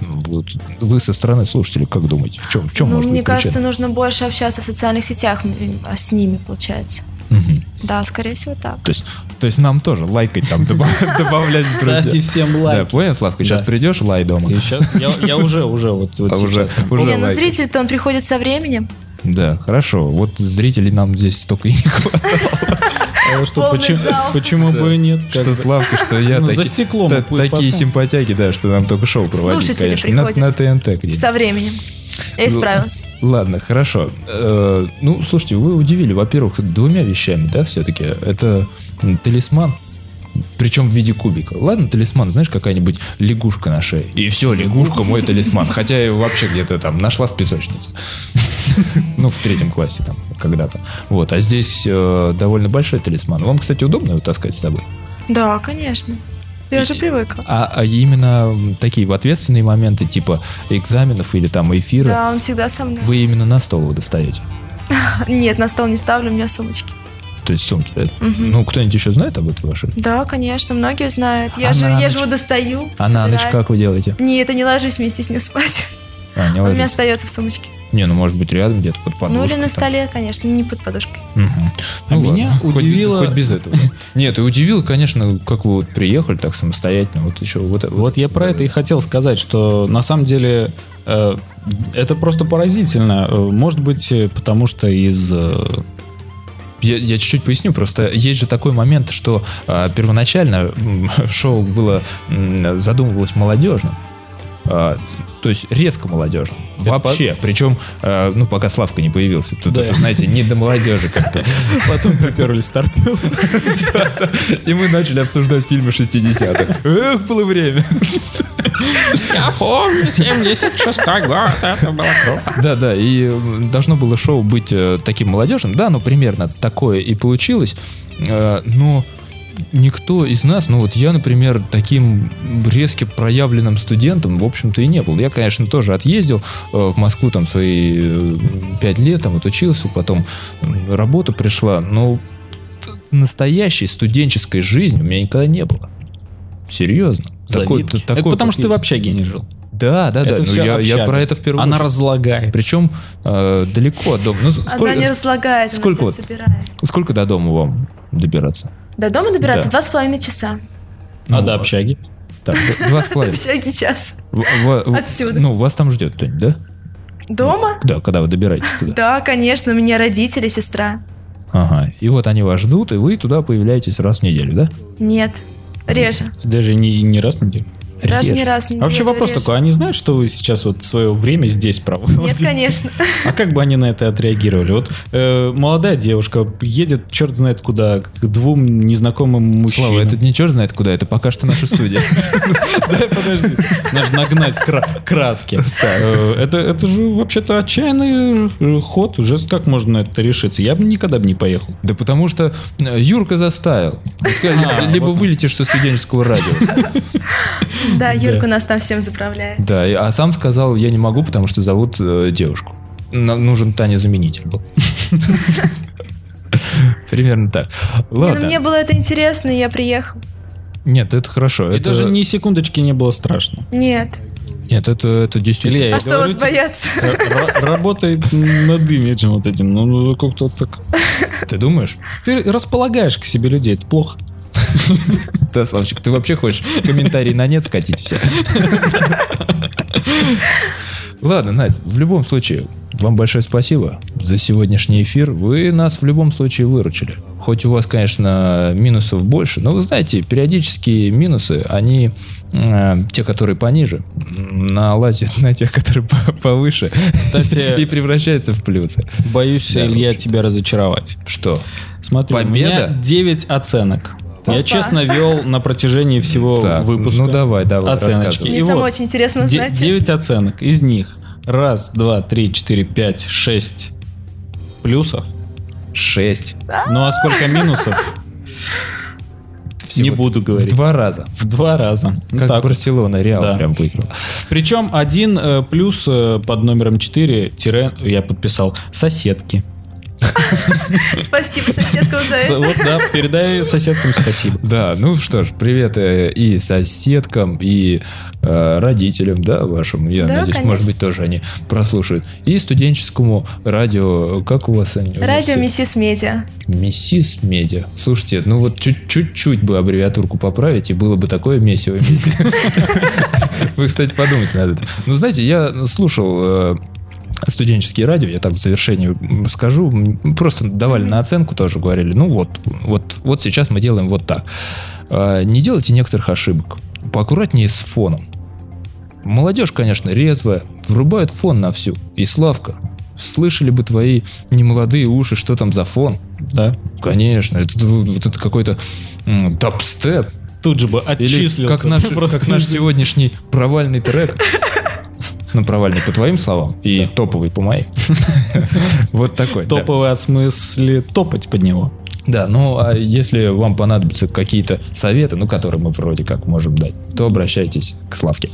S7: Вот вы со стороны слушателей как думаете? В чем, в чем
S5: ну,
S7: может
S5: мне
S7: быть причина?
S5: кажется, нужно больше общаться в социальных сетях м, а с ними, получается.
S7: Мгм.
S5: Да, скорее всего, так.
S7: То есть, то есть нам тоже лайкать там
S5: *laughs*
S7: добав- добавлять в друзья.
S4: Ставьте всем
S7: Да,
S4: лайк.
S7: понял, Славка? Сейчас
S4: Да.
S7: придешь, лай дома.
S4: И сейчас я, я уже, уже вот, вот
S7: А уже,
S4: сейчас.
S7: уже
S5: Не, ну
S7: лайкать.
S5: зритель-то он приходит со временем.
S7: Да, хорошо. Вот зрителей нам здесь столько и не хватает.
S4: А что,
S5: Полный
S4: почему,
S5: зал.
S4: почему бы и нет? Как
S7: Что
S4: бы.
S7: Славка, что я
S4: Ну, за
S7: таки-
S4: стеклом
S7: та-
S4: будет
S7: такие
S4: потом.
S7: симпатяги, да, что нам только шоу проводить,
S5: Слушатели
S7: конечно. На-
S5: приходят.
S7: На ТНТ где Ну,
S5: Со временем. Я исправилась.
S7: Ладно, хорошо. Э, Ну, слушайте, вы удивили, во-первых, двумя вещами, да, все-таки. Это м, талисман, причем в виде кубика. Ладно, талисман, знаешь, какая-нибудь лягушка на шее. И все, лягушка мой талисман. Хотя я его вообще где-то там нашла в песочнице. *laughs* Ну, в третьем классе там когда-то. Вот, а здесь э, довольно большой талисман. Вам, кстати, удобно его таскать с собой?
S5: Да, конечно. Я уже привыкла.
S7: А, а именно м, такие в ответственные моменты, типа экзаменов или там эфира,
S5: Да, он всегда со мной.
S7: вы именно на стол его достаете?
S5: *laughs* Нет, на стол не ставлю, у меня сумочки.
S7: То есть сумки, да? Ну, кто-нибудь еще знает об этой вашей?
S5: Да, конечно, многие знают. Я
S7: А
S5: же
S7: на
S5: я
S7: ночь?
S5: же его достаю.
S7: А на ночь как вы делаете?
S5: Не, это не ложусь вместе с ним спать. *laughs*
S7: А, не
S5: Он у меня
S7: ложитесь.
S5: остается в сумочке.
S7: Не, ну может быть рядом где-то под подушкой.
S5: ну или на
S7: там.
S5: столе, конечно, не под подушкой.
S7: Мгм. Ну
S4: А меня
S7: Хоть-
S4: удивило-
S7: Хоть, без этого. Нет, и удивило, конечно, как вы вот приехали так самостоятельно. Вот еще вот это.
S4: Вот я про это и хотел сказать, что на самом деле э, это просто поразительно. Э, Может быть, э, потому что из... э,
S7: Я, я чуть-чуть поясню, просто есть же такой момент, что а, первоначально м, *laughs* шоу было м, задумывалось молодежным. А, то есть резко молодежным. Вообще. Причем, а, ну, пока Славка не появился. Тут,
S4: Да.
S7: уже, знаете, не до молодежи как-то.
S4: Потом приперлись старпёры.
S7: И мы начали обсуждать фильмы 60-х. Эх, было время.
S9: Я помню, 76-й год, это было круто.
S7: Да, да, и м, должно было шоу быть э, таким молодежным. Да, ну примерно такое и получилось. Э, Но никто из нас, ну вот я, например, таким резко проявленным студентом, в общем-то, и не был. Я, конечно, тоже отъездил э, в Москву там свои э, пять лет, там отучился, потом м, работа пришла, но т- настоящей студенческой жизни у меня никогда не было. Серьезно. Такой-
S4: Завидки.
S7: такой
S4: Это потому
S7: вот
S4: что ты в
S7: есть.
S4: общаге не жил.
S7: Да, да, да.
S4: Это
S7: Ну,
S4: всё
S7: я, я
S4: общага.
S7: про это впервые.
S4: Она
S7: услышал.
S4: разлагает.
S7: Причем э, далеко от дома. Ну, с-
S5: Она не
S7: сколько,
S5: разлагает,
S7: сколько
S5: она
S7: вот?
S5: всё собирает.
S7: сколько до дома вам добираться?
S5: До дома добираться
S7: Да.
S5: два с половиной часа.
S4: А
S7: Ну,
S4: до общаги.
S7: Так, д- два с половиной.
S5: Общаги час.
S7: В- в- в-
S5: Отсюда.
S7: Ну, вас там ждет кто-нибудь, да?
S5: Дома?
S7: Да, когда вы добираетесь туда.
S5: Да, конечно, у меня родители, сестра.
S7: Ага. И вот они вас ждут, и вы туда появляетесь раз в неделю, да?
S5: Нет, реже.
S4: Даже не, не раз в неделю.
S5: Даже
S7: Реже.
S5: не раз в
S4: А вообще
S5: неделю,
S4: вопрос
S5: реже.
S4: такой, они знают, что вы сейчас вот свое время здесь проводите?
S5: Нет,
S4: *laughs*
S5: конечно. *laughs*
S4: А как бы они на это отреагировали? Вот э, молодая девушка едет, черт знает куда, к двум незнакомым мужчинам.
S7: Слава, это не черт знает куда, это пока что наша
S4: *laughs*
S7: студия.
S4: Да, подожди, надо же нагнать кра- краски. Э, Это, это же вообще-то отчаянный э, ход, жест, как можно на это решиться? Я бы никогда бы не поехал.
S7: Да потому что э, Юрка заставил. Он сказал,
S4: А,
S7: Либо
S4: вот.
S7: вылетишь со студенческого радио,
S5: Да, Юрка у нас там всем заправляет.
S7: Да, и- а сам сказал, я не могу, потому что зовут э, девушку. На- нужен Таня-заменитель
S4: *laughs*
S7: был. Примерно так.
S5: Не, ну,
S7: Ладно.
S5: Мне было это интересно, и я приехал.
S7: Нет, это хорошо.
S4: И
S7: это-
S4: даже ни секундочки не было страшно.
S5: Нет.
S7: Нет, это, это действительно...
S4: Илья, я
S5: А что
S4: говорю
S5: вас
S4: типа, тебе,
S5: бояться?
S4: ра- ра- Работает над имиджем вот этим. Ну, Ну, как-то так.
S7: Ты думаешь?
S4: Ты располагаешь к себе людей, это плохо.
S7: Да, Славчик, ты вообще хочешь комментарии на нет скатить все? Ладно, Надь, в любом случае, вам большое спасибо за сегодняшний эфир. Вы нас в любом случае выручили. Хоть у вас, конечно, минусов больше, но вы знаете, периодические минусы, они э, те, которые пониже, м, налазят *laughs* на тех, которые по- повыше *laughs* и
S4: Кстати,
S7: превращаются в плюсы.
S4: боюсь,
S7: Да,
S4: Илья,
S7: Русик.
S4: тебя разочаровать.
S7: Что?
S4: Смотри,
S7: Победа?
S4: у меня 9 оценок. Я
S5: Опа.
S4: честно вел на протяжении всего
S7: Так,
S4: выпуска.
S7: ну давай, давай,
S4: оценочки.
S7: рассказывай.
S4: *laughs*
S5: Мне
S4: и
S5: самой
S4: вот,
S5: очень интересно
S4: Де-
S5: знать.
S4: Девять оценок. Из них раз, два, три, четыре, пять, шесть плюсов.
S7: Шесть.
S4: Ну а сколько минусов? Не
S7: Всего
S4: буду
S7: В
S4: говорить.
S7: два раза.
S4: В два раза. Ну,
S7: Как
S4: так.
S7: Барселона, Реал
S4: Да.
S7: прям выиграл.
S4: Причем один э, плюс э, под номером 4 тире я подписал соседки.
S5: *laughs* Спасибо
S4: *laughs*
S5: соседкам за
S4: С-
S5: это.
S4: Вот да, передай соседкам спасибо.
S7: Да, ну что ж, привет э, и соседкам, и э, родителям, да, вашим. Я
S5: Да,
S7: надеюсь,
S5: конечно.
S7: может быть, тоже они прослушают. И студенческому радио, как у вас они?
S5: Радио
S7: университет?
S4: *laughs*
S5: Миссис Медиа.
S7: Миссис Медиа. Слушайте, ну вот чуть- чуть-чуть бы аббревиатурку поправить, и было бы такое месиво. медиа. *laughs* Вы, кстати, подумайте над этим. Ну, знаете, я слушал э, студенческие радио, я так в завершении м, скажу, м, просто давали на оценку тоже, говорили, ну вот, вот, вот сейчас мы делаем вот так. Э, Не делайте некоторых ошибок. Поаккуратнее с фоном. Молодежь, конечно, резвая, врубает фон на всю. И Славка, слышали бы твои немолодые уши, что там за фон.
S4: Да.
S7: Конечно, это вот это какой-то м, дабстеп.
S4: Тут же бы
S7: Или
S4: отчислился.
S7: как наш,
S4: Просто
S7: как наш сегодняшний провальный
S4: *laughs*
S7: трек. Ну, провальный по твоим словам и топовый по
S4: *laughs*
S7: моим. Вот такой. да.
S4: топовый от смысле топать под него.
S7: Да, ну, а если вам понадобятся какие-то советы, ну, которые мы вроде как можем дать, то обращайтесь к Славке.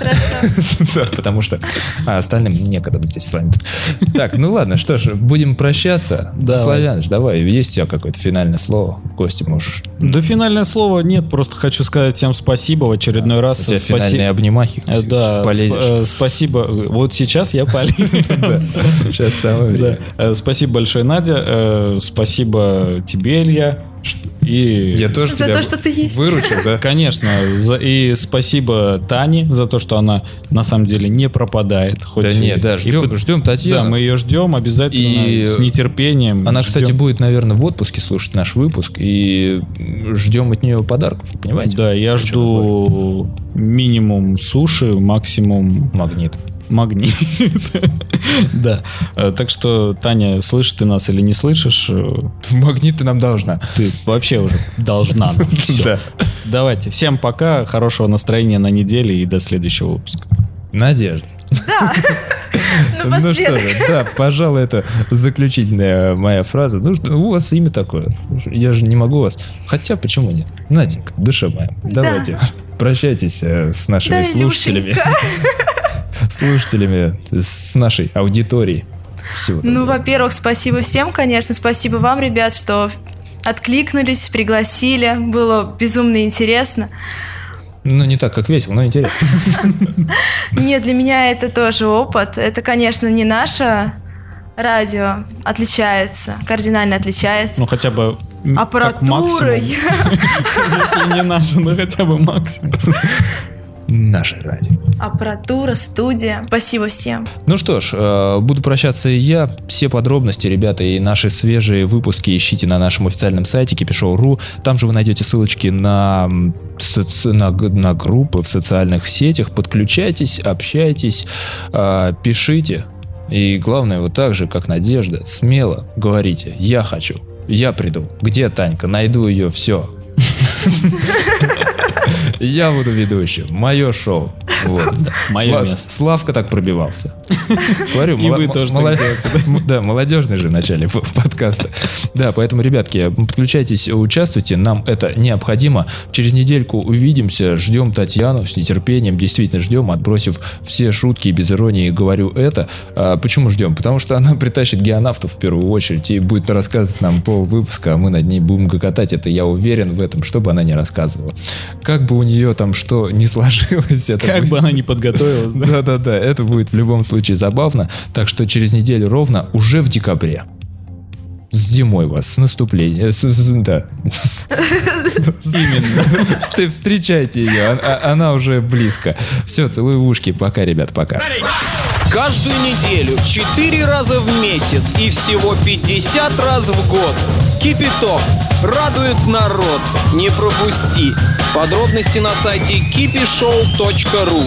S7: *laughs* Да, Потому что а, остальным некогда здесь с вами. Так, ну ладно, что ж, будем прощаться.
S4: Давай.
S7: Славяныч, давай, есть у тебя какое-то финальное слово? Костя, можешь
S4: Да финальное слово нет, просто хочу сказать всем спасибо в очередной раз.
S7: У тебя
S4: Спаси-
S7: финальные обнимахи.
S4: Э, Да,
S7: Сейчас
S4: сп-
S7: полезешь.
S4: э, спасибо. Вот сейчас я полез.
S7: э, *laughs* Сейчас самое
S4: Да.
S7: время.
S4: Э, Спасибо большое, Надя. Э, Спасибо тебе, Илья. Ш- И...
S7: Я тоже
S5: За
S7: тебя
S5: то, что ты есть.
S7: выручил, да?
S4: Конечно. за- И спасибо Тане за то, что она на самом деле не пропадает. хоть
S7: Да
S4: и-
S7: нет, да,
S4: и
S7: ждем,
S4: под-
S7: ждем
S4: Да,
S7: Татьяну.
S4: мы ее ждем обязательно
S7: И-
S4: с нетерпением.
S7: Она,
S4: Ждем.
S7: кстати, будет, наверное, в отпуске слушать наш выпуск и ждем от нее подарков, понимаете?
S4: Да, я жду минимум суши, максимум
S7: Магнит. *laughs*
S4: магнит. *laughs* Да. Э, Так что, Таня, слышишь ты нас или не слышишь, э,
S7: Магнит ты нам должна.
S4: ты вообще уже
S7: *laughs*
S4: должна. нам. Всё. Давайте. Всем пока, хорошего настроения на неделе и до следующего выпуска.
S7: Надежда. Ну что
S5: Напоследок.
S7: же, да, пожалуй, это заключительная моя фраза. Ну, что- у вас имя такое. Я же не могу вас. Хотя, почему нет? Наденька, душа моя, давайте прощайтесь э, с нашими
S5: Да,
S7: слушателями.
S5: Илюшенька.
S7: слушателями, с нашей аудиторией. Всего
S5: Ну,
S7: доброго.
S5: во-первых, спасибо всем, конечно. Спасибо вам, ребят, что откликнулись, пригласили. Было безумно интересно.
S7: Ну, не так, как весело, но интересно.
S5: Нет, для меня это тоже опыт. Это, конечно, не наше радио отличается, кардинально отличается.
S4: Ну, хотя бы м, как максимум.
S5: Аппаратурой.
S4: Если не наше, но хотя бы максимум.
S7: Наше радио.
S5: Аппаратура, студия. Спасибо всем.
S7: Ну что ж, э, буду прощаться и я. Все подробности, ребята, и наши свежие выпуски ищите на нашем официальном сайте kipishow.ru. Там же вы найдете ссылочки на, м, соци- на, г- на группы в социальных сетях. Подключайтесь, общайтесь, э, пишите. И главное, вот так же, как Надежда, смело говорите «Я хочу», «Я приду», «Где Танька?», «Найду ее», *laughs* «Все». Я буду ведущим. Мое шоу. Вот.
S4: Мое
S7: Сла-
S4: место.
S7: Славка так пробивался. Говорю,
S4: И
S7: мала-
S4: вы
S7: м-
S4: тоже
S7: мала-
S4: так делаете,
S7: м- *laughs* Да, молодежный же в начале п- подкаста. Да, поэтому, ребятки, подключайтесь, участвуйте, нам это необходимо. Через недельку увидимся, ждем Татьяну с нетерпением, действительно ждем, отбросив все шутки и без иронии, говорю это. А Почему ждем? Потому что она *laughs* притащит геонавтов в первую очередь и будет рассказывать нам пол выпуска, а мы над ней будем гокотать, это я уверен в этом, что бы она ни рассказывала. Как бы у нее там что не сложилось, это
S4: Как
S7: будет-
S4: бы она ни подготовилась, да?
S7: да-да-да, это будет в любом случае забавно. Так что через неделю ровно, уже в декабре. С зимой вас, с наступлением. С, с- да. Именно. Вст- Встречайте ее, а- а- она уже близко. Все, целую в ушки. Пока, ребят, пока.
S2: Каждую неделю, 4 раза в месяц и всего 50 раз в год. Кипяток радует народ. Не пропусти. Подробности на сайте kipishow.ru